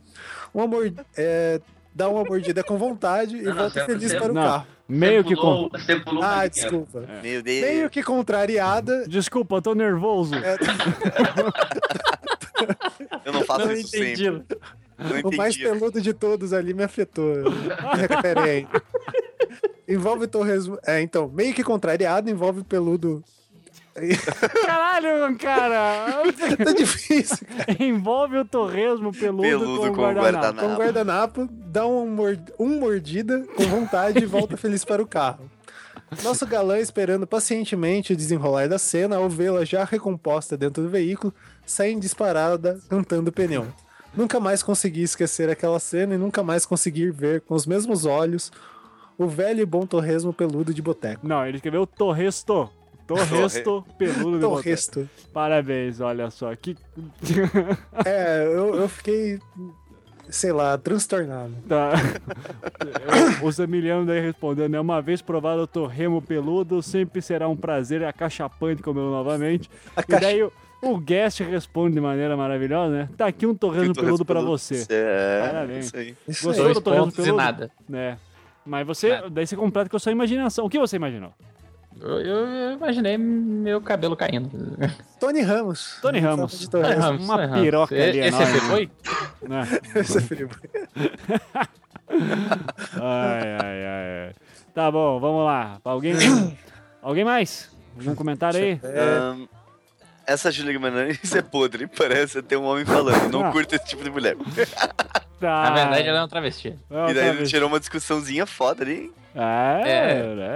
S4: Uma mord... é, Dá uma mordida com vontade e
S8: Não, não,
S4: volta
S8: Ah, você-
S4: feliz
S8: você-
S4: para o
S3: não.
S4: carro.
S3: Meio
S8: Você
S3: que com...
S8: pulou- Você pulou uma
S4: Ah,
S8: linha.
S4: desculpa.
S6: Meu Deus.
S4: Meio que contrariada,
S3: Desculpa, eu tô nervoso.
S4: É,
S6: Eu não faço
S7: Não
S6: isso
S7: entendi.
S6: sempre. Não
S4: O mais
S6: entendi.
S4: peludo de todos ali me afetou. Me recuperei. envolve torresmo. É, então, meio que contrariado, envolve peludo.
S3: Caralho, cara.
S4: tá difícil. cara.
S3: Envolve o torresmo peludo,
S6: Peludo
S3: com
S6: com
S3: o guardanapo.
S6: guardanapo.
S4: Com um guardanapo, dá um, mor- um mordida com vontade e volta feliz para o carro. Nosso galã esperando pacientemente o desenrolar da cena, ao vê-la já recomposta dentro do veículo, sai em disparada cantando pneu. Nunca mais consegui esquecer aquela cena e nunca mais conseguir ver com os mesmos olhos o velho e bom torresmo peludo de boteco.
S3: Não, ele escreveu torresto. Torresto peludo. de
S4: Então, o
S3: boteco.
S4: resto.
S3: Parabéns, olha só. Que...
S4: É, eu, eu fiquei
S9: sei lá, transtornado.
S3: Tá. o Zamiliano daí respondendo, né? Uma vez provado o torremo peludo, sempre será um prazer acachapante comê-lo novamente. E daí o, o guest responde de maneira maravilhosa, né? Tá aqui um torresmo peludo pra você.
S6: É,
S3: Parabéns.
S6: isso aí.
S9: Isso
S3: Gostou
S9: aí.
S3: do
S7: Dois
S3: torresmo
S7: pontos e
S3: peludo?
S7: nada.
S3: É. Mas você, daí você completa com a sua imaginação. O que você imaginou?
S7: Eu, eu- eu imaginei meu cabelo caindo.
S9: Tony Ramos.
S3: Tony Ramos.
S9: De Tony Ramos.
S3: uma piroca
S7: E-
S3: ali
S7: Esse
S3: enorme.
S7: aqui foi?
S3: Né?
S9: Esse é Felipe.
S3: Ai, ai, ai, ai. Tá bom, vamos lá. Alguém, alguém mais? Algum comentário aí?
S6: Ahn, essa Julia Guimarães é podre, parece até um homem falando. Não
S3: Ah.
S6: curto esse tipo de mulher.
S3: Tá.
S7: Na verdade, ela é um travesti.
S3: Vamos
S6: E daí
S3: ver.
S6: ele tirou uma discussãozinha foda ali.
S3: É, é,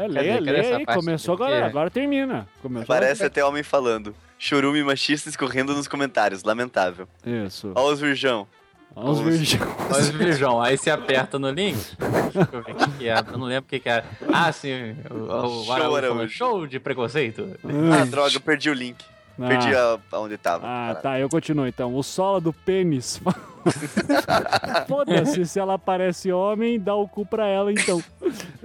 S7: É.
S3: lê,
S7: Cadê?
S3: lê
S7: Cadê essa
S3: aí.
S7: parte?
S3: Começou agora,
S7: É.
S3: agora termina. Começou
S6: Parece até homem falando. Chorume machista escorrendo nos comentários, lamentável.
S3: Isso.
S6: Ó os virgão.
S3: Ó os
S6: Os-
S3: virgão.
S7: Mas, Virgão, aí você aperta no link. Deixa eu ver o que, que é. Eu não lembro o que, que é. Ah, sim. O, o, o
S6: Show,
S7: Araújo falou,
S6: Araújo.
S7: show de preconceito. Um,
S6: Ah, droga, eu perdi o link. Perdi a, onde tava.
S3: Ah,
S6: Caralho.
S3: tá, eu continuo então. O sola do pênis. Foda-se, se ela parece homem, dá o cu pra ela então.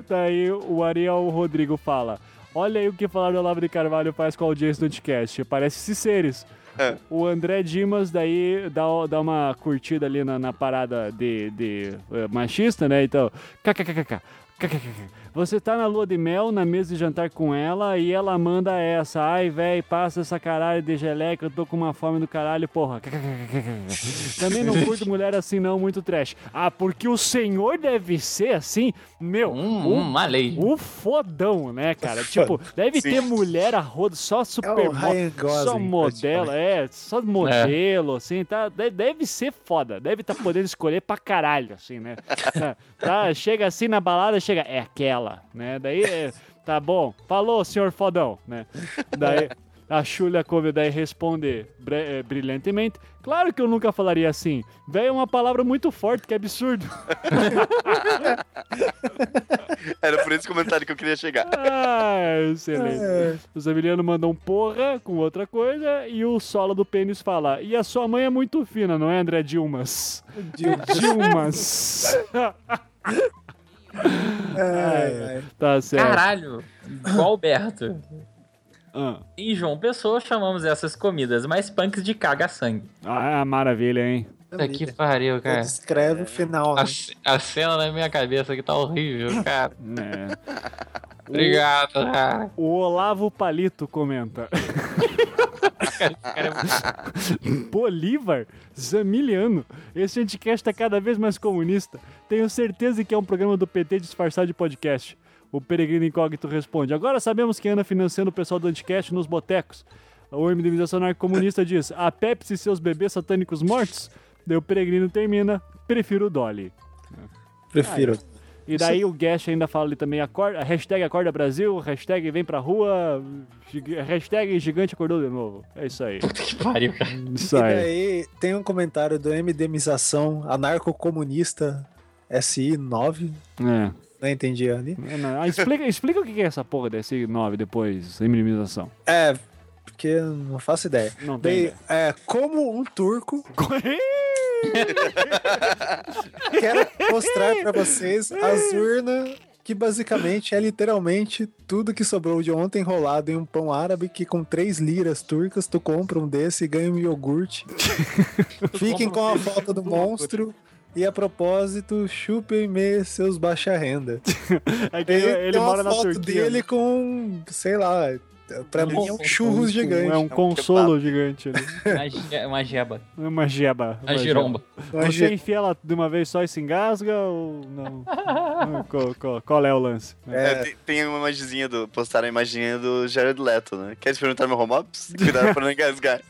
S3: Daí o Ariel Rodrigo fala: Olha aí o que falar do Olavo de Carvalho faz com a audiência do podcast. Parece Ciceres.
S6: É.
S3: O André Dimas daí dá, dá uma curtida ali na, na parada de, de, eh, machista, né? Então, kkkk. kkkk. Você tá na lua de mel, na mesa de jantar com ela, e ela manda essa. Ai, véi, passa essa caralho de geleca, eu tô com uma fome do caralho, porra. kkkk. Também não curto mulher assim não, muito trash. Ah, porque o senhor deve ser assim? Meu,
S7: Hum,
S3: o
S7: uma lei.
S3: o fodão, né, cara? Tipo, deve ter mulher a roda, só super
S9: É Ryan Gosling,
S3: só modelo, é, só modelo, assim, tá? de- Deve ser foda, deve tá podendo escolher pra caralho, assim, né? Tá, tá, chega assim na balada, chega, é aquela, né? Daí, é, tá bom, falou, senhor fodão, né? Daí. A Xulia Cove daí responde br- eh, brilhantemente. Claro que eu nunca falaria assim. Véi é uma palavra muito forte, que absurdo.
S6: Era por esse comentário que eu queria chegar.
S3: Ah, excelente. O Zamiliano mandou um porra com outra coisa e o solo do pênis fala: E a sua mãe é muito fina, não é, André Dilmas? Dilmas.
S9: Ai, ai.
S3: tá certo.
S7: Caralho. Igual o Berto.
S3: Ah,
S7: Em João Pessoa chamamos essas comidas mais punks de caga-sangue.
S3: Ah, maravilha, hein?
S7: Puta que pariu,
S3: É.
S7: cara.
S9: Descreve o final.
S7: A,
S9: né?
S7: ce- a cena na minha cabeça que tá horrível, cara.
S3: É.
S7: Obrigado, cara.
S3: O Olavo Palito comenta:
S7: Cara,
S3: Bolívar, Zamiliano, esse anticast tá cada vez mais comunista. Tenho certeza que é um programa do PT disfarçado de podcast. O Peregrino Incógnito responde: Agora sabemos quem anda financiando o pessoal do anticast nos botecos. O MDMização Comunista diz: A Pepsi e seus bebês satânicos mortos? Daí o Peregrino termina: Prefiro o Dolly.
S9: Prefiro.
S3: E daí o Gash ainda fala ali também, acorda, hashtag Acorda Brasil, hashtag Vem Pra Rua, giga- hashtag Gigante Acordou de Novo. É isso aí.
S7: que pariu, cara.
S3: Isso
S9: E
S3: aí.
S9: daí tem um comentário do MDMização anarcocomunista SI9.
S3: É.
S9: Não entendi ali.
S3: É, não. Ah, explica, explica o que que é essa porra desse 9 depois, em minimização.
S9: É, porque eu não faço ideia.
S3: Não
S9: Daí,
S3: tem.
S9: é, como um turco, quero mostrar pra vocês as urnas, que basicamente é literalmente tudo que sobrou de ontem enrolado em um pão árabe, que com três liras turcas tu compra um desse e ganha um iogurte. Fiquem com a foto do monstro. E a propósito, chupem me seus baixa renda.
S3: É que
S9: Ele,
S3: ele,
S9: tem uma
S3: mora na
S9: foto
S3: Turquia. né?
S9: dele com, sei lá, pra mim é um churros gigante.
S3: É um consolo gigante ali.
S7: Uma ge- Uma jeba.
S3: É Uma jeba.
S7: Uma
S3: uma
S7: giromba.
S9: Não é
S3: jeba. Você
S9: ge-
S3: enfia ela de uma vez só e se engasga ou não? Não, qual, qual- qual é o lance?
S6: É, tem, tem uma imagenzinha do. Postaram a imaginha do Jared Leto, né? Quer experimentar meu home ops? Cuidado pra não engasgar.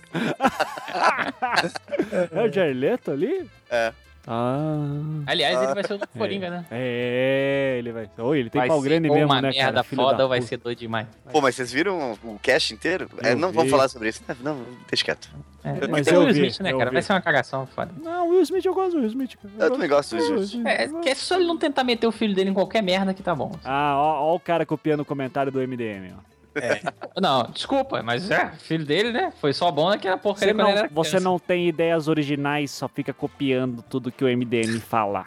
S3: É o Jarleto ali?
S6: É.
S3: Ah.
S7: Aliás, ele vai ser o novo Coringa, né?
S3: É, ele vai. Oi, ele tem
S7: Vai
S3: pau
S7: ser
S3: grande
S7: ou
S3: mesmo,
S7: uma
S3: né, cara?
S7: merda
S3: Filho
S7: foda
S3: da
S7: ou vai
S3: puta.
S7: ser doido demais?
S6: Pô, mas vocês viram o cast inteiro? É,
S3: Eu
S6: não
S3: vi.
S6: vamos falar sobre isso. Não, não, deixa quieto.
S7: É,
S3: Mas
S7: é
S3: eu
S7: o Will
S3: vi,
S7: Smith, né,
S3: eu
S7: cara?
S3: vi.
S7: Vai ser uma cagação foda.
S3: Não, Will Smith, eu gosto do Will Smith. cara.
S6: Eu também gosto do Will Smith.
S7: É, que é só ele não tentar meter o filho dele em qualquer merda que tá bom.
S3: Ah, ó, ó o cara copiando o comentário do MDM, ó.
S7: Não, desculpa, mas é, filho dele, né? Foi só bom naquela
S10: Você
S7: porcaria quando ele
S10: não,
S7: era
S10: você
S7: criança.
S10: não tem ideias originais, só fica copiando tudo que o MDM fala.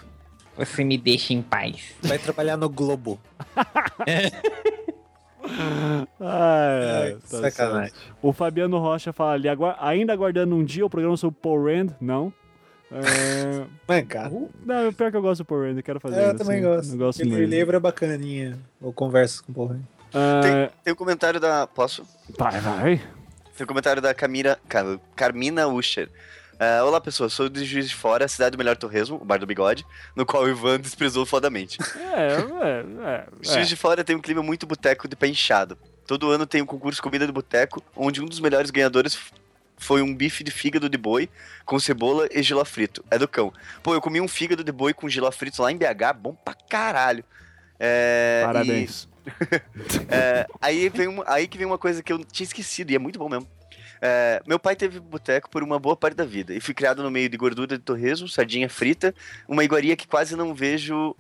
S7: Você me deixa em paz.
S9: Vai trabalhar no Globo.
S3: Ai, ai, tá
S9: Sacanagem.
S3: O Fabiano Rocha fala ali, "Agua- ainda aguardando um dia o programa sobre Paul Rand, não. É...
S9: Mano, cara.
S3: não, pior que eu gosto do Paul Rand, eu quero fazer.
S9: É, eu
S3: ainda,
S9: também
S3: assim,
S9: gosto.
S3: Eu gosto
S9: Ele
S3: mesmo.
S9: livro é bacaninha. Ou conversa com o povo.
S3: Ah,
S6: Tem um comentário da. Posso?
S3: Vai, vai.
S6: Tem um comentário da Camila, Ca- Carmina Usher. Ah, Olá pessoal, sou de Juiz de Fora, cidade do melhor torresmo, o Bar do Bigode, no qual o Ivan desprezou fodamente.
S10: É, é, é,
S6: Juiz de Fora tem um clima muito boteco de pé inchado. Todo ano tem um concurso Comida de Boteco, onde um dos melhores ganhadores f- foi um bife de fígado de boi com cebola e gila frito. É do cão. Pô, eu comi um fígado de boi com gila frito lá em BH, bom pra caralho. É, e-
S3: Parabéns.
S6: é, aí, vem uma- aí que vem uma coisa que eu tinha esquecido, e é muito bom mesmo. É, meu pai teve boteco por uma boa parte da vida e fui criado no meio de gordura de torresmo, sardinha frita, uma iguaria que quase não vejo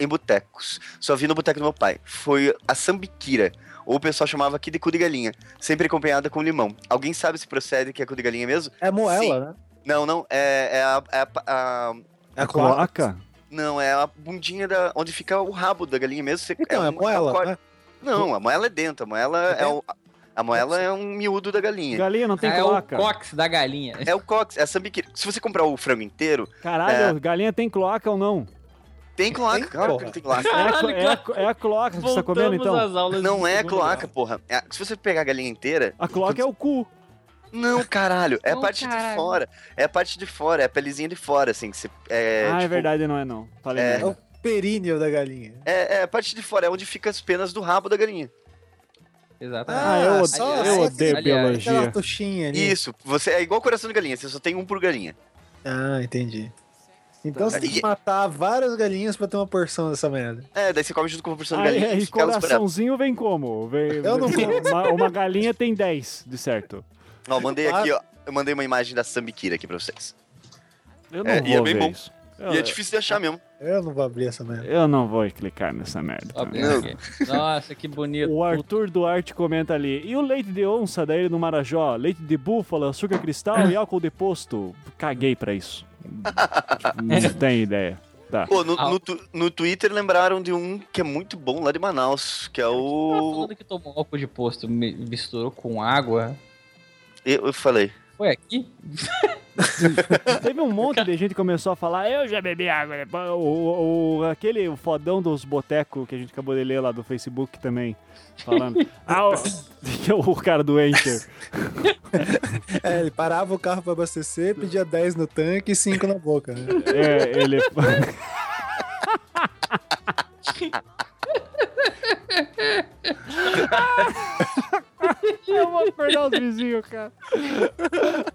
S6: em botecos. Só vi no boteco do meu pai. Foi a sambiquira, ou o pessoal chamava aqui de cu de galinha, sempre acompanhada com limão. Alguém sabe se procede que é cu de galinha mesmo?
S9: É moela, né?
S6: Não, não, é, é a- é a- a
S9: É a cloaca.
S3: Cloaca?
S6: não, é a bundinha da. onde fica o rabo da galinha mesmo. Você,
S9: Então, é
S6: um-
S9: moela,
S6: cor-
S9: né?
S6: Não, a moela é dentro. A moela
S9: É
S6: é, o. A moela é um miúdo da galinha.
S3: Galinha não tem
S7: é
S3: cloaca.
S7: o cox da galinha.
S6: É o cox, é a sambiquira. Se você comprar o frango inteiro,
S3: Caralho,
S6: É.
S3: galinha tem cloaca ou não?
S6: tem cloaca. claro que
S9: porra.
S6: tem cloaca.
S3: É, a clo-
S7: Caralho,
S3: é, a, é a cloaca que você tá comendo,
S7: Voltamos
S3: então?
S7: às aulas
S6: Não
S7: de
S6: é
S7: segundo
S6: cloaca,
S7: grau.
S6: porra. É- se você pegar a galinha inteira.
S3: A cloaca é o cu.
S6: Não, caralho. É a
S7: Não,
S6: parte de
S7: caralho.
S6: fora. É a parte de fora, é a pelezinha de fora, assim. Que você, é,
S3: ah, é
S6: tipo,
S3: verdade, não é não. Falei
S6: é-
S9: É o
S3: merda.
S9: períneo da galinha.
S6: É, é a parte de fora, é onde fica as penas do rabo da galinha.
S7: Exatamente.
S3: Ah, eu,
S9: Ah,
S3: odeio-
S9: só-
S3: eu
S9: só-
S3: odeio
S7: aliás,
S9: Aquela
S3: biologia.
S9: tuchinha ali.
S6: Isso, você é igual coração de galinha, você só tem um por galinha.
S9: Ah, entendi. Então você tem que
S6: Aí-
S9: matar várias galinhas pra ter uma porção dessa merda.
S6: É, daí você come junto com a porção de
S3: Aí,
S6: galinha.
S3: aí,
S6: fica elas por elas.
S3: coraçãozinho vem como? Vem,
S9: Eu não
S3: vem-
S9: como.
S3: uma, uma galinha tem 10, de certo.
S6: Ó, mandei aqui, ó. Eu mandei uma imagem da Sambiquira aqui pra vocês.
S3: Eu não
S6: É,
S3: vou
S6: e é bem
S3: ver
S6: bom.
S3: isso.
S6: E é difícil de achar mesmo.
S9: Eu não vou abrir essa merda.
S3: Eu não vou clicar nessa merda.
S7: Ó,
S3: também.
S7: pega aqui. né? Nossa, que bonito.
S3: O Arthur Duarte comenta ali. E o leite de onça da Ilha do Marajó? Leite de búfala, açúcar cristal e álcool de posto? Caguei pra isso. Não tem ideia. Tá.
S6: Pô, no,
S7: Ah.
S6: no, tu- no Twitter lembraram de um que é muito bom lá de Manaus, que é
S7: O cara
S6: o.
S7: falando que tomou álcool de posto mi- misturou com água.
S6: Eu, eu falei.
S7: Foi aqui?
S3: Teve um monte de gente que começou a falar, eu já bebi água. né?" O, o- aquele fodão dos botecos que a gente acabou de ler lá do Facebook também, falando. ah, o, que é o cara do Enter.
S9: É, ele parava o carro pra abastecer, pedia 10 no tanque e 5 na boca. Né?
S3: É, ele... Eu vou acordar os vizinhos, cara.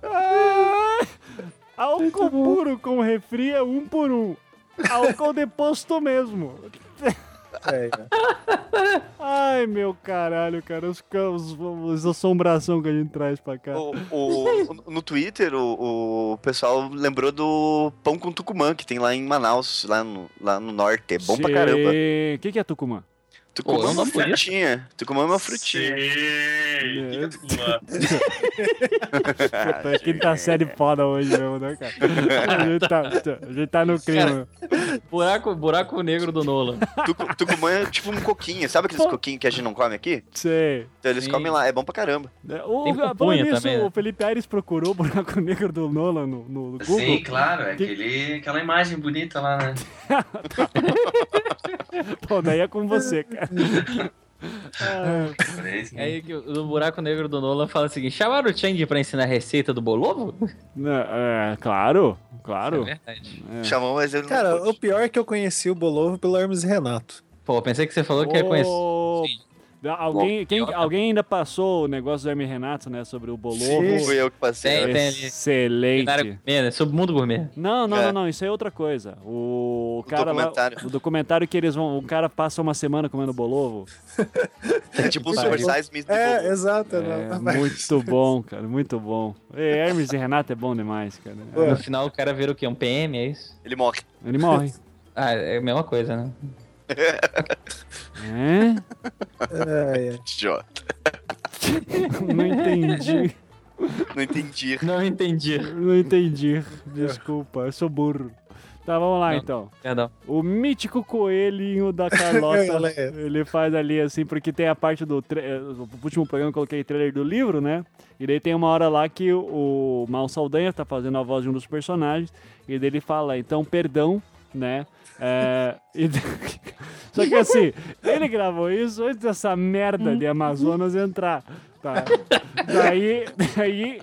S3: Ah, álcool puro com refri é um por um. Álcool de posto mesmo.
S9: É, cara.
S3: Ai, meu caralho, cara. Os, os, os assombração que a gente traz pra cá.
S6: O, o- no Twitter, o, o pessoal lembrou do pão com tucumã que tem lá em Manaus, lá no, lá no norte. É bom pra caramba.
S3: O que, que é Tucumã?
S6: Tucumã
S7: Pô,
S6: é
S7: eu
S6: uma
S7: não conheço.
S6: frutinha. Tucumã é uma frutinha.
S3: É,
S8: Sei. Fica com uma-
S3: Puta, tá quinta série foda hoje mesmo, né, cara? A gente tá, a gente tá no clima.
S7: Buraco, buraco negro do Nolan.
S6: Tucu- Tucumã é tipo um coquinho. Sabe aqueles coquinhos que a gente não come aqui?
S3: Sei.
S6: Então eles
S7: Sim.
S6: comem lá. É bom pra caramba.
S3: né? O,
S7: Tem
S3: falando
S7: pupunha
S3: nisso,
S7: também, né?
S3: o Felipe Aires procurou o buraco negro do Nolan no, no Google.
S8: Sim, claro, é
S3: Que-
S8: aquele, aquela imagem bonita lá, né?
S3: Pô, daí é com você, cara. Ah,
S7: É Aí que o do buraco negro do Nolan fala o seguinte: chamaram o Chang pra ensinar a receita do bolovo?
S3: né, é, claro, claro.
S7: verdade.
S6: Chamou, mas ele
S9: Cara,
S6: não.
S9: o pior é que eu conheci o Bolovo pelo Hermes e Renato.
S7: Pô, pensei que você falou que ia conhecer.
S3: Ô, né,
S7: Sim.
S3: Alguém, quem,
S7: pior.
S3: alguém ainda passou o negócio do Hermes Renato, né? Sobre o Bolovo.
S6: Fui eu que passei.
S7: Tem, tem ali. Culinária
S3: Excelente.
S7: gourmet, né? Submundo gourmet.
S3: Não, não,
S6: É.
S3: não, não, isso aí é outra coisa. O, cara lá-
S6: documentário.
S3: o documentário que eles vão, o cara passa uma semana comendo bolovo.
S6: É tipo um super size mesmo.
S9: É, exato.
S3: É,
S9: não.
S3: muito bom, cara, muito bom. E Hermes e Renato é bom demais, cara.
S7: No final o cara vira o quê? Um PM, é isso?
S6: Ele morre.
S3: Ele morre.
S7: Ah, é a mesma coisa, né?
S3: É?
S9: É, é.
S6: Idiota.
S3: Não entendi.
S6: Não entendi.
S7: Não entendi.
S3: Não entendi. Desculpa, eu sou burro. Tá, vamos lá
S7: Não.
S3: então.
S7: Perdão.
S3: O mítico coelhinho da Carlota, ele faz ali assim, porque tem a parte do. tra- eh, O último programa eu coloquei trailer do livro, né? E daí tem uma hora lá que o Mal Saldanha tá fazendo a voz de um dos personagens, e daí ele fala, então, perdão, né? É, e daí- Só que assim, ele gravou isso antes dessa merda de Amazonas entrar. Tá. Daí, daí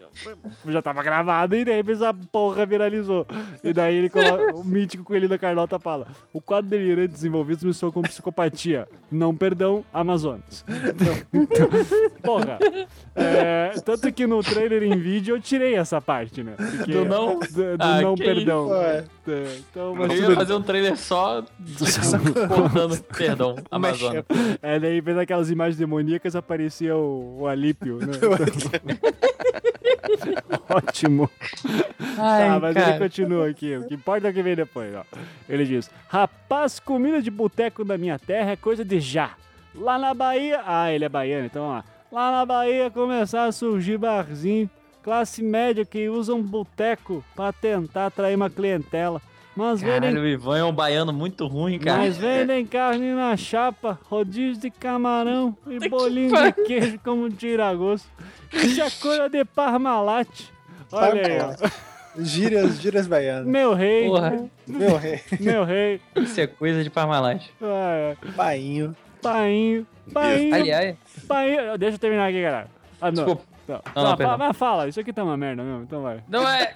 S3: já tava gravado e de repente essa porra viralizou. E daí ele coloca, o mítico coelho da Carlota fala: O quadro delirante desenvolvido me soa com psicopatia. Não perdão, Amazonas. Então, porra. É, tanto que no trailer em vídeo eu tirei essa parte, né? Porque-
S7: Do não?
S3: do- do
S7: Ah,
S3: não
S7: que
S3: perdão.
S9: isso, ué.
S3: É, então,
S7: Eu
S3: mas
S7: ia fazer um trailer só cortando, perdão, Amazonas.
S3: É, daí vendo aquelas imagens demoníacas aparecia o, o Alípio, né? Então- Ótimo.
S7: Ai,
S3: tá, mas ele
S7: cara.
S3: continua aqui. O que importa é o que vem depois, ó. Ele diz: Rapaz, comida de boteco da minha terra é coisa de já. Lá na Bahia. Ah, ele é baiano, então vamos lá. Lá na Bahia começaram a surgir barzinho, classe média que usa um boteco pra tentar atrair uma clientela. Mas vendem
S7: Caralho, o Ivan é um baiano muito ruim, cara.
S3: mas vendem carne na chapa, rodízio de camarão e bolinho de
S7: pariu.
S3: queijo como um tiragosto. Isso é coisa de Parmalat. Olha aí, ó.
S9: Gírias, gírias baianas.
S3: Meu rei,
S7: Porra,
S9: Meu rei.
S3: meu rei.
S7: isso é coisa de Parmalat.
S3: Ah, é.
S9: Bainho.
S3: Painho, painho,
S7: Aliás,
S3: painho. Deixa eu terminar aqui, galera. Ah, não.
S7: desculpa.
S3: Não,
S7: não,
S3: Não, fa-
S7: perdão.
S3: mas fala, isso aqui tá uma merda mesmo, então vai.
S7: Não é.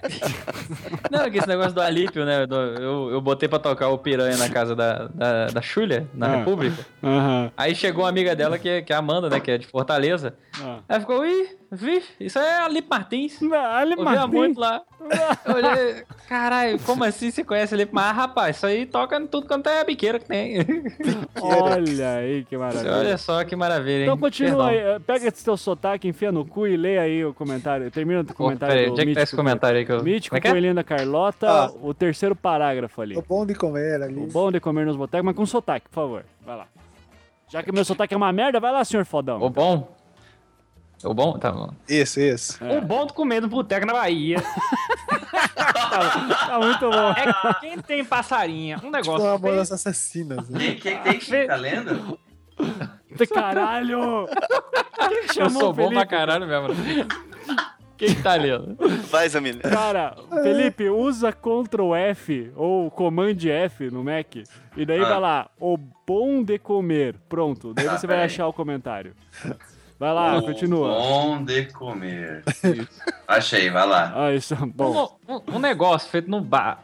S7: Não, é que esse negócio do Alípio, né? do- eu, eu botei pra tocar o Piranha na casa da, da, da Xulia, na
S3: Ah.
S7: República.
S3: Aham.
S7: Aí chegou uma amiga dela, que, é- que é a Amanda, né? Que é de Fortaleza.
S3: Ah.
S7: Ela ficou, ih, vi, isso é Alip Martins.
S3: Ali,
S7: Ouvia
S3: Martins.
S7: muito lá. Eu olhei, caralho, como assim você conhece Alip Martins? Ah, rapaz, isso aí toca em tudo quanto é biqueira que tem.
S3: Olha aí que maravilha.
S7: Olha só que maravilha, hein?
S3: Então continua aí,
S7: Perdão.
S3: eh, pega esse teu sotaque, enfia no cu e lê aí o comentário. Termina o
S7: Pô,
S3: comentário
S7: peraí,
S3: do
S7: onde é que tá esse
S3: Mítico.
S7: comentário aí que eu...
S3: Mítico
S7: Como é que é?
S3: Coelhinho da Carlota,
S9: Ah.
S3: o terceiro parágrafo ali.
S9: O bom de comer
S3: O
S9: ali.
S3: bom de comer nos botecos, mas com sotaque, por favor. Vai lá. Já que meu sotaque é uma merda, vai lá, senhor fodão.
S7: O bom? O bom? Tá bom.
S9: Isso, isso.
S3: É.
S7: O bom do comer no boteco na Bahia
S3: Tá muito bom.
S7: é que quem tem passarinha. Um
S9: Tipo,
S7: negócio
S9: uma
S7: feio.
S9: das assassinas. Né?
S8: Quem, quem tem que tá lendo?
S3: Caralho! Quem que
S7: Eu
S3: chamou
S7: sou
S3: o
S7: bom
S3: Felipe?
S7: pra caralho mesmo. Quem que tá lendo?
S6: Vai, Zamilha.
S3: Cara, Felipe, usa Ctrl F ou Command F no Mac. E daí
S8: Ah.
S3: vai lá, o bom de comer. Pronto, daí você vai
S7: Ah, é.
S8: peraí.
S3: achar o comentário. Vai lá, Ah, continua.
S8: Bom de comer. Achei, vai lá.
S3: Ah, isso é bom.
S7: Um, um- um negócio feito num bar.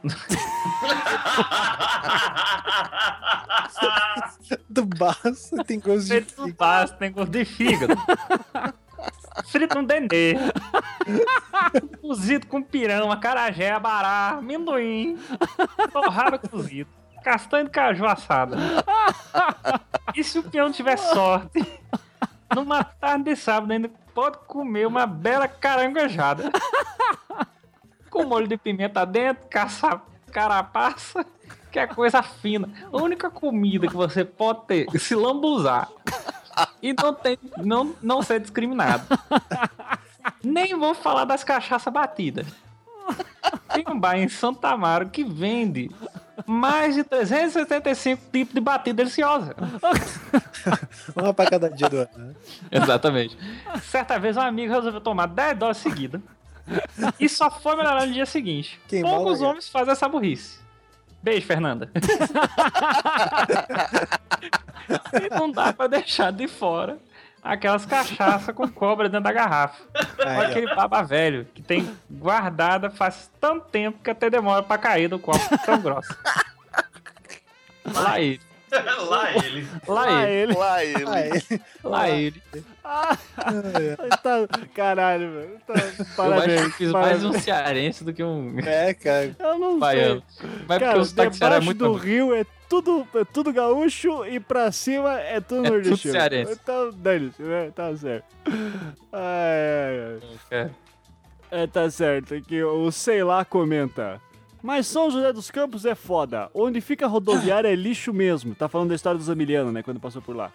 S9: Do baço tem gosto de
S7: Feito num bar, você tem gosto de fígado. Frito um dendê. cozido com pirão, acarajé, abará, amendoim. Torrado cozido. Castanho de caju assada. E se o peão tiver sorte, numa tarde de sábado ainda pode comer uma bela caranguejada. Com molho de pimenta dentro, caça, carapaça, que é coisa fina. A única comida que você pode ter é se lambuzar. E não, tem, não, não ser discriminado. Nem vou falar das cachaças batidas. Tem um bar em Santa Amaro que vende mais de 375 tipos de batida deliciosa.
S9: uma pra cada dia do ano. né?
S7: Exatamente. Certa vez um amigo resolveu tomar 10 doses seguidas e só foi melhorar no dia seguinte.
S9: Quem
S7: Poucos
S9: mal é.
S7: homens fazem essa burrice. Beijo, Fernanda. e não dá pra deixar de fora aquelas cachaças com cobra dentro da garrafa. Olha
S9: Aí, ó.
S7: aquele baba velho que tem guardada faz tanto tempo que até demora pra cair do copo tão grosso. Lá ele,
S8: lá ele.
S7: lá ele,
S3: ele.
S6: Lá ele.
S9: Ah, é.
S7: lá ele.
S3: Tá- caralho, velho. Tá-
S7: Eu acho que
S3: parabéns.
S7: eu fiz
S3: parabéns.
S7: mais um cearense do que um
S9: É, cara.
S3: Eu não
S7: baiano.
S3: sei.
S7: Mas porque
S3: Cara,
S7: o sotaque cearense é
S3: debaixo
S7: muito
S3: do
S7: ruim.
S3: rio é tudo, é tudo gaúcho e pra cima é tudo
S7: É tudo
S3: nordestino.
S7: cearense.
S3: Então, dane-se, né? Tá certo. Ai, ai, ai.
S7: cara.
S3: É, tá certo. Que o sei lá comenta. Mas São José dos Campos é foda. Onde fica a rodoviária é lixo mesmo. Tá falando da história do Zamiliano, né? Quando passou por lá.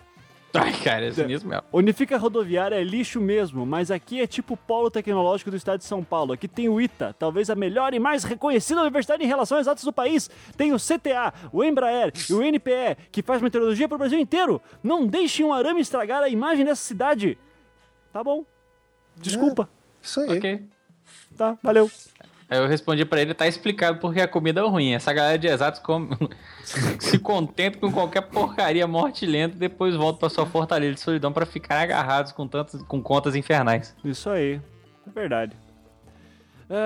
S7: Ai, cara, é sinistro mesmo.
S3: Unifica rodoviária é lixo mesmo, mas aqui é tipo o polo tecnológico do estado de São Paulo. Aqui tem o ITA, talvez a melhor e mais reconhecida universidade em relação às artes do país. Tem o CTA, o Embraer e o NPE, que faz meteorologia pro Brasil inteiro. Não deixem um arame estragar a imagem dessa cidade. Tá bom. Desculpa.
S4: Isso aí.
S7: Ok.
S3: Tá, valeu.
S7: Aí eu respondi pra ele, tá explicado porque a comida é ruim. Essa galera de exatos come- se contenta com qualquer porcaria morte lenta e depois volta pra sua fortaleza de solidão pra ficar agarrados com tantas com contas infernais.
S3: Isso aí. É verdade. Ai,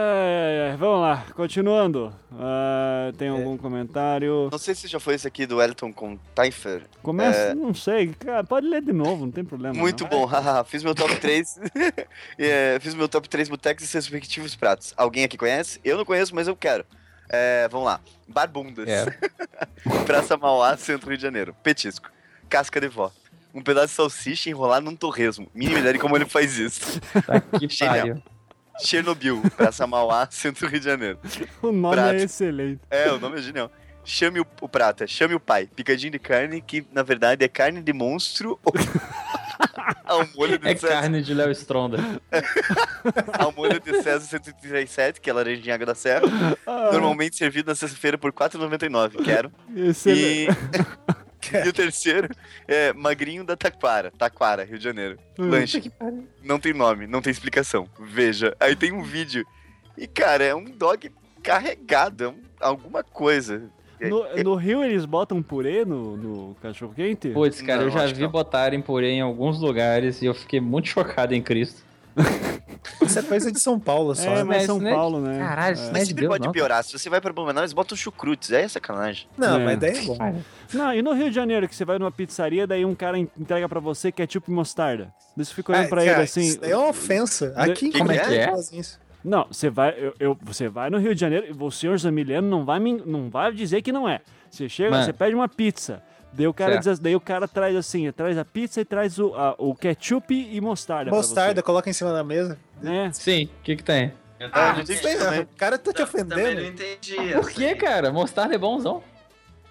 S3: ai, ai, vamos lá, continuando. Ah, tem algum comentário?
S6: Não sei se já foi esse aqui do Elton com Tyfer.
S3: Começa, não sei, cara, pode ler de novo, não tem problema.
S6: Muito
S7: é?
S3: não.
S6: bom, haha. Fiz meu top 3. fiz meu top 3 botecos e seus respectivos pratos. Alguém aqui conhece? Eu não conheço, mas eu quero. É, vamos lá. Barbundas.
S7: É.
S6: Praça Mauá, Centro Rio de Janeiro. Petisco. Casca de vó. Um pedaço de salsicha enrolado num torresmo. Mínima ideia de como ele faz isso.
S7: Tá que
S6: Genial.
S7: pariu.
S6: Chernobyl, Praça Mauá, Centro Rio de Janeiro.
S3: O nome é
S6: Prático.
S3: excelente.
S6: É, o nome é genial. Chame o, o prata, chame o pai. Picadinho de carne, que na verdade é carne de monstro. ou- ao molho de
S7: É
S6: César,
S7: carne de Léo Stronda.
S6: ao molho de César 137, que é laranjinha água da serra.
S3: Ah,
S6: Normalmente servido na sexta-feira por R$4,99. Quero.
S3: excelente.
S6: E... e o terceiro é magrinho da Taquara, Taquara, Rio de Janeiro. Lanche. Não tem nome, não tem explicação. Veja. Aí tem um vídeo. E, cara, é um dog carregado, é um- alguma coisa.
S3: No, no Rio eles botam purê no, no cachorro quente?
S7: Putz, cara,
S6: Não,
S7: eu já
S6: acho que
S7: vi
S6: não.
S7: botarem purê em alguns lugares e eu fiquei muito chocado em Cristo.
S4: Isso é coisa de São Paulo só.
S3: É,
S4: né?
S3: mas
S7: Mas
S3: São
S7: isso não é-
S3: Paulo, né?
S7: Caralho, isso não é
S6: Mas
S7: de
S6: sempre
S7: Deus,
S6: pode
S7: não. cara.
S6: piorar. Se você vai pra Blumenau, eles botam chucrutes. É sacanagem.
S4: Não,
S3: É.
S4: mas daí é bom.
S3: Não, e no Rio de Janeiro, que você vai numa pizzaria, daí um cara en- entrega pra você que é tipo mostarda. Daí você fica olhando
S4: Ah,
S3: pra ele
S4: cara,
S3: assim.
S4: isso daí é uma ofensa. Aqui em
S6: Que que
S4: Campinas
S7: é?
S4: eles fazem isso.
S3: Não, você vai, eu, eu- você vai no Rio de Janeiro e o senhor Zamiliano não vai, me- não vai dizer que não é. Você chega,
S7: Mano.
S3: você pede uma pizza. Daí o, cara
S7: Certo.
S3: diz, assim- daí o cara traz assim, traz a pizza e traz o, a- o ketchup e mostarda. pra
S4: Mostarda, coloca em cima da mesa. É,
S3: você, né?
S7: Sim, o que que tem?
S8: Eu
S6: Ah,
S8: tava
S6: gente,
S8: entendendo.
S4: Bem,
S6: também.
S4: O cara tá te
S8: Tam- Também não
S4: ofendendo.
S8: entendi.
S7: Por que, cara? Mostarda é bonzão.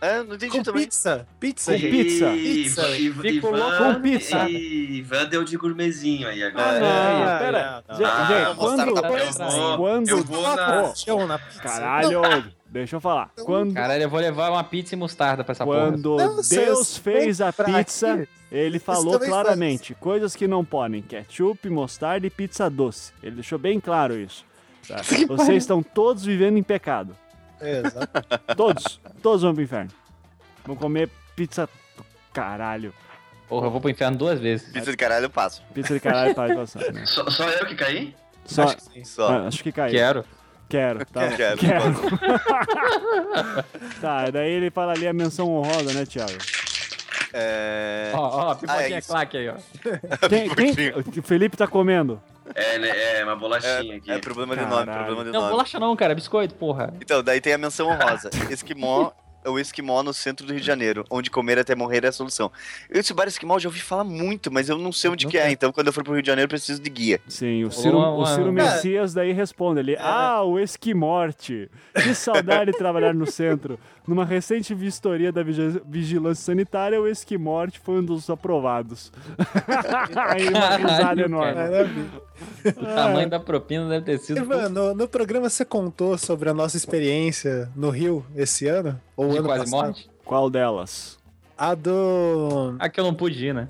S6: É, não entendi
S4: Com
S6: também.
S4: pizza. Pizza.
S3: Com
S8: E-
S3: pizza.
S8: Ivan,
S4: Pizza.
S3: Ficou louco
S8: Ivan-
S3: com pizza.
S8: e Ivan deu de gourmetzinho aí
S3: Ah,
S8: agora.
S3: não,
S4: é,
S3: pera.
S4: não,
S3: Gente,
S8: não.
S3: gente,
S6: Ah,
S4: tá
S3: quando,
S6: mostarda
S8: eu vou-
S3: quando,
S8: eu vou na-
S4: Chão na pizza.
S3: Caralho, deixa eu falar. Quando,
S7: Caralho, eu vou levar uma pizza e mostarda pra essa porra.
S3: quando
S4: Não, vocês
S3: Deus fez a
S4: vêm pra
S3: pizza,
S4: aqui?
S3: ele falou
S4: também faz.
S3: claramente coisas que não podem: ketchup, mostarda e pizza doce. Ele deixou bem claro isso. tá? Vocês estão todos vivendo em pecado.
S4: É, exato.
S3: Todos. Todos vão pro inferno. Vão comer pizza. do Caralho.
S7: Porra, eu vou pro inferno duas vezes.
S6: Pizza de caralho eu passo.
S3: Pizza de caralho para de passar. Né?
S8: Só, só eu que caí?
S3: Só,
S4: Acho que sim.
S6: Só.
S3: ah, acho que caiu.
S7: Quero.
S3: Quero, tá. bom.
S6: Quero,
S3: tá, daí ele fala ali a menção honrosa, né, Thiago?
S6: É...
S7: Ó, ó,
S6: Ah, é
S7: pipoquinha
S6: isso.
S7: claque aí, ó.
S3: Quem, quem- o Felipe tá comendo.
S8: É, né, é uma bolachinha aqui.
S6: É, é problema de nome,
S3: Caralho.
S6: problema de
S7: Não,
S6: nome.
S7: bolacha não, cara, biscoito, porra.
S6: Então, daí tem a menção honrosa. Esquimó é o esquimó no centro do Rio de Janeiro, onde comer até morrer é a solução. Esse bar esquimó eu já ouvi falar muito, mas eu não sei onde que é. Então, quando eu for pro Rio de Janeiro, eu preciso de guia.
S3: Sim, o Ciro, o Ciro
S7: Uma-
S3: Messias daí responde ali. Ah, o Esquimorte. Que saudade de trabalhar no centro. Numa recente vistoria da vigi- vigilância sanitária, o Esquimorte foi um dos aprovados. Aí uma risada
S7: Caralho,
S3: enorme.
S4: Maravilha.
S7: O tamanho da propina deve ter sido.
S4: Ivan, no, no programa você contou sobre a nossa experiência no Rio esse ano? Ou
S7: de
S4: ano
S7: quase
S4: passado?
S7: morte.
S3: Qual delas?
S4: A do.
S7: Ah, que eu não pude ir, né?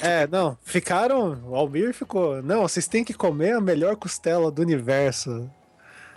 S4: É, não. Ficaram. O Almir ficou. Não, vocês têm que comer a melhor costela do universo.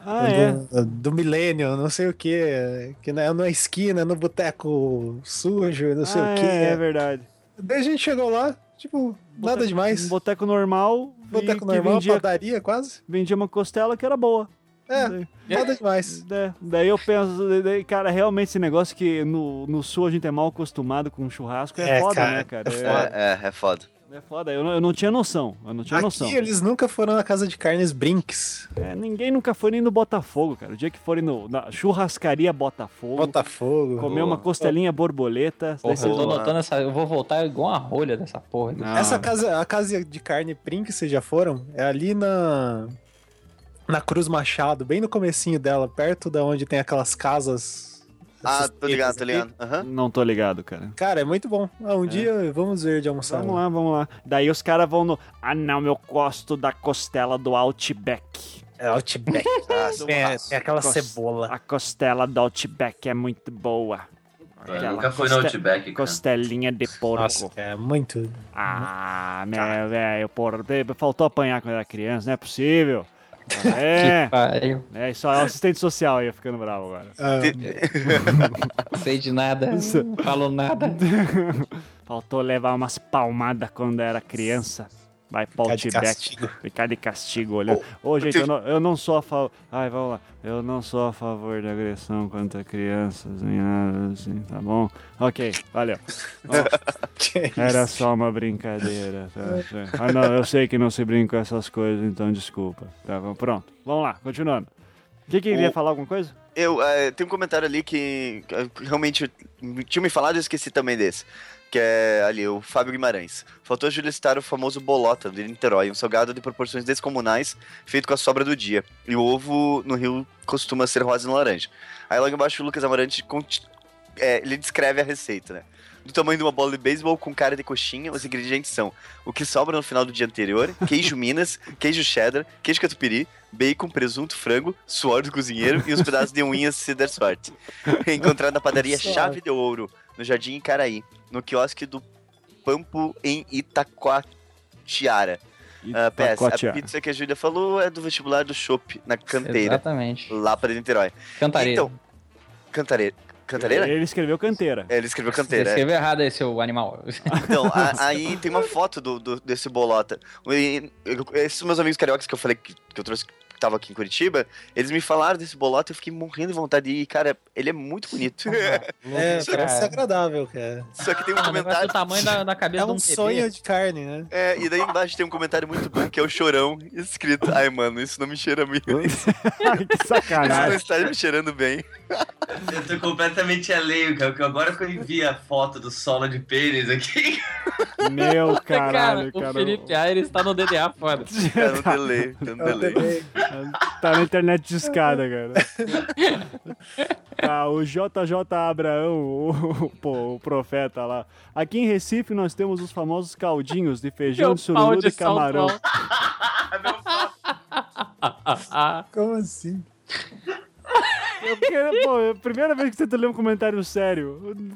S3: Ah, é.
S4: do, do milênio, não sei o quê. Que não é na esquina, no boteco sujo, não sei
S3: Ah,
S4: o quê.
S3: É, é verdade.
S4: Daí a gente chegou lá, tipo, nada demais.
S3: Um boteco normal. e
S4: Boteco
S3: que
S4: normal,
S3: vendia,
S4: padaria quase.
S3: vendia uma costela que era boa.
S4: É,
S3: Daí-
S4: nada demais.
S3: É, daí eu penso, daí, cara, realmente esse negócio que no, no sul a gente é mal acostumado com churrasco é,
S4: É,
S3: foda,
S4: cara,
S3: né, cara?
S4: é
S3: É,
S4: foda.
S6: É, é, é foda.
S3: é foda, eu não, eu não tinha noção, eu não tinha
S4: Aqui
S3: noção.
S4: eles nunca foram na casa de carnes Brinks.
S3: É, ninguém nunca foi nem no Botafogo, cara. O dia que forem no, na churrascaria Botafogo,
S4: Botafogo.
S3: comer uma costelinha borboleta, daí
S7: Porra,
S3: vocês
S7: eu tô
S3: vão-
S7: notando essa. Eu vou voltar igual uma rolha dessa porra.
S3: Não.
S4: Essa casa, a casa de carne Brinks, vocês já foram? É ali na na Cruz Machado, bem no comecinho dela, perto da onde tem aquelas casas
S6: Ah,
S4: essas
S6: tô
S4: tretas
S6: ligado, tô
S4: aqui.
S6: ligado. Aham.
S3: Não tô ligado, cara.
S4: Cara, é muito bom. Ah, um dia vamos ver de almoçar. um.
S11: Vamos
S4: lá.
S11: lá, vamos lá. Daí os caras vão no. Ah, não, eu gosto da costela do Outback.
S4: É Outback.
S6: Ah,
S4: tem, tem aquela
S11: Gosto.
S3: Ah,
S4: cebola.
S11: A costela do Outback é muito boa.
S8: Eu nunca fui no
S11: coste-
S8: Outback, cara.
S11: Costelinha de porco.
S4: Nossa, é muito.
S11: Ah, meu velho, porra, faltou apanhar quando era criança, não é possível. É,
S7: Pariu.
S11: é isso aí, o assistente social aí, ficando bravo agora.
S4: Ah,
S7: Não sei de nada. Não falo nada.
S11: Faltou levar umas palmadas quando era criança. Vai pra
S4: Ficar de
S11: Outback,
S4: castigo. Oh,
S11: ficar de castigo olhando. Ô, gente, eu não, eu não sou a favor. Ai, vamos lá. Eu não sou a favor da agressão contra crianças, nem nada assim, tá bom? Ok, valeu. Era só uma brincadeira. tá?
S3: É.
S11: Ah, não, eu sei que não se brinca com essas coisas, então desculpa. Tá bom, pronto. Vamos lá, continuando. O que que ele ia falar alguma coisa?
S6: Eu, eh, tem um comentário ali que eh, realmente me- tinha me falado e eu esqueci também desse. Que é ali, o Fábio Guimarães. Faltou a Júlia citar o famoso bolota de Niterói, um salgado de proporções descomunais, feito com a sobra do dia. E o ovo no Rio costuma ser rosa e laranja. Aí logo embaixo o Lucas Amarante conti- eh, ele descreve a receita, né? Do tamanho de uma bola de beisebol com cara de coxinha, os ingredientes são o que sobra no final do dia anterior, queijo Minas, queijo cheddar, queijo catupiry, bacon, presunto, frango, suor do cozinheiro e os pedaços de unhas Cedar Sorte. Encontrado na padaria Chave de Ouro, no Jardim Icaraí, no quiosque do Pampo em Itacoatiara. Ah, PS, a
S3: Itacoatiara.
S6: pizza que a Júlia falou é do vestibular do Chopp, na Canteira,
S7: Exatamente.
S6: lá para Niterói.
S7: Cantareira.
S6: Então, Cantareira... Cantareira?
S3: Ele escreveu canteira.
S6: É, ele escreveu
S7: Você
S6: Canteira, é.
S7: escreveu errado aí, seu animal.
S6: Então, a- aí tem uma foto do, do- desse bolota. E eu- esses meus amigos cariocas que eu falei que, que eu trouxe, que tava aqui em Curitiba, eles me falaram desse bolota e eu fiquei morrendo de vontade de ir. Cara, ele é muito bonito.
S4: É,
S7: assim,
S4: parece agradável, cara.
S6: Só que tem um
S7: Ah, O negócio do
S6: comentário.
S7: tamanho da, da cabeça
S4: É
S7: de um
S4: um
S7: bebê.
S4: sonho de carne, né?
S6: É, e daí embaixo tem um comentário muito bom que é o chorão escrito. Ai, mano, isso não me cheira muito. Isso
S3: Ai, que
S6: não
S3: sacanagem.
S6: está me cheirando bem.
S8: Eu tô completamente alheio, cara, porque agora que eu vi a foto do solo de pênis aqui,
S3: Meu
S7: Cara,
S3: caralho,
S7: o
S3: cara.
S7: Felipe Aires está no DDA, foda.
S6: Tá no delay, tá no delay.
S3: Tá na internet de escada, cara. Tá, o JJ Abraão, o, o- pô, o profeta lá. Aqui em Recife nós temos os famosos caldinhos de feijão,
S7: Meu
S3: de um sururu
S7: um pau
S3: e
S7: de São
S3: camarão.
S7: Paulo.
S4: Como assim?
S3: Eu quero- pô, é a primeira vez que você tá lendo um comentário sério.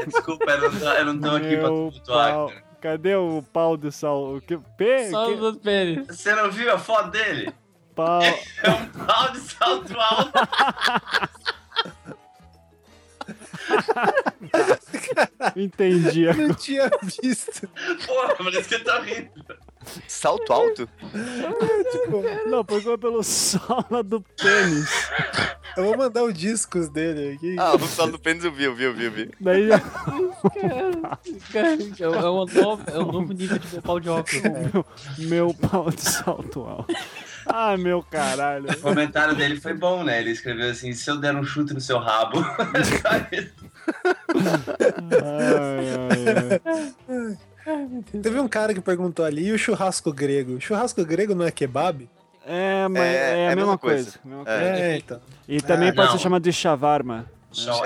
S8: é, desculpa, eu não tô, eu não tô aqui pra
S3: Meu
S8: tumultuar,
S3: pau.
S8: cara.
S3: Cadê o pau de sal? O que? P?
S7: Só
S3: É, Que-
S7: dos pênis.
S8: Você não viu a foto dele?
S3: Pau.
S8: É um pau de salto alto.
S3: Entendi.
S4: Não tinha visto.
S8: Porra, por isso que eu tô rindo.
S6: Salto alto?
S4: Tipo,
S3: Não, procura pelo sola do pênis.
S4: eu vou mandar os discos dele aqui.
S6: Ah, o salto do pênis eu vi, eu vi, eu vi, eu vi.
S3: Daí
S7: É um é um novo, é um novo nível de pau de óculos.
S3: Meu pau de salto alto. Ai, Ah, meu caralho.
S8: O comentário dele foi bom, né? Ele escreveu assim: se eu der um chute no seu rabo.
S3: Ai, ai, ai.
S4: Teve um cara que perguntou ali, e o churrasco grego? O churrasco grego não é kebab?
S3: É, mas é, a mesma, coisa. mesma coisa.
S4: É, então.
S3: E também pode
S8: não.
S3: ser chamado de shawarma.
S8: é,
S7: Chava-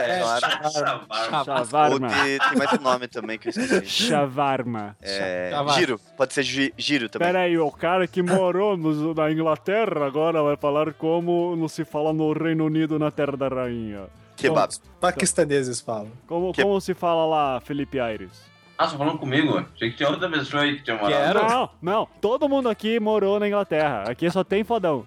S6: Ou
S3: Shawarma.
S6: de- tem mais um nome também que eu esqueci.
S3: Shawarma.
S6: É,
S7: Chavaco.
S6: giro, pode ser gi- giro também.
S3: Pera aí, o cara que morou nos- na Inglaterra agora vai falar como não se fala no Reino Unido na Terra da Rainha.
S6: Kebab.
S4: Os paquistaneses falam.
S3: Como,
S6: Que-
S3: como se fala lá, Felipe Aires?
S8: Ah, só falando comigo? Achei que tinha outra pessoa aí que tinha morado.
S7: Quero.
S3: Não, não. Todo mundo aqui morou na Inglaterra. Aqui só tem fodão.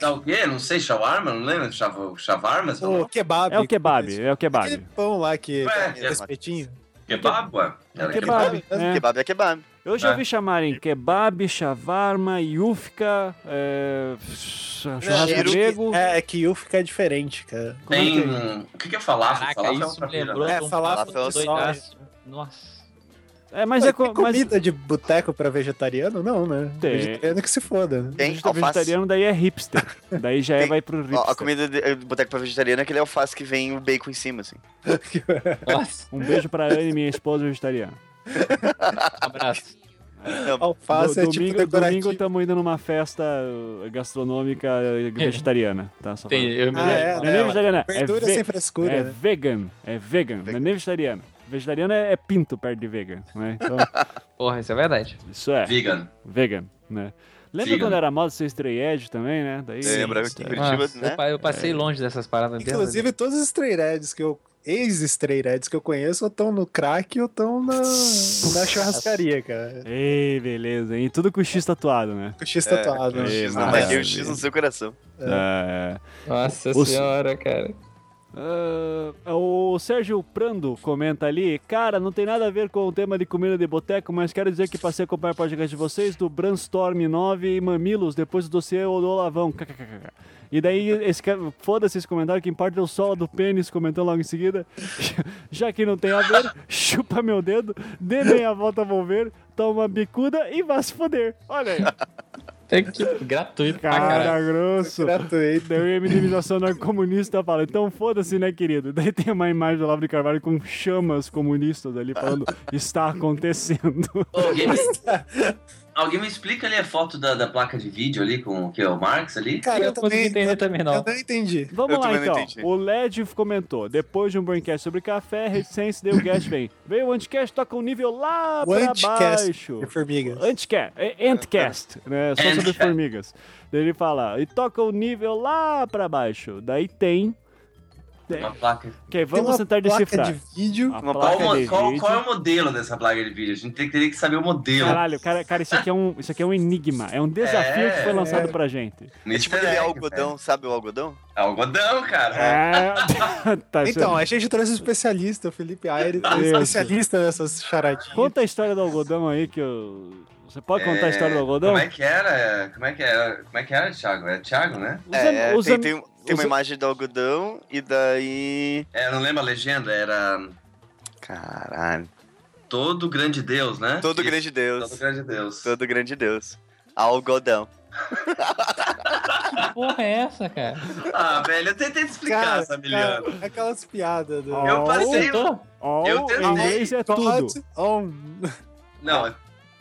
S8: Tá o quê? Não sei, shawarma? Não lembro? Shav- Shawarma? sei
S4: O
S8: lá.
S4: kebab.
S3: É o kebab, é o
S4: Aquele
S3: kebab.
S4: pão lá que...
S8: Ué,
S4: É, espetinho.
S8: Kebab, ué? Era
S3: Kebab. É.
S6: Kebab é kebab.
S3: Eu já
S8: É.
S3: ouvi chamarem kebab, shawarma, yufka, é, churrasco
S6: giro que-
S3: grego.
S4: É, é que o fica diferente, cara.
S3: Como é que-
S8: Tem. O que que é falafel?
S7: Caraca,
S8: Falafel é
S7: isso
S8: outra
S7: me
S8: pira,
S7: lembrou
S8: né?
S4: É,
S7: de um
S4: falafel
S7: prato
S6: de
S7: doidaço. Nossa.
S3: É,
S4: Mas
S3: mas é
S4: é
S3: co- mas
S4: comida de boteco pra vegetariano? Não, né?
S3: Tem.
S4: Vegetariano que se foda, né?
S6: Tem alface.
S3: vegetariano daí é hipster. Daí já é,
S6: Tem-
S3: vai pro hipster.
S6: Ó, a comida de eh, boteco pra vegetariano é aquele alface que vem o bacon em cima, assim.
S7: Nossa.
S3: Um beijo pra Anne, minha esposa vegetariana.
S7: Abraço.
S9: Alface é
S3: Do-
S9: tipo
S3: domingo,
S9: decorativo.
S3: domingo estamos indo numa festa uh, gastronômica
S8: É.
S3: uh, vegetariana, tá? Só
S7: Tem,
S3: falando.
S7: eu me
S9: Ah, é,
S3: Não é nem
S9: né?
S3: vegetariana, é,
S9: Verdura
S3: ve-
S9: sem frescura,
S3: é
S9: né?
S3: vegan, é vegan, não é nem vegetariana. Vegetariana é é pinto perto de vegan, né? Então,
S5: Porra, isso é verdade.
S3: isso é
S8: Vegan.
S3: vegan, né? Lembra
S8: Vegan. É.
S3: quando era moda ser Stray Edge também, né? Daí,
S6: Lembra que É, em
S9: Ah,
S6: Curitiba,
S5: Nossa, eu
S6: né?
S5: pa- eu passei
S3: É.
S5: longe dessas paradas.
S7: né?
S9: Inclusive, todos os Stray Reds que eu. Ex-Stray Reds que eu conheço ou estão no crack ou estão na, na churrascaria, cara.
S3: Ei, beleza, hein? Tudo com X tatuado, né?
S9: Com o X tatuado.
S6: Com
S9: né?
S6: X
S3: Ah,
S6: na barriga e
S3: é.
S6: o X no seu coração.
S3: É.
S5: Nossa
S3: Os-
S5: senhora, cara.
S3: Ah, o Sérgio Prando comenta ali, cara, não tem nada a ver com o tema de comida de boteco, mas quero dizer que passei a acompanhar o podcast de vocês do Brainstorm 9 e Mamilos, depois do dossiê do Olavão. KKKK. E daí, esse, ca- foda-se esse comentário, que importa é o solo do pênis, comentou logo em seguida. Já que não tem a ver, chupa meu dedo, dê meia volta, vão ver, toma uma bicuda e vá se foder. Olha aí.
S7: Tem que... Gratuito pra caralho.
S3: Cara grosso.
S4: é
S9: Tá Gratuito.
S3: Daí o MDMização não é comunista fala, então foda-se, né, querido? Daí tem uma imagem do Olavo de Carvalho com chamas comunistas ali falando, está acontecendo.
S8: Alguém me... Alguém me explica ali a foto da, da placa de vídeo ali com o que é o Marx ali?
S9: Cara, eu,
S5: Eu não consegui
S9: também.
S5: entender também, não.
S9: Eu não entendi.
S3: Vamos
S6: Eu
S3: lá,
S6: também não
S3: então.
S6: entendi.
S3: O LED comentou, depois de um braincast sobre café, reticência, deu o Gash vem. Veio o Anticast, toca um nível lá
S9: O
S3: pra
S9: Anticast
S3: baixo.
S9: de formigas.
S3: Anticast, é Antcast, né? Só sobre
S8: Antcast.
S3: formigas. Daí ele fala, e toca o nível lá pra baixo. Daí tem,
S8: Uma placa.
S3: que
S9: Tem
S3: vamos
S9: uma
S3: tentar
S9: placa
S3: decifrar.
S9: de vídeo.
S3: A
S6: Uma
S8: Qual,
S3: placa
S8: o mo-
S3: de
S8: qual-
S3: vídeo.
S8: qual é o modelo dessa placa de vídeo? A gente tem- teria que saber o modelo.
S3: Caralho, cara, cara isso, aqui é um, isso aqui é um enigma. É um desafio
S8: É,
S3: que foi lançado pra gente.
S6: É tipo aquele algodão, sabe o algodão?
S8: É algodão, cara.
S3: É. tá, isso-
S9: Então, a gente trouxe um especialista, o Felipe Aires, ele é
S3: Isso.
S9: especialista nessas charadinhas.
S3: conta a história do algodão aí que eu. Você pode contar a história do algodão?
S8: Como é que era? Como é que era? Como é que era, Thiago? É Thiago, né?
S3: Os am-
S6: É,
S3: os
S6: tem,
S3: am-
S6: tem, tem uma
S3: os-
S6: imagem do algodão e daí.
S8: É, eu não lembro a legenda, era
S6: Caralho.
S8: Todo Grande Deus, né?
S6: Todo
S8: Isso,
S6: grande
S8: Todo
S6: Deus.
S8: Grande Deus.
S6: Todo grande Deus. Algodão.
S7: Que porra é essa, cara?
S8: Ah, velho, eu tentei te explicar,
S9: Cara,
S8: Samiliano.
S9: cara, aquelas piadas do.
S3: Ó,
S8: Eu passei.
S7: Tô?
S3: All
S8: eu tentei.
S3: inglês é tudo.
S9: God on.
S8: Não, é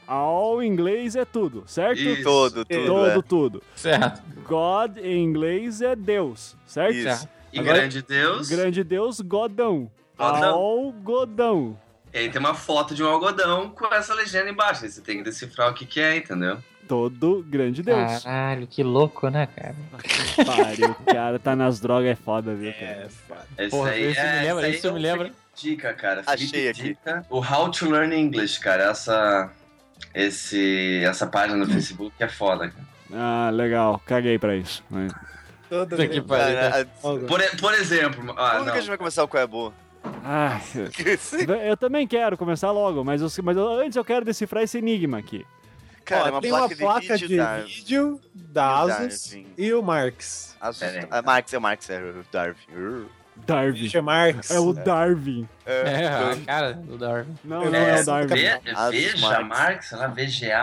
S3: All inglês é tudo, certo?
S8: Isso.
S6: Todo, tudo.
S3: Todo,
S6: é.
S3: tudo.
S7: Certo.
S3: God em inglês é Deus, certo?
S6: Isso.
S8: e
S3: Agora-
S8: Grande Deus.
S3: Grande Deus, Godão.
S8: Godão.
S3: Algodão.
S8: E aí tem uma foto de um algodão com essa legenda embaixo. Aí você tem que decifrar o que, que é, entendeu?
S3: Todo grande Deus.
S6: Ah.
S7: Caralho, que louco, né, cara?
S3: Pariu, cara, tá nas drogas, é foda, viu, cara?
S8: Esse
S7: Porra, isso me lembra,
S8: aí
S7: isso me
S8: é um
S7: lembra.
S8: Felipe Dica, cara.
S6: Achei
S8: Felipe
S6: aqui.
S8: Dica. O How to Learn English, cara. Essa, esse, essa página no Facebook é foda, cara.
S3: Ah, legal, caguei pra isso. né?
S9: Toda
S7: Puta que pariu, né? cara.
S6: Cara, a-
S9: vez.
S8: Por, e- por exemplo, ah,
S6: Quando que a gente
S8: né? não.
S6: vai começar o qual é boa?
S3: Ah, eu também quero começar logo, mas, eu- mas eu- antes eu quero decifrar esse enigma aqui.
S6: Cara,
S9: Ó,
S6: é uma
S9: tem
S6: placa,
S9: uma placa de
S6: vídeo da
S9: vídeo da
S6: Darwin.
S9: Asus e o Marx.
S6: Asus-
S8: Pera aí.
S6: Ah, Marx, é o Marx, é o Darwin.
S3: Darwin.
S9: Bicho, é Marx.
S3: É o Darwin.
S7: É, a cara do Darwin.
S3: Não,
S9: Eu
S3: não é o
S9: essa do
S3: Darwin.
S8: Ve-
S6: Asus,
S8: Veja
S6: Marx.
S8: Marx, sei lá,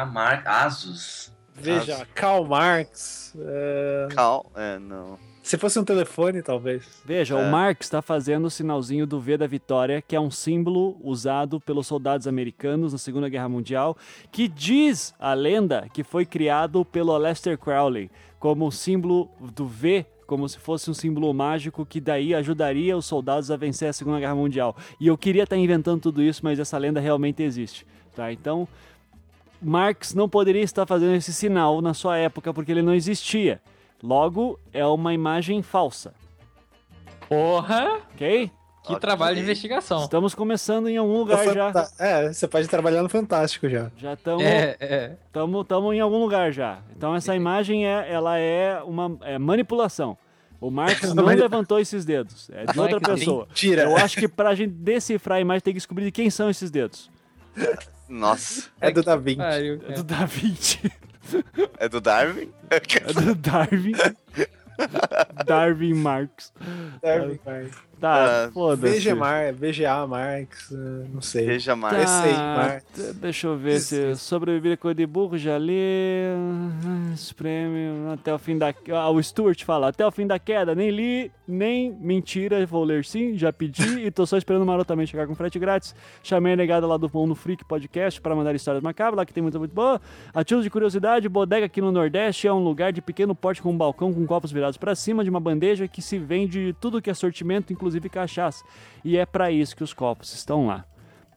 S8: VGA Marx, Asus.
S9: Veja, Karl Marx. é,
S6: Cal, é, não.
S9: Se fosse um telefone, talvez.
S3: Veja, o Marx tá fazendo o sinalzinho do V da Vitória, que é um símbolo usado pelos soldados americanos na Segunda Guerra Mundial, que diz a lenda que foi criado pelo Aleister Crowley como símbolo do V, como se fosse um símbolo mágico que daí ajudaria os soldados a vencer a Segunda Guerra Mundial. E eu queria estar inventando tudo isso, mas essa lenda realmente existe, tá? Então, Marx não poderia estar fazendo esse sinal na sua época porque ele não existia. Logo, é uma imagem falsa.
S7: Porra,
S3: Ok?
S7: que trabalho de investigação.
S3: Estamos começando em algum
S9: No
S3: lugar já.
S9: Fanta- É, você pode trabalhar no Fantástico já.
S3: Já estamos
S7: É, é.
S3: tamo, tamo em algum lugar já. Então essa imagem é, ela é uma é manipulação. O Marx não levantou esses dedos. É de
S7: Não é
S3: outra
S7: que tem-
S3: pessoa.
S9: Tira.
S3: Eu acho que pra gente decifrar a imagem tem que descobrir de quem são esses dedos.
S6: Nossa,
S9: É do Da Vinci.
S7: Pariu,
S3: É
S7: cara.
S3: do Da Vinci.
S6: é do Darwin?
S3: É do Darwin. Darwin Marx.
S9: Darwin É, Marx.
S3: Tá,
S6: Ah,
S3: foda-se.
S9: VGMar, VGA Marx, eh, não sei.
S6: Veja mais.
S9: Esse aí,
S3: Tá,
S9: Marx.
S3: t- deixa eu ver se sobreviver com o de burro, já li. ah, Esse prêmio até o fim da. Ah, o Stuart fala: até o fim da queda, nem li, nem mentira, vou ler sim, já pedi e tô só esperando marotamente chegar com frete grátis. Chamei a negada lá do Mundo Freak Podcast pra mandar histórias macabras, lá que tem muita muito boa. A título de curiosidade, bodega aqui no Nordeste é um lugar de pequeno porte com um balcão com copos virados pra cima de uma bandeja que se vende tudo que é sortimento, inclusive cachaça. E é pra isso que os copos estão lá.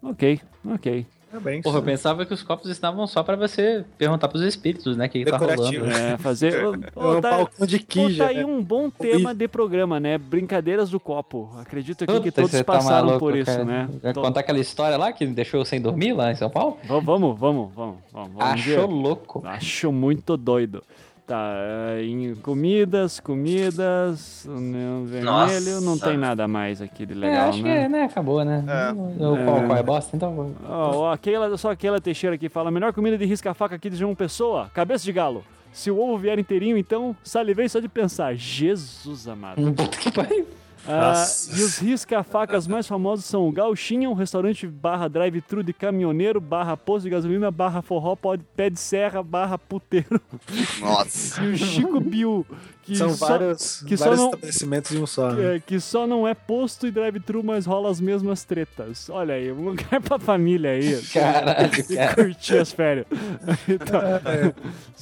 S3: Ok, ok.
S9: Parabéns.
S7: Porra, eu pensava que os copos estavam só pra você perguntar pros espíritos, né? O que, que tá
S9: Decorativo.
S7: rolando.
S3: É, fazer. Ô,
S9: É
S3: ô,
S9: um
S3: tá,
S9: balcão de
S3: pô, tá
S9: quija,
S3: aí
S9: né?
S3: um bom tema de programa, né? Brincadeiras do copo. Acredito aqui que
S7: Puta,
S3: todos
S7: você tá
S3: passaram
S7: maluco,
S3: por isso,
S7: cara. É
S3: né?
S7: Já
S3: To-
S7: contar aquela história lá que me deixou sem dormir lá em São Paulo?
S3: Vamos, vamos, vamos, vamos. vamos, vamos
S7: Achou louco.
S3: Acho muito doido. Tá, é, em comidas, comidas, neon vermelho, não
S8: Nossa.
S3: tem nada mais aqui de
S7: é,
S3: legal,
S7: acho
S3: né?
S7: que né, acabou, né? O qual, qual é bosta, então. vou-
S3: Ó, ó, aquela, só aquela Teixeira aqui fala: melhor comida de risca-faca aqui de João Pessoa, cabeça de galo. Se o ovo vier inteirinho, então salivei só de pensar. Jesus amado.
S7: Puta que pariu.
S3: Ah,
S9: Nossa.
S3: e os risca-facas mais famosos são o Gauchinha, um restaurante barra drive-thru de caminhoneiro, barra posto de gasolina, barra forró, pod- pé de serra, barra puteiro.
S6: Nossa.
S3: E o Chico Bill, que,
S9: São
S3: só,
S9: vários,
S3: que só
S9: vários
S3: não-
S9: estabelecimentos de um só. né?
S3: é, que só não é posto e drive-thru, mas rola as mesmas tretas. Olha aí, um lugar pra família aí.
S7: Caralho,
S3: E
S7: cara.
S3: curtir as férias. Tá.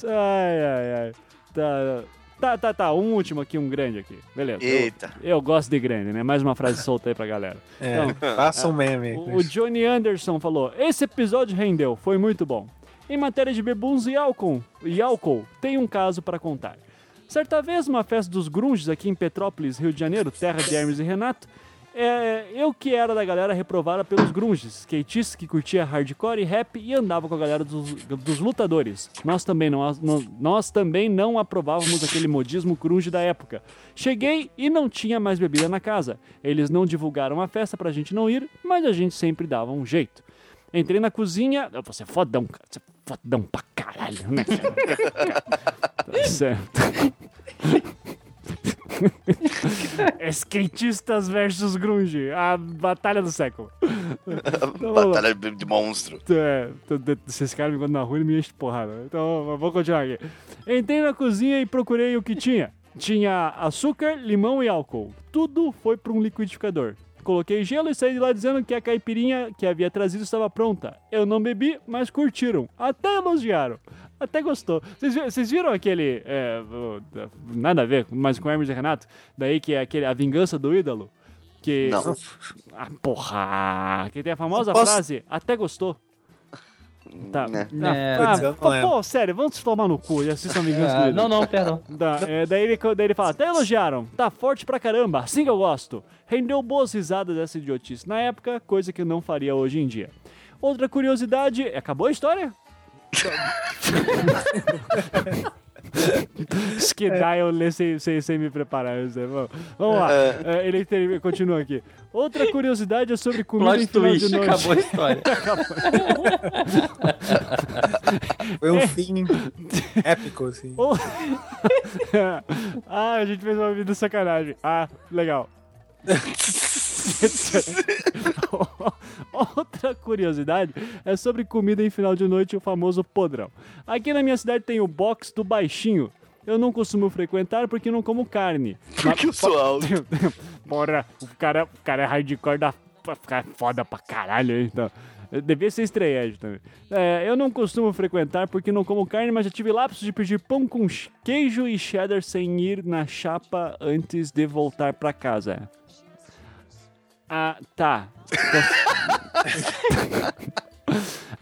S3: Ai, ai, ai. Tá. Tá, tá, tá. Um último aqui, um grande aqui. Beleza. Eu,
S6: Eita.
S3: eu gosto de grande, né? Mais uma frase solta aí pra galera.
S9: É,
S3: Então,
S9: faça um meme.
S3: o, o Johnny Anderson falou: Esse episódio rendeu, foi muito bom. Em matéria de bebuns e álcool, e álcool tem um caso para contar. Certa vez, numa festa dos grunges aqui em Petrópolis, Rio de Janeiro, terra de Hermes e Renato, é, eu que era da galera reprovada pelos grunges, skatista que curtia hardcore e rap e andava com a galera dos, dos lutadores. Nós também, não, nós- nós também não aprovávamos aquele modismo grunge da época. Cheguei e não tinha mais bebida na casa. Eles não divulgaram a festa pra gente não ir, mas a gente sempre dava um jeito. Entrei na cozinha. Eu, Você é fodão, cara. Você é fodão pra caralho, né? cara? tá certo. Skatistas versus grunge. A batalha do século. Então, vamos lá.
S6: Batalha de de monstro.
S3: É, tô- tô- se esse cara me encontra na rua, ele me enche de porrada. Então, eu vou continuar aqui. Entrei na cozinha e procurei o que tinha. Tinha açúcar, limão e álcool. Tudo foi para um liquidificador. Coloquei gelo e saí de lá dizendo que a caipirinha que havia trazido estava pronta. Eu não bebi, mas curtiram. Até elogiaram. Até gostou. Vocês vi- Vocês viram aquele. é, o- da- nada a ver, mas com Hermes e Renato? Daí que é aquele, a vingança do ídolo? Que.
S6: Não.
S3: Ah, porra! Que tem a famosa
S9: Posso-
S3: frase, até gostou. Tá.
S6: Né?
S3: Ah,
S7: É.
S3: ah,
S9: Pois é, não é.
S3: pô, sério, vamos se tomar no cu e assistam Vingança do
S7: Ah,
S3: Ídolo.
S7: não, não, perdão.
S3: Tá, é, daí, ele, daí ele fala, até elogiaram, tá forte pra caramba, assim que eu gosto. Rendeu boas risadas essa idiotice na época, coisa que eu não faria hoje em dia. Outra curiosidade, acabou a história? Isso que dá eu ler sem, sem, sem me preparar, Zé. Vamos, vamos lá, É, ele termina- continua aqui. Outra curiosidade é sobre comida em
S7: Plot
S3: final de
S7: twist,
S3: noite.
S7: acabou a história.
S9: Foi um fim épico, assim.
S3: Ou- ah, a gente fez uma vida sacanagem. Ah, legal. Outra curiosidade é sobre comida em final de noite, o famoso podrão. Aqui na minha cidade tem o box do baixinho. Eu não costumo frequentar porque não como carne.
S6: Porque eu sou alto.
S3: Bora, o cara, o cara é hardcore da. O cara é foda pra caralho, hein? Então, eu devia ser estreia também. É, eu não costumo frequentar porque não como carne, mas já tive lapsos de pedir pão com ch- queijo e cheddar sem ir na chapa antes de voltar pra casa. Ah, tá.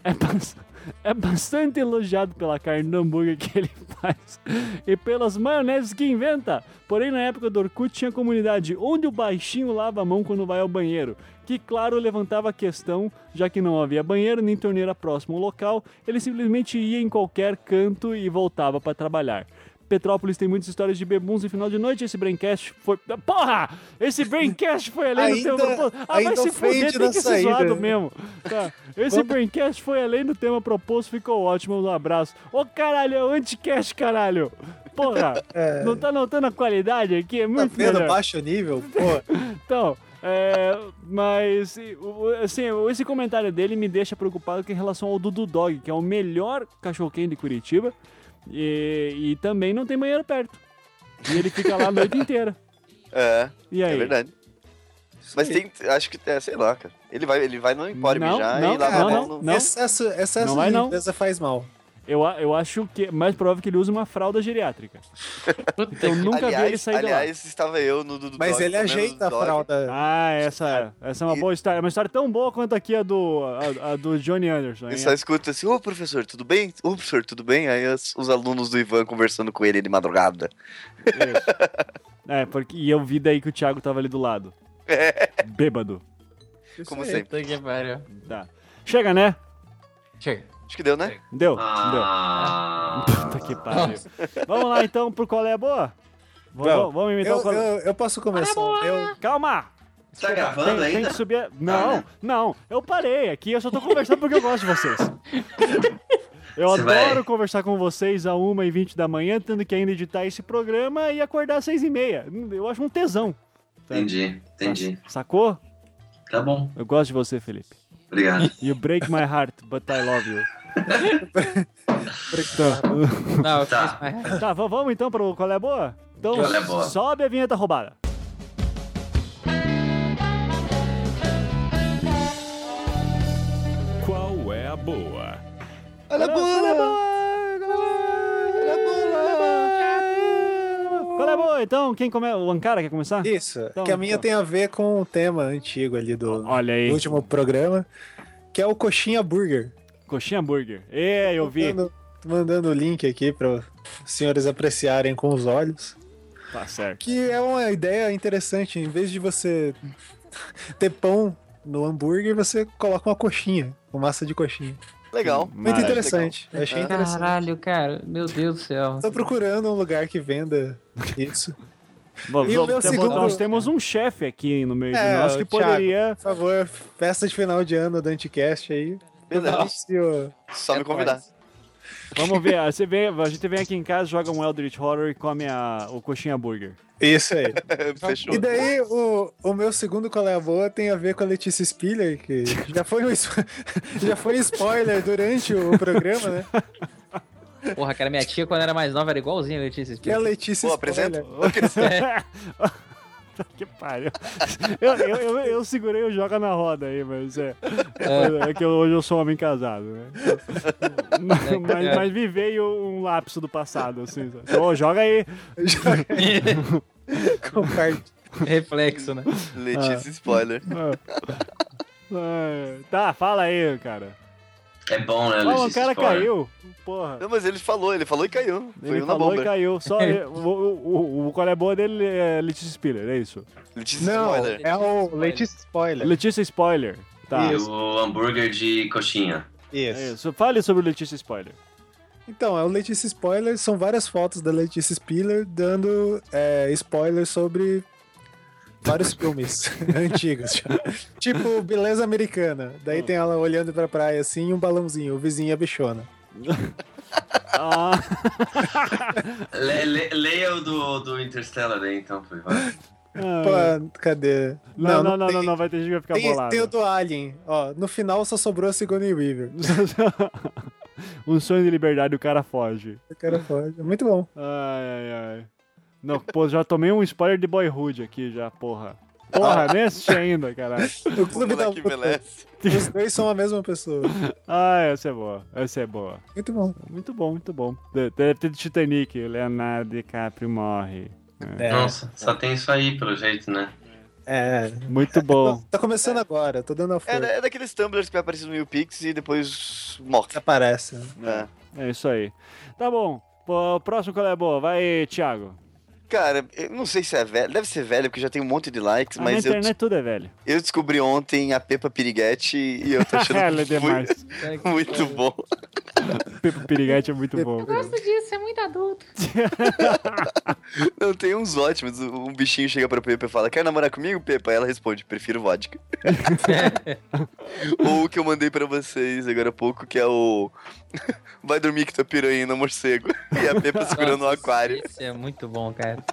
S3: é, bas- é bastante elogiado pela carne do hambúrguer que ele faz e pelas maioneses que inventa. Porém, na época do Orkut tinha comunidade onde o baixinho lava a mão quando vai ao banheiro, que claro levantava a questão, já que não havia banheiro nem torneira próximo ao local, ele simplesmente ia em qualquer canto e voltava para trabalhar. Petrópolis tem muitas histórias de bebuns e final de noite. Esse Braincast foi. Porra! Esse Braincast foi além do
S9: Ainda-
S3: tema proposto. Ah, vai
S9: ainda
S3: se fuder,
S9: ofende
S3: tem
S9: na
S3: que ser
S9: saída,
S3: zoado
S9: né?
S3: mesmo. Tá. Esse Braincast foi além do tema proposto, ficou ótimo. Um abraço. Ô caralho, é o anticast, caralho. Porra, não tá notando a qualidade aqui?
S9: Tá
S3: É muito
S9: vendo?
S3: melhor.
S9: Baixo nível? Pô,
S3: Então, É, mas, e, o- assim, esse comentário dele me deixa preocupado que em relação ao Dudu Dog, que é o melhor cachorro-quente de Curitiba, e, e também não tem banheiro perto. E ele fica lá a noite inteira.
S6: É,
S3: E aí?
S6: é verdade. Mas tem, acho que, é, sei lá, cara. Ele vai, ele vai no empório
S3: Não,
S6: mijar
S3: não,
S6: e lavar
S3: não,
S6: a
S3: não,
S6: mão no...
S3: não.
S4: Excesso, excesso
S3: Não vai,
S4: de
S3: não.
S4: limpeza faz mal.
S3: Eu, a- eu acho que é mais provável que ele use uma fralda geriátrica. Eu nunca vi ele sair de lá.
S6: aliás, estava eu no Dudu
S4: Mas
S6: Dog
S4: ele
S6: comendo
S4: ajeita a
S6: dog.
S4: fralda.
S3: Ah, essa, essa é uma boa história. É uma história tão boa quanto aqui a do, a, a do Johnny Anderson. hein?
S6: Eu
S4: né?
S6: só escuto assim, ô professor, tudo bem? Ô professor, tudo bem? Aí os, os alunos do Ivan conversando com ele de madrugada.
S3: É, porque, e eu vi daí que o Thiago tava ali do lado. Bêbado.
S6: Como sempre.
S7: Puta que pariu.
S3: Tá. Chega, né?
S7: Chega.
S6: Acho que deu, né?
S3: Deu,
S8: Ah,
S3: deu. Puta que pariu. Vamos lá então pro qual é a boa? Vamos,
S4: Vamos.
S3: vamos imitar
S4: Eu,
S3: o qual é.
S4: eu, eu posso começar. Eu,
S3: Calma!
S8: tá
S3: Tem,
S8: gravando
S3: tem
S8: ainda?
S3: que subir. a- Não,
S8: né?
S3: não. Eu parei aqui, eu só tô conversando porque eu gosto de vocês. Eu
S8: Você
S3: adoro
S8: vai-
S3: conversar com vocês a 1h20 da manhã, tendo que ainda editar esse programa e acordar às 6h30. Eu acho um tesão.
S8: Entendi, entendi.
S3: Sacou?
S8: Tá bom,
S3: Eu gosto de você, Felipe.
S8: obrigado.
S3: You break my heart, but I love you.
S7: Não, eu
S8: Tá.
S7: fiz mais.
S3: Tá, v- vamos então pro qual é a boa? Então,
S8: Qual é a boa?
S3: sobe a vinheta roubada.
S1: Qual é a boa?
S6: Olha a boa!
S3: é Qual é a boa? Então, quem começa? O Ankara quer começar?
S4: isso,
S3: Então,
S4: que a minha
S3: então.
S4: tem a ver com o tema antigo ali do
S3: Olha aí,
S4: último programa, que é o Coxinha Burger.
S3: coxinha burger. É, eu vi.
S4: Mandando, mandando o link aqui para os senhores apreciarem com os olhos.
S3: Tá certo.
S4: Que é uma ideia interessante. Em vez de você ter pão no hambúrguer, você coloca uma coxinha, uma massa de coxinha.
S6: Legal.
S4: Muito
S3: Maravilha.
S4: interessante. Eu achei interessante.
S7: Caralho, cara. Meu Deus do céu.
S4: Tô procurando um lugar que venda isso.
S3: Bom,
S4: E o meu
S3: temos,
S4: segundo-
S3: Nós temos um chefe aqui no meio de
S4: É,
S3: nós que
S4: o Thiago.
S3: poderia.
S4: Por favor, festa de final de ano do Anticast aí.
S6: Beleza.
S4: Anuncio.
S6: Só
S3: É
S6: me convidar.
S3: Vamos ver, ah, você vem, a gente vem aqui em casa, joga um Eldritch Horror e come a, o coxinha burger.
S4: Isso aí.
S3: Tá.
S6: Fechou.
S4: E daí, o, o meu segundo qual é a boa tem a ver com a Letícia Spiller, que já foi um, spo- já foi spoiler durante o programa, né?
S7: Porra, cara, minha tia quando era mais nova era igualzinha a Letícia
S4: Que é a
S7: Spiller.
S4: Letícia
S6: Pô, apresenta.
S4: Spiller.
S3: que pariu. Eu, eu, eu, eu segurei o joga na roda aí, mas é. É que eu- hoje eu sou homem casado, né? Mas, mas, mas me veio um lapso do passado, assim. sabe? Ô, joga aí.
S4: Comparte.
S7: Reflexo, né?
S6: Letícia Spoiler.
S3: Ah, Tá, fala aí, cara.
S8: É bom, né,
S3: Ah,
S8: Luiz?
S3: o cara caiu. Porra.
S6: Não, mas ele falou, ele falou e caiu. Foi
S3: Ele
S6: na
S3: falou e
S6: bomba.
S3: caiu. Só o, o, o, o qual é boa dele é Letícia Spiller, é isso.
S6: Letícia
S4: Não,
S6: Spoiler.
S4: é o Letícia
S6: É.
S4: Spoiler.
S3: Letícia Spoiler. Tá.
S8: E o hambúrguer de coxinha.
S3: É isso. Fale sobre o Letícia Spoiler.
S4: Então, é o Letícia Spoiler, são várias fotos da Letícia Spiller dando é, spoiler sobre vários filmes antigos. já. Tipo, Beleza Americana.
S3: Ah.
S4: Daí tem ela olhando pra praia assim e um balãozinho, o vizinho é bichona.
S3: Ah,
S8: Le- le- leia o do, do Interstellar aí, então, por favor.
S4: Pô, cadê?
S3: Ah. não, não, não,
S4: tem.
S3: não, não, vai ter gente que vai ficar
S4: Tem,
S3: bolado.
S4: tem o do Alien, ó. No final só sobrou a Sigourney Weaver.
S3: um sonho de liberdade, o cara foge.
S4: O cara foge. Muito bom.
S3: Ai, ai, ai. Não, pô, já tomei um spoiler de boyhood aqui já, porra. Porra, nem assisti ainda, caralho.
S4: O Clube da
S3: um
S6: Moleque É
S4: Luta.
S6: beleza.
S4: Os dois são a mesma pessoa.
S3: Ah, essa é boa, essa é boa.
S4: Muito bom.
S3: Muito bom, muito bom. De- Deve ter de Titanic, Leonardo DiCaprio morre. É.
S8: Nossa, só tem isso aí, pelo jeito, né?
S4: É.
S3: Muito bom.
S4: Tá começando agora, tô dando a
S6: É, da-
S3: né?
S4: força.
S6: é daqueles tumblers que vai aparecer no YouPix e depois morre.
S3: Tá
S4: Aparece.
S6: É.
S3: É isso aí. Tá bom. Pô, o próximo qual é a boa? Vai, Thiago.
S6: Cara, eu não sei se é velho. Deve ser velho, porque já tem um monte de likes,
S3: Ah, na
S6: mas eu,
S3: internet tudo é velho.
S6: eu descobri ontem a Pepa Piriguete e eu tô achando
S3: Ela é demais.
S6: muito, muito bom.
S3: Pepe Piriguete é muito bom.
S12: disso, é muito adulto.
S6: Não, tem uns ótimos. Um bichinho chega pra Pepa e fala: Quer namorar comigo, Pepa? Aí ela responde: Prefiro vodka.
S5: É,
S6: Ou o que eu mandei pra vocês agora há pouco, que é o. Vai dormir que tá piranha no morcego. E a Pepa segurando o
S7: Nossa,
S6: aquário.
S7: Isso é muito bom, cara.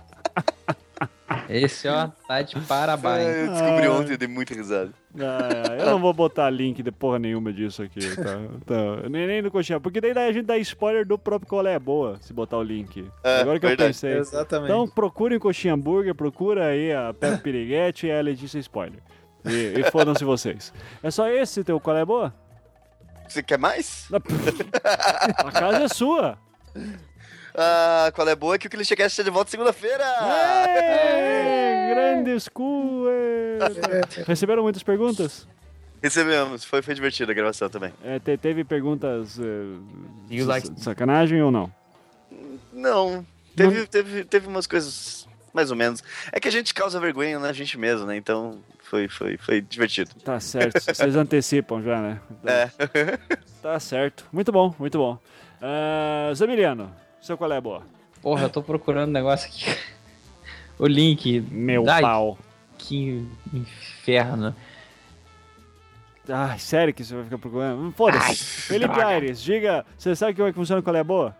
S5: Esse, ó, tá de parabéns.
S6: Ah, Eu descobri ontem e dei muita risada.
S3: Ah, eu não vou botar link de porra nenhuma disso aqui, tá? Tá. Nem, nem do coxinha, porque daí a gente dá spoiler do próprio qual é boa, se botar o link.
S6: É,
S3: Agora que
S6: verdade.
S3: eu pensei.
S9: Exatamente.
S3: Então procurem coxinha hambúrguer, procura aí a Pepe Piriguete e a Letícia Spoiler. E, e fodam-se vocês. É só esse teu qual é boa?
S6: Você quer mais?
S3: Não, pff. A casa é sua.
S6: Ah, qual é boa é que o ClichêCast está de volta segunda-feira! É.
S3: Ê, Grande school! ê. Receberam muitas perguntas?
S6: Recebemos, foi, foi divertido a gravação também.
S3: É, te- teve perguntas eh,
S5: E os
S3: sa-
S5: likes?
S3: sacanagem ou não?
S6: Não, teve, Teve, teve umas coisas mais ou menos. É que a gente causa vergonha na gente mesmo, né? Então foi, foi, foi divertido.
S3: Tá certo, vocês antecipam já, né? Então,
S6: É.
S3: Tá certo. Muito bom, muito bom. Ah, Zamiliano, seu qual é boa?
S5: Porra, eu tô procurando um negócio aqui. O link.
S3: Meu
S5: Ai,
S3: pau.
S5: Que inferno.
S3: Ai, sério que você vai ficar procurando? Hum, Foda-se. Felipe Aires, diga, você sabe como é que funciona o qual é boa?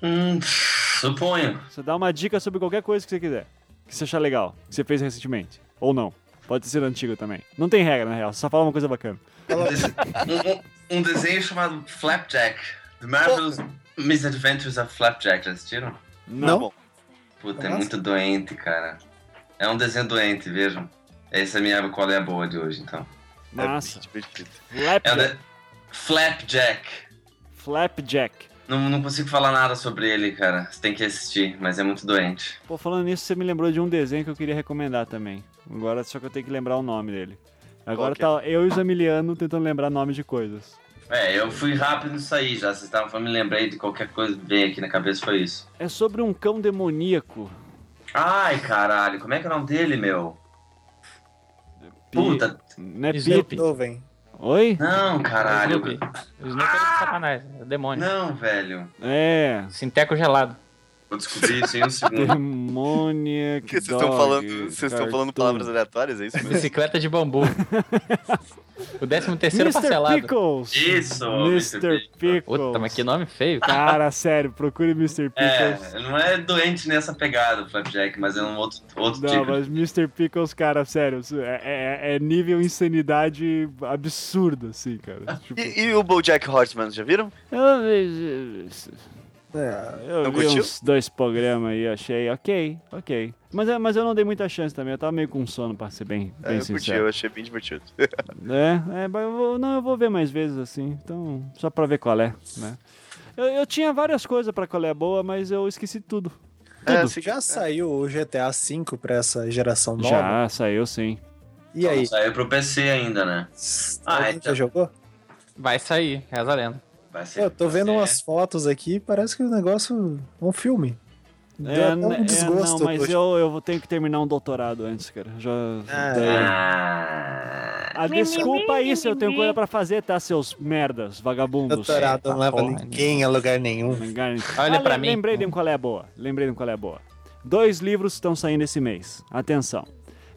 S8: Hum, suponho.
S3: Você dá uma dica sobre qualquer coisa que você quiser, que você achar legal, que você fez recentemente, ou não. Pode ser antigo também. Não tem regra, na real, você só fala uma coisa bacana.
S8: Um, dese- um- um- um desenho chamado Flapjack. The Marvelous Misadventures of Flapjack. Já assistiram?
S6: Tá
S9: Não?
S6: bom.
S8: Puta, é
S9: Nossa.
S8: muito doente, cara. É um desenho doente, vejam. Essa é a minha qual é a boa de hoje, então.
S3: Massa.
S6: É divertido.
S8: É um
S3: Flapjack.
S8: de- Flapjack.
S3: Flapjack.
S8: Não, não consigo falar nada sobre ele, cara. Você tem que assistir, mas é muito doente.
S3: Pô, falando nisso, você me lembrou de um desenho que eu queria recomendar também. Agora só que eu tenho que lembrar o nome dele. Agora
S6: Qual é?
S3: tá eu e o Zamiliano tentando lembrar nome de coisas.
S8: É, eu fui rápido nisso aí já. Vocês estavam falando, me lembrei de qualquer coisa que veio aqui na cabeça, foi isso.
S3: É sobre um cão demoníaco.
S8: Ai, caralho, como é que é o nome dele, meu?
S3: Pi-
S8: Puta,
S3: Né,
S5: Snoopy.
S3: Pipe?
S9: Beethoven.
S3: Oi?
S8: não,
S3: um
S8: caralho.
S5: Snoopy. O Snoopy é satanás, é o demônio.
S8: Não, velho.
S3: É.
S5: Sinteco gelado.
S8: Vou descobrir isso em um segundo.
S3: Demônia.
S6: Que vocês estão falando, vocês estão falando palavras aleatórias, é isso mesmo?
S5: Bicicleta de bambu. O décimo terceiro
S3: Mr.
S5: parcelado.
S3: Pickles!
S8: Isso,
S3: Mr. Pickles!
S5: Puta, mas que nome feio.
S3: Cara, sério, procure Mr. Pickles.
S8: É, não é doente nessa pegada o Flapjack, mas é um outro, outro
S3: Não,
S8: tipo.
S3: mas Mr. Pickles, cara, sério, isso é, é- é nível insanidade absurda, assim, cara. Tipo,
S6: E, e o BoJack Horseman, já viram?
S3: eu vejo-
S9: É,
S3: Eu
S6: Não
S3: vi
S6: curtiu?
S3: uns dois programas aí, achei ok, ok. Mas, é- mas eu não dei muita chance também, eu tava meio com sono, pra ser bem,
S6: Ah,
S3: bem
S6: eu curti,
S3: sincero.
S6: eu achei bem divertido.
S3: É, é, mas eu vou, não, eu vou ver mais vezes assim, então, só pra ver qual é, né? Eu, eu tinha várias coisas pra qual é boa, mas eu esqueci tudo.
S6: É,
S3: Tudo.
S6: assim que-
S9: já saiu o GTA V pra essa geração nova?
S3: Já Ah, saiu sim.
S9: E aí?
S8: Saiu pro PC ainda, né? Ah,
S9: alguém
S8: então.
S9: já jogou?
S5: Vai sair, reza a lenda.
S8: Vai ser.
S9: Eu tô vendo
S3: É.
S8: vai
S9: umas
S8: ser.
S9: fotos aqui, parece que o negócio é um filme. Deu
S3: É,
S9: até
S3: né, é,
S9: um desgosto.
S3: não, mas
S9: hoje.
S3: eu, eu vou- tenho que terminar um doutorado antes, cara. Já.
S6: Ah.
S3: daí-
S8: Ah,
S3: Ah, desculpa isso, eu tenho coisa pra fazer, tá, seus merdas, vagabundos.
S9: Doutorado não leva ninguém
S3: né?
S9: a lugar nenhum.
S3: Engan-
S5: Olha
S3: Ah,
S5: pra
S3: lem-
S5: mim.
S3: Lembrei de um qual é a boa. Lembrei de um qual é a boa. Dois livros estão saindo esse mês. Atenção.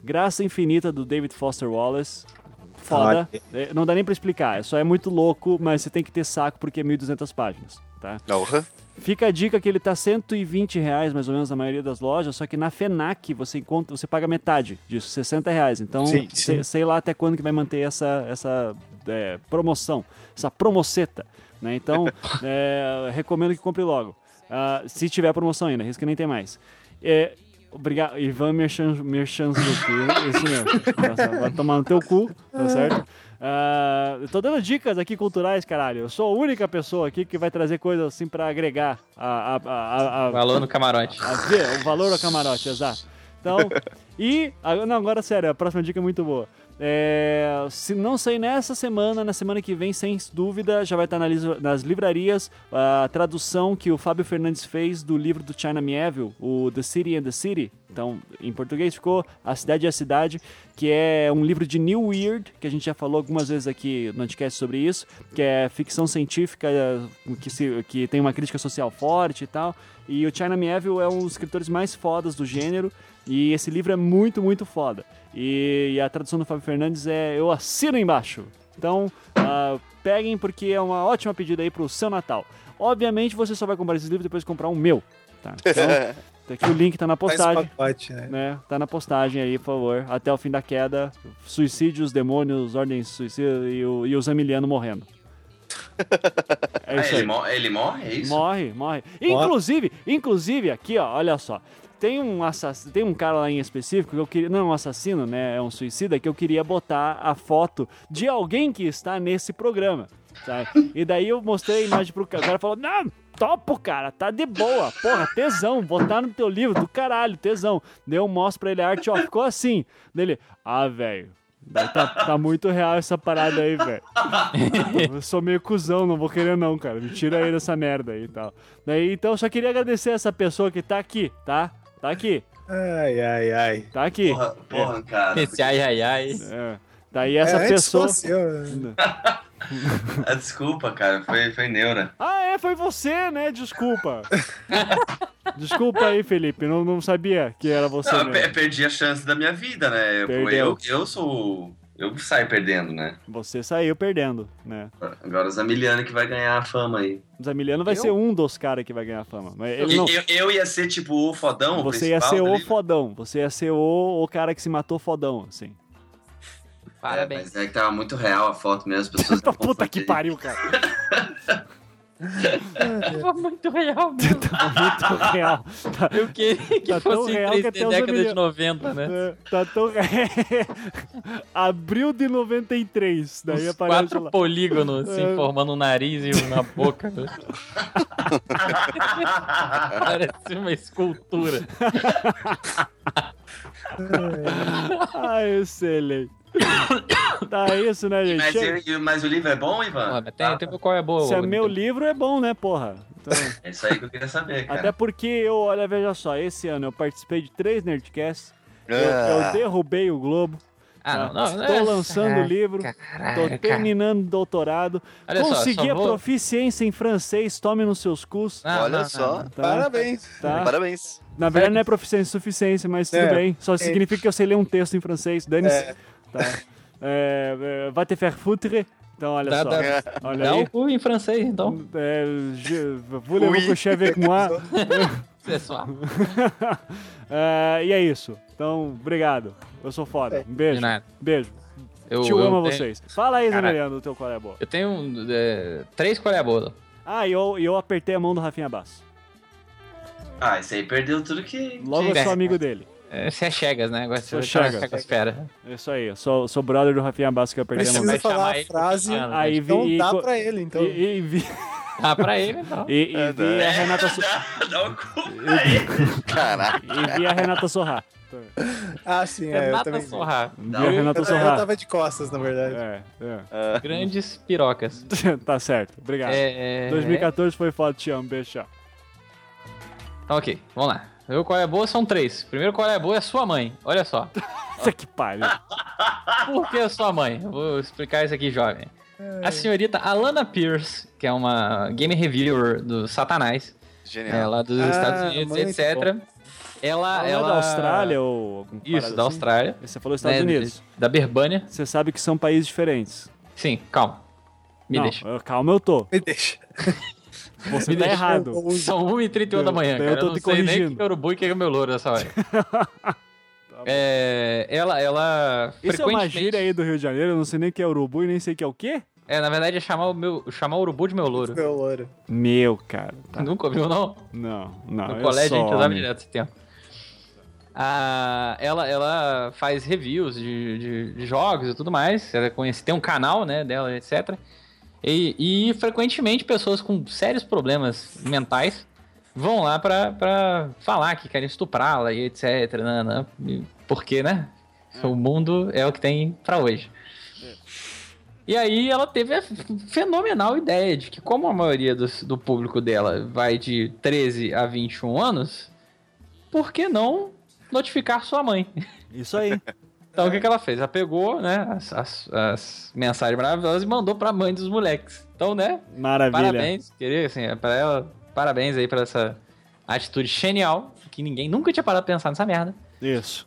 S3: Graça Infinita, do David Foster Wallace.
S9: Ah,
S3: Foda. É, Não dá nem pra explicar. Só é muito louco, mas você tem que ter saco porque é 1.200 páginas, tá?
S6: Não, hã?
S3: Fica a dica que ele tá R$ 120 reais, mais ou menos, na maioria das lojas, só que na FENAC você encontra, você paga metade disso, 60 reais. Então,
S9: Sim,
S3: se- Sei,
S9: sim.
S3: lá até quando que vai manter essa, essa é, promoção, essa promoceta. Né? Então, é, recomendo que compre logo. Ah, se tiver promoção ainda, risco que nem tem mais. É, obrigado, Ivan Merchan, Merchan Zucchi, isso mesmo. Tá certo? Vai tomar no teu cu, tá certo? Ah, eu tô dando dicas aqui culturais, caralho. Eu sou a única pessoa aqui que vai trazer coisas assim pra agregar a, a, a, a- a-
S5: Valor no camarote.
S3: a ver, o valor ao camarote, exato. Então, e. a- Não, agora sério, a próxima dica é muito boa. É, se não sair nessa semana, na semana que vem, sem dúvida, já vai estar na lis- nas livrarias a tradução que o Fábio Fernandes fez do livro do China Mieville, o The City and the City. Então, em português ficou A Cidade e a Cidade, que é um livro de New Weird, que a gente já falou algumas vezes aqui no podcast sobre isso, que é ficção científica eh, que, se- que tem uma crítica social forte e tal. E o China Mieville é um dos escritores mais fodas do gênero. E esse livro é muito, muito foda. E, e a tradução do Fábio Fernandes é Eu assino embaixo. Então, ah, peguem porque é uma ótima pedida aí pro seu Natal. Obviamente, você só vai comprar esse livro depois de comprar um meu. Tá? Então, Tá Aqui o link tá na
S9: Faz
S3: postagem.
S9: pacote,
S4: É.
S9: né?
S3: Né? Tá na postagem aí, por favor. Até o fim da queda. Suicídios, demônios, ordens suicida e o, e o Zamiliano morrendo. É
S8: Ah,
S3: isso
S8: ele,
S3: aí.
S8: mo- ele morre, é isso?
S3: Morre, morre. Inclusive, inclusive aqui, ó, olha só. Tem um assassino, tem um cara lá em específico que eu queria, não é um assassino, né, é um suicida que eu queria botar a foto de alguém que está nesse programa, sabe? E daí eu mostrei a imagem pro cara, o cara falou: "Não, topo, cara, tá de boa. Porra, tesão, botar no teu livro do caralho, tesão". Daí eu mostro pra ele a arte, ó, ficou assim. Dele: "Ah, velho, daí tá, tá muito real essa parada aí, velho". Eu sou meio cuzão, não vou querer não, cara. Me tira aí dessa merda aí e tal. Daí, então, eu só queria agradecer essa pessoa que tá aqui, tá? Tá aqui,
S9: Ai, ai, ai.
S3: tá aqui.
S8: Porra, porra, cara.
S7: Esse ai, ai, ai.
S3: É. Daí essa
S9: É, antes
S3: pessoa...
S9: fosse eu. né?
S8: Ah, desculpa, cara. Foi, foi neura.
S3: Ah, é, foi você, né? Desculpa. Desculpa aí, Felipe. Não, não sabia que era você né?
S8: Não, é. eu
S3: mesmo.
S8: Ah, pe- perdi a chance da minha vida, né? Eu,
S3: Perdeu.
S8: eu, eu sou. Eu saio perdendo, né?
S3: Você saiu perdendo, né?
S8: Agora o Zamiliano que vai ganhar a fama aí.
S3: O Zamiliano vai
S5: Eu?
S3: ser um dos caras que vai ganhar fama. Mas ele
S8: E-
S3: não...
S8: eu, eu ia ser tipo o fodão,
S3: Você
S8: o
S3: ia
S8: principal,
S3: ser
S8: tá
S3: o
S8: ligado?
S3: fodão. Você ia ser o, o cara que se matou fodão, assim.
S8: É,
S7: Parabéns.
S8: mas é que tava muito real a foto mesmo, as pessoas.
S3: Puta que pariu, cara.
S7: Foi muito real, mesmo.
S3: Muito real. Tá-
S7: Eu queria que
S3: Tá tão
S7: fosse em
S3: real
S7: 3D
S3: que até os
S7: década
S3: Emiliano-
S7: de 90, né?
S3: É, Tá tão. Abril de 93. Daí
S7: Uns
S3: aparece
S7: quatro
S3: lá.
S7: polígonos assim,
S3: É.
S7: formando um nariz e uma boca. né? Parece uma escultura.
S3: Ai, Ah, excelente. tá isso, né, gente?
S8: Mas,
S3: Chega-
S8: eu- mas o livro é bom,
S6: Ah.
S8: Ivan?
S7: Mano, tem, tem qual é
S3: Se
S7: boa.
S3: é
S7: Wellington.
S3: meu livro, é bom, né, porra? Então,
S8: É isso aí que eu queria saber,
S3: até
S8: cara.
S3: porque eu, olha, veja só, esse ano eu participei de três Nerdcasts. Eu, eu
S6: Ah.
S3: derrubei o Globo.
S7: Ah, não, não, É. não.
S3: Estou lançando o livro. Tô
S7: Caraca.
S3: terminando o doutorado.
S7: Olha só,
S3: Consegui
S7: só
S3: a
S7: vou- Ah,
S3: proficiência em francês, tome nos seus cus.
S7: Não,
S6: Olha
S7: não, não,
S6: só.
S3: Tá?
S9: Parabéns.
S3: Tá?
S6: Parabéns.
S3: Na verdade não é proficiência insuficiência, mas tudo
S9: É.
S3: bem. Só significa que eu sei ler um texto em francês. Dane-se.
S9: É.
S3: Tá. É, é, va te faire foutre. Então, olha
S7: Dá-
S3: só.
S7: dá-
S3: Olha
S7: Dá
S3: aí.
S7: É o cu em francês, então.
S3: É, je, voulez vous coucher avec moi?
S7: Pessoal.
S3: É, e é isso. Então, obrigado. Eu sou
S9: É.
S3: foda. Um beijo.
S7: De nada.
S3: Beijo.
S7: Eu,
S3: Te amo a
S7: tenho-
S3: vocês. Fala aí,
S7: Caralho.
S3: Zamiliano, do teu qual é a boa.
S7: Eu tenho é, três qual é a boa.
S3: Ah, e eu, e eu apertei a mão do Rafinha Basso.
S8: Ah, isso aí perdeu tudo que.
S3: Logo eu
S7: Sim.
S3: sou amigo dele.
S7: É, Você é Chegas, né? Agora
S3: Sou
S7: você tá na
S3: Chegas.
S7: Chegosfera.
S3: É isso aí. Eu sou, sou brother do Rafinha Basso que eu apertei a mão
S9: Precisa
S3: dele.
S7: vai chamar
S9: falar a
S7: ele.
S9: frase.
S7: Ah,
S3: Aí vi-
S9: Então
S3: e
S9: dá
S3: co-
S9: pra ele, então.
S3: E, e vi,
S7: Dá pra ele, então.
S3: e, e vi a Renata, Su-
S8: É, né? Dá o cu aí.
S6: Caraca.
S3: e vi a Renata Sorrar.
S9: Ah, sim, é, eu
S7: Renata
S9: também.
S7: Sorra.
S3: Vi a Renata
S9: Eu, eu
S3: Sorrar.
S9: tava de costas, na verdade.
S3: É, é.
S7: Grandes pirocas.
S3: tá certo. Obrigado.
S7: É, é...
S3: 2014 foi foda, te amo, beijo. tchau.
S7: Então, Ok, vamos lá. Meu qual é boa são três. Primeiro qual é boa é sua mãe. Olha só.
S3: Isso que pariu.
S7: Por que sua mãe? Eu Vou explicar isso aqui, jovem.
S9: É.
S7: A senhorita Alana Pierce, que é uma game reviewer do Satanás, né,
S6: Genial.
S7: lá dos
S9: Ah,
S7: Estados Unidos,
S9: muito
S7: etc.
S3: Ela,
S7: Ela, ela
S3: é da Austrália ou alguma
S7: Ah, Isso,
S3: parada
S7: da
S3: assim?
S7: Austrália.
S3: Você falou Estados
S7: né,
S3: Unidos.
S7: Da Berbânia.
S3: Você sabe que são países diferentes.
S7: Sim, calma. Me
S3: Não,
S7: deixa.
S3: eu- calma, eu tô.
S9: Me deixa.
S3: Você
S7: Me
S3: tá
S7: deixa.
S3: errado.
S7: São 1h31 da manhã,
S3: Eu
S7: cara. Eu,
S3: tô
S7: não
S3: te
S7: sei nem
S3: corrigindo.
S7: quem é urubu e quem é meu louro nessa hora. É, ela, ela
S3: Isso é uma
S7: frequentemente...
S3: gíria aí do Rio de Janeiro, eu não sei nem que é urubu e nem sei que é o quê.
S7: É, na verdade é chamar o, meu, chamar o urubu de meu louro.
S9: Meu louro.
S3: Meu, cara. tá.
S7: Nunca ouviu, não?
S3: Não, não.
S7: No
S3: eu
S7: colégio
S3: sou
S7: a gente usava
S3: homem.
S7: direto esse tempo. Ah, ela, ela faz reviews de, de- de jogos e tudo mais. Ela conhece, tem um canal né, dela, etc. E, e frequentemente pessoas com sérios problemas mentais vão lá pra, pra falar que querem estuprá-la e etc. né, né, e- Porque, né? O mundo é o que tem pra hoje. E aí ela teve a fenomenal ideia de que, como a maioria dos- do, público dela vai de 13 a 21 anos, por que não notificar sua mãe?
S3: Isso aí.
S7: Então o que, que ela fez? Ela pegou né, as, as- as mensagens maravilhosas e mandou pra mãe dos moleques. Então, né?
S3: Maravilha.
S7: Parabéns, queria assim, pra ela, parabéns aí pra essa atitude genial, que ninguém nunca tinha parado pra pensar nessa merda.
S3: Isso.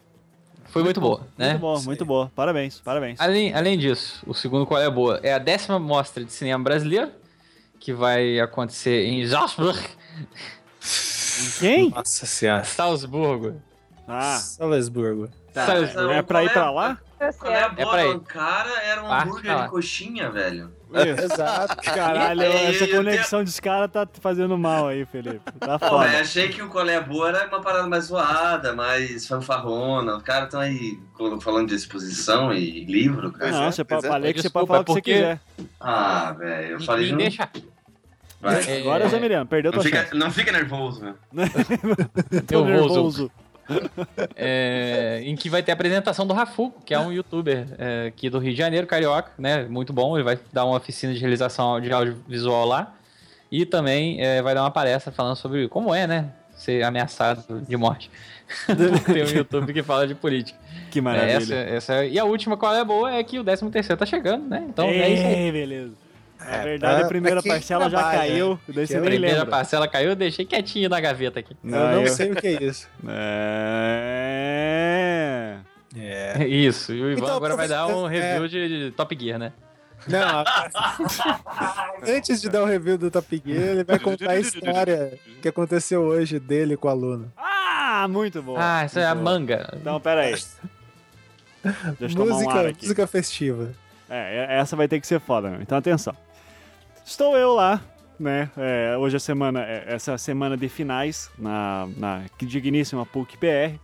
S7: Foi muito, boa, né?
S3: Muito bom, muito bom. Parabéns, parabéns.
S7: Além, além disso, o segundo qual é a boa? É a décima mostra de cinema brasileiro, que vai acontecer em Salzburg,
S3: Quem?
S9: Nossa senhora.
S7: Salzburgo.
S3: Ah,
S9: Salzburgo.
S7: Tá.
S8: Não,
S3: é pra ir
S8: qual
S3: pra lá?
S13: Tá
S8: Qual é a
S13: certo.
S7: pra
S8: bola?
S7: ele.
S8: O cara era um
S7: Ah,
S8: hambúrguer
S7: tá lá.
S8: de coxinha, velho.
S3: Ah.
S9: Exato.
S3: Caralho,
S8: Ei,
S3: essa
S8: eu
S3: conexão dos caras tá fazendo mal aí, Felipe. Tá
S8: Pô, mas
S3: foda.
S8: achei que o Colé Boa era uma parada mais zoada, mais fanfarrona. Os caras estão aí colo- falando de exposição e livro, cara.
S3: Não, você
S6: pois
S3: pode
S6: é.
S3: falei que você
S7: Desculpa,
S3: pode falar o que você
S7: porque-
S3: quiser.
S8: Ah, velho, eu falei
S7: Me
S8: de não.
S7: deixa.
S8: Vai.
S7: É,
S3: Agora, Zé Miriam, perdeu
S8: Não
S3: tua chance.
S8: fica, não fica nervoso, meu.
S3: Tô
S7: eu vou, Zuko.
S3: nervoso.
S7: É, em que vai ter a apresentação do Rafu, que é um youtuber é, aqui do Rio de Janeiro, carioca, né? Muito bom, ele vai dar uma oficina de realização de audiovisual lá. E também é, vai dar uma palestra falando sobre como é, né? Ser ameaçado de morte. Tem um YouTube que fala de política.
S3: Que
S7: É, essa,
S3: maravilha.
S7: essa é- E a última qual é boa é que o 13 terceiro tá chegando, né? Então é isso aí.
S3: Ei, beleza.
S8: É,
S3: Na verdade, a
S8: tá
S9: pra-
S3: primeira
S9: pra quem
S3: parcela já
S9: trabalha,
S3: caiu,
S8: né?
S3: daí você
S9: eu
S3: nem
S7: Primeira
S3: lembra.
S7: parcela caiu, eu deixei quietinho na gaveta aqui.
S9: Eu não sei o que é isso.
S3: É.
S9: É.
S7: Isso, e o Ivan
S9: Então,
S7: agora vai dar um
S9: aproveitando-
S7: review de, de Top Gear, né?
S9: Não. Antes de dar o review do Top Gear, ele vai contar a história que aconteceu hoje dele com o aluno.
S3: Ah, muito bom.
S7: Ah, isso é a
S3: Muito bom.
S7: manga.
S3: Então, pera aí. Deixa eu tomar um ar
S9: Música,
S3: aqui.
S9: música festiva.
S3: É, é- essa vai ter que ser foda, meu. Então, atenção. Estou eu lá, né? É, hoje é semana, é, essa semana de finais na, na digníssima PUC PR.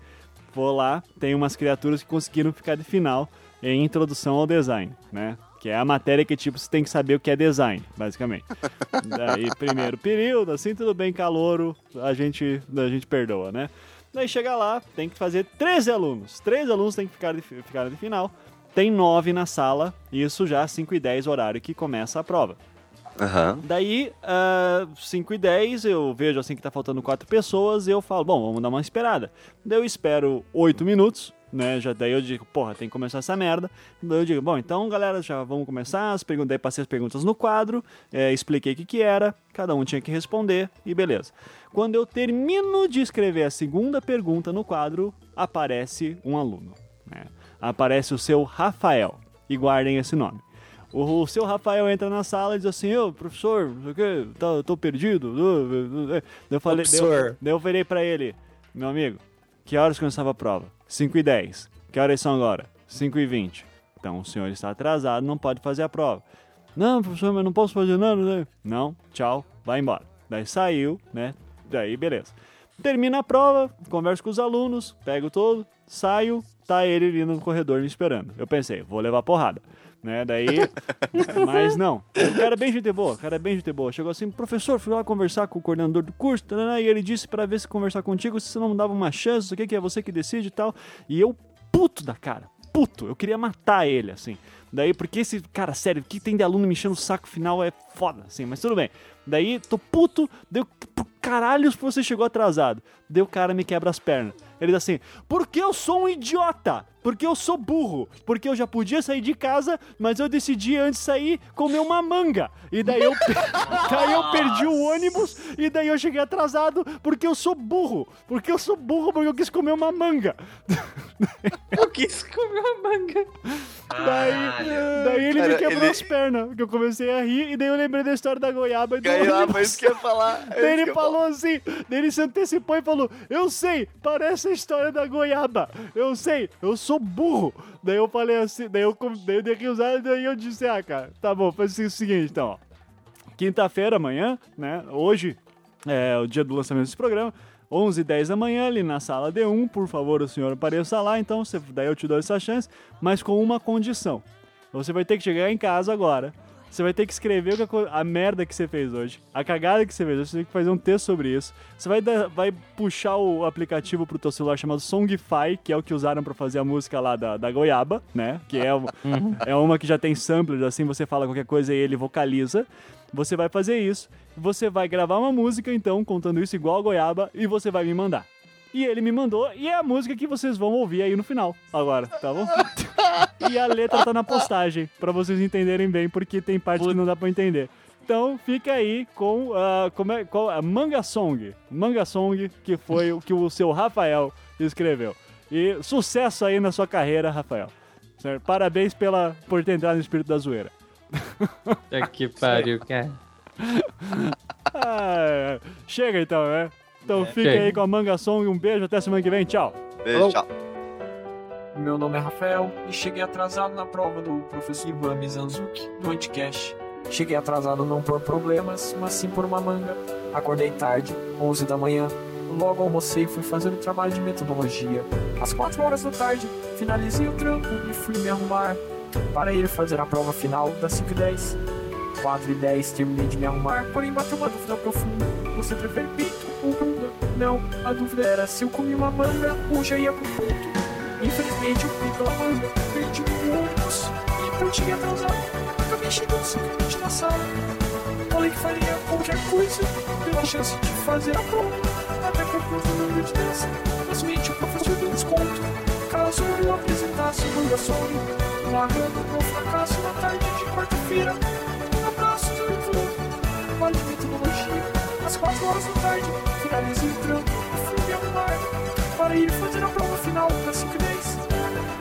S3: Vou lá, tem umas criaturas que conseguiram ficar de final em introdução ao design, né? Que é a matéria que, tipo, você tem que saber o que é design, basicamente. Daí, primeiro período, assim, tudo bem, calouro, a gente, a gente perdoa, né? Daí chega lá, tem que fazer 13 alunos. 13 alunos tem que ficar de, fi- ficar de final. Tem 9 na sala, isso já às 5 e 10 horário que começa a prova.
S6: Aham.
S3: Uhum. Daí, ah, 5 e 10, eu vejo assim que tá faltando 4 pessoas e eu falo, bom, vamos dar uma esperada. Daí eu espero 8 minutos, né? Já, daí eu digo, porra, tem que começar essa merda. Daí eu digo, bom, então galera, já vamos começar. As perguntas, daí passei as perguntas no quadro, eh, expliquei o que, que era, cada um tinha que responder e beleza. Quando eu termino de escrever a segunda pergunta no quadro, aparece um aluno. né? Aparece o seu Rafael, e guardem esse nome. O, o seu Rafael entra na sala e diz assim: Ô, professor, não sei o que, tá, eu tô perdido. uh, uh, uh." Daí Eu falei, daí eu-
S9: Professor.
S3: daí eu virei pra ele: Meu amigo, que horas começava a prova? 5 e 10. Que horas são agora? 5 e 20. Então o senhor está atrasado, não pode fazer a prova. Não, professor, mas não posso fazer nada. né?" Não, tchau, vai embora. Daí saiu, né? Daí beleza. Termina a prova, converso com os alunos, pego todo, saio, tá ele ali no corredor me esperando. Eu pensei, vou levar porrada. Né? Daí, mas não. O cara é bem gente boa, o cara é bem gente boa. Chegou assim, professor, fui lá conversar com o coordenador do curso, tarará, e ele disse pra ver se conversar contigo, se você não dava uma chance, o que que é você que decide e tal. E eu, puto da cara, puto, eu queria matar ele, assim. Daí, porque esse, cara, sério, o que tem de aluno me enchendo o saco final é foda, assim, mas tudo bem. Daí, tô puto, deu, por caralho, você chegou atrasado. Daí o cara me quebra as pernas. Ele diz assim, porque eu sou um idiota, porque eu sou burro, porque eu já podia sair de casa, mas eu decidi antes de sair comer uma manga. E daí eu, per- daí eu perdi o ônibus e daí eu cheguei atrasado porque eu sou burro, porque eu sou burro porque eu quis comer uma manga.
S7: Eu quis comer uma manga.
S3: Daí,
S8: Caralho.
S3: daí ele me
S6: Cara,
S3: quebrou
S6: ele-
S3: as pernas, que eu comecei a rir, e daí eu lembrei da história da goiaba e do
S6: Ganhou,
S3: ônibus.
S6: mas isso que eu ia falar.
S3: Daí
S6: é isso que
S3: ele
S6: eu ia falar.
S3: falou assim, daí ele se antecipou e falou: Eu sei, parece a história da goiaba. Eu sei, eu sou burro. Daí eu falei assim, daí eu, com- daí eu dei risada, daí eu disse: Ah, cara, tá bom, faz o seguinte então, ó. Quinta-feira, amanhã, né? Hoje é o dia do lançamento desse programa. 11 h 10 da manhã, ali na sala D1, por favor, o senhor apareça lá, então você- daí eu te dou essa chance, mas com uma condição. Você vai ter que chegar em casa agora. Você vai ter que escrever o que aco- a merda que você fez hoje, a cagada que você fez hoje. Você tem que fazer um texto sobre isso. Você vai, dar- vai puxar o aplicativo pro teu celular chamado Songify, que é o que usaram pra fazer a música lá da, da goiaba, né? Que é, um- é uma que já tem samplers, assim, você fala qualquer coisa e ele vocaliza. Você vai fazer isso. Você vai gravar uma música, então, contando isso igual a goiaba, e você vai me mandar. E ele me mandou, e é a música que vocês vão ouvir aí no final, agora, tá bom? e a letra tá na postagem, pra vocês entenderem bem, porque tem parte que não dá pra entender. Então fica aí com ah, como é, qual, a Manga Song. Manga Song, que foi o que o seu Rafael escreveu. E sucesso aí na sua carreira, Rafael. Certo? Parabéns pela, por ter entrado no espírito da zoeira.
S7: é. Puta que pariu, cara.
S3: Ah, chega então, né? Então fiquem
S7: ok.
S3: aí com a Manga Song. Um beijo, até semana que vem. Tchau.
S6: Beijo, tchau.
S8: Meu nome é Rafael e cheguei atrasado na prova do professor Ivan Mizanzuki do Anticash. Cheguei atrasado não por problemas, mas sim por uma manga. Acordei tarde, 11 da manhã. Logo almocei e fui fazer o trabalho de metodologia. Às 4 horas da tarde, finalizei o trampo e fui me arrumar para ir fazer a prova final das 5 e 10. 4 e 10 terminei de me arrumar, porém bateu uma dúvida profunda. Você prefere peito ou bunda? Não, a dúvida era se eu comi uma manga ou já ia pro ponto. Infelizmente eu fui pela manga, perdi meu ônibus e não cheguei atrasado. Acabei chegando simplesmente na sala. tá Falei que faria qualquer coisa pela chance de fazer a prova. Até porque eu fui número de 10. Infelizmente o professor deu desconto. Caso eu apresentasse o meu sonho, largando meu fracasso na tarde de quarta-feira. Abraços, Arthur. Vale metodologia. Às 4 horas da tarde, finalizei o trampo e fui me arrumar para ir fazer a prova final das 5 e 10.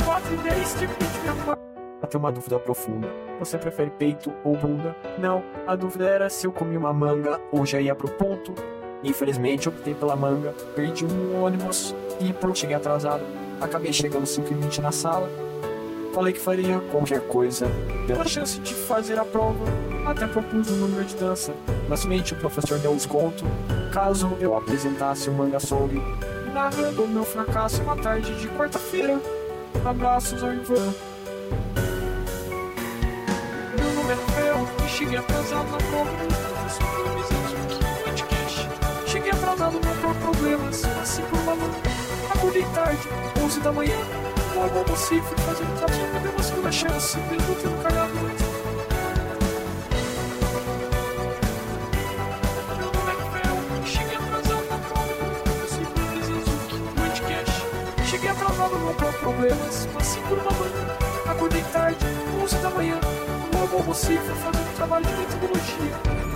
S8: 4 e 10, terminei de me arrumar. Até uma dúvida profunda. Você prefere peito ou bunda? Não, a dúvida era se eu comi uma manga ou já ia pro ponto. Infelizmente, optei pela manga, perdi um ônibus e por cheguei atrasado. Acabei chegando 5 e 20 na sala. Falei que faria qualquer coisa pela chance de fazer a prova. Até propus um número de dança, mas somente o professor deu um desconto caso eu apresentasse o Manga Soul narrando o meu fracasso na tarde de quarta-feira. Abraços ao Ivan. Meu nome é Rafael e cheguei atrasado na prova do professor Camisinho do podcast. Cheguei atrasado não por problemas, assim por uma mão. Acordei tarde, 11 da manhã. Logo almocei e fui fazer um trabalho, mas dei uma segunda chance, mesmo tendo cagado muito. Meu nome é Rafael e cheguei atrasado na prova do professor Camisinho do podcast. Cheguei atrasado não por problemas, mas sim por uma mão. Acordei tarde, 11 da manhã. Logo almocei e fui fazer um trabalho de metodologia.